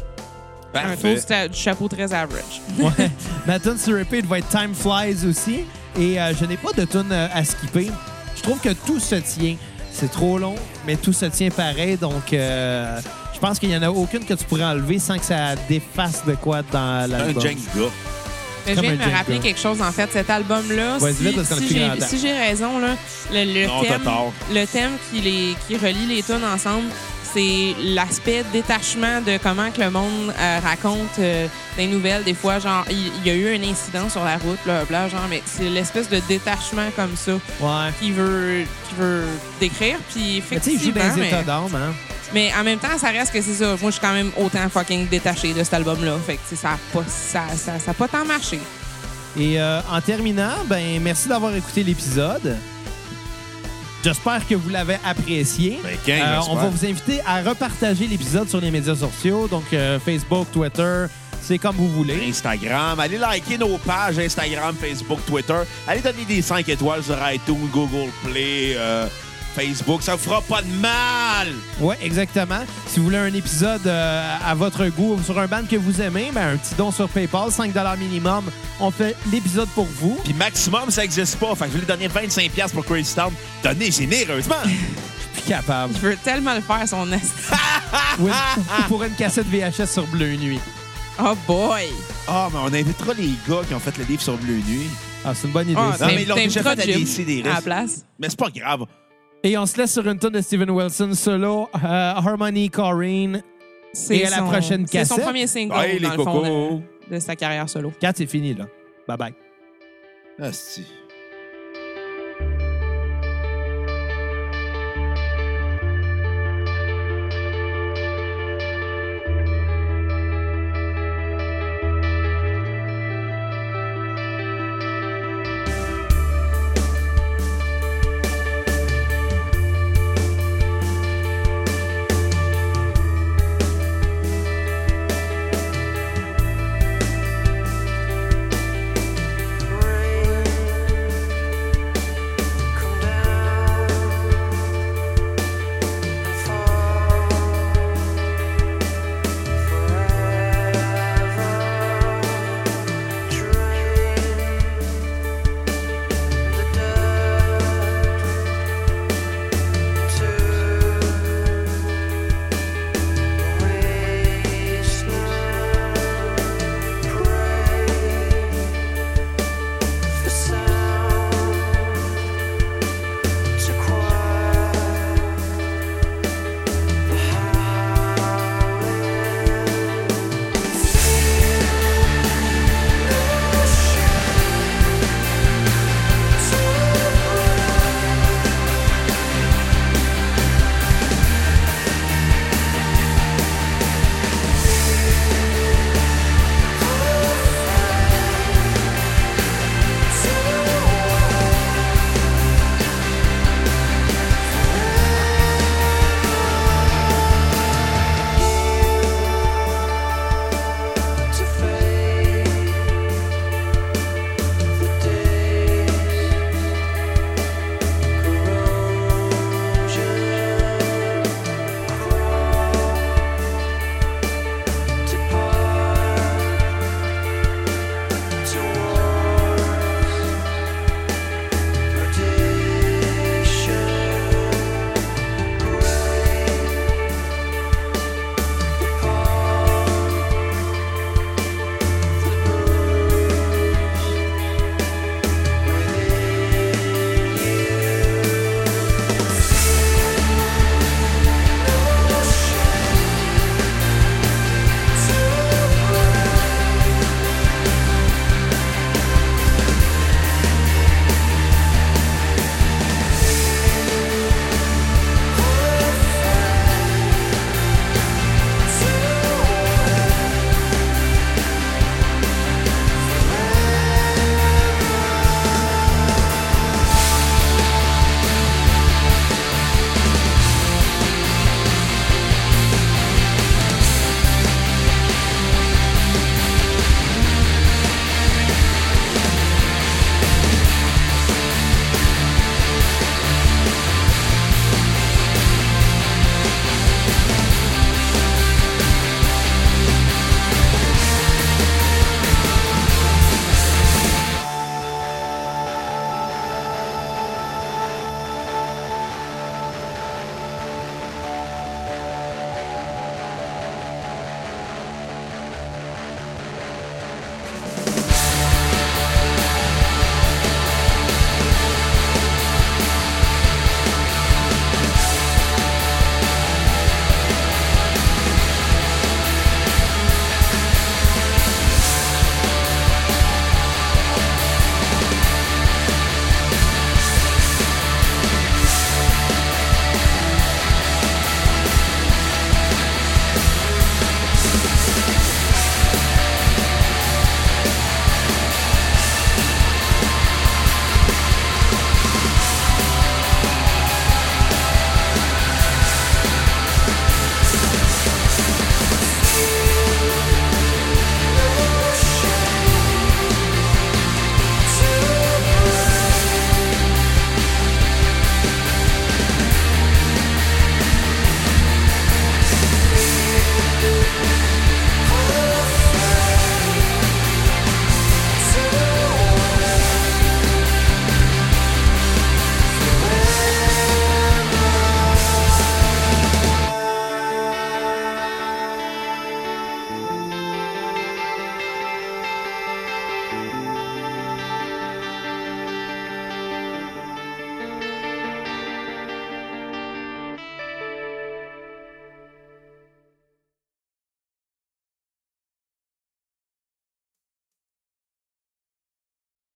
D: Un tour sta- du chapeau très average.
A: Ouais. Ma tune sur repeat va être Time Flies aussi. Et euh, je n'ai pas de tune euh, à skipper. Je trouve que tout se tient. C'est trop long, mais tout se tient pareil. Donc, euh, je pense qu'il n'y en a aucune que tu pourrais enlever sans que ça défasse de quoi dans
C: Un
A: l'album.
C: Jenga.
D: Mais je
A: Comme
D: viens de
A: un
D: me
A: Jenga.
D: rappeler quelque chose, en fait. Cet album-là,
A: Vas-y, vite,
D: si,
A: parce qu'on a
D: si
A: plus grand
D: j'ai-
A: temps.
D: si j'ai raison, là, le, le
C: Non, t'as
D: thème,
C: tort.
D: le thème qui, les, qui relie les tunes ensemble, c'est l'aspect détachement de comment que le monde euh, raconte euh, des nouvelles. Des fois, genre, il il y, a eu un incident sur la route, bla, bla, genre, mais c'est l'espèce de détachement comme ça
A: Ouais.
D: qu'il veut, qu'il veut décrire. Puis,
A: Mais tu sais, il joue dans
D: effectivement,
A: les
D: mais-
A: états d'âme, hein?
D: mais en même temps, ça reste que c'est ça. Moi, je suis quand même autant fucking détachée de cet album-là. Fait que tu sais, ça n'a pas, ça, ça, ça a pas tant marché.
A: Et euh, en terminant, ben merci d'avoir écouté l'épisode. J'espère que vous l'avez apprécié. Euh,
C: Ben, gang,
A: on va
C: j'espère.
A: vous inviter à repartager l'épisode sur les médias sociaux, donc euh, Facebook, Twitter, c'est comme vous voulez.
C: Instagram. Allez liker nos pages Instagram, Facebook, Twitter. Allez donner des 5 étoiles sur iTunes, Google Play, euh, Facebook. Ça vous fera pas de mal.
A: Oui, exactement. Si vous voulez un épisode euh, à votre goût sur un band que vous aimez, ben, un petit don sur PayPal, 5 minimum. On fait l'épisode pour vous.
C: Puis maximum, ça n'existe pas. Fait que je voulais donner 25$ piastres pour Crazy Town. Donnez généreusement.
A: Puis capable.
D: Je veux tellement le faire, son esti.
A: Oui, ou pour une cassette VHS sur Bleu Nuit.
D: Oh boy!
C: Ah, mais on invitera les gars qui ont fait le livre sur Bleu Nuit.
A: Ah, c'est une bonne idée.
D: Ah,
A: ça.
C: Non, mais ils l'ont
D: t'inviteras
C: déjà fait à
D: Jim
C: DCDR.
D: À la place.
C: Mais c'est pas grave.
A: Et on se laisse sur une tonne de Steven Wilson solo, euh, Harmony Corrine.
D: C'est
A: Et à la prochaine
D: C'est son
A: cassette.
D: premier single,
C: Hey, les
D: dans le fond,
C: cocos!
D: de, de sa carrière solo.
A: Kat, c'est fini, là. Bye bye.
C: Asti.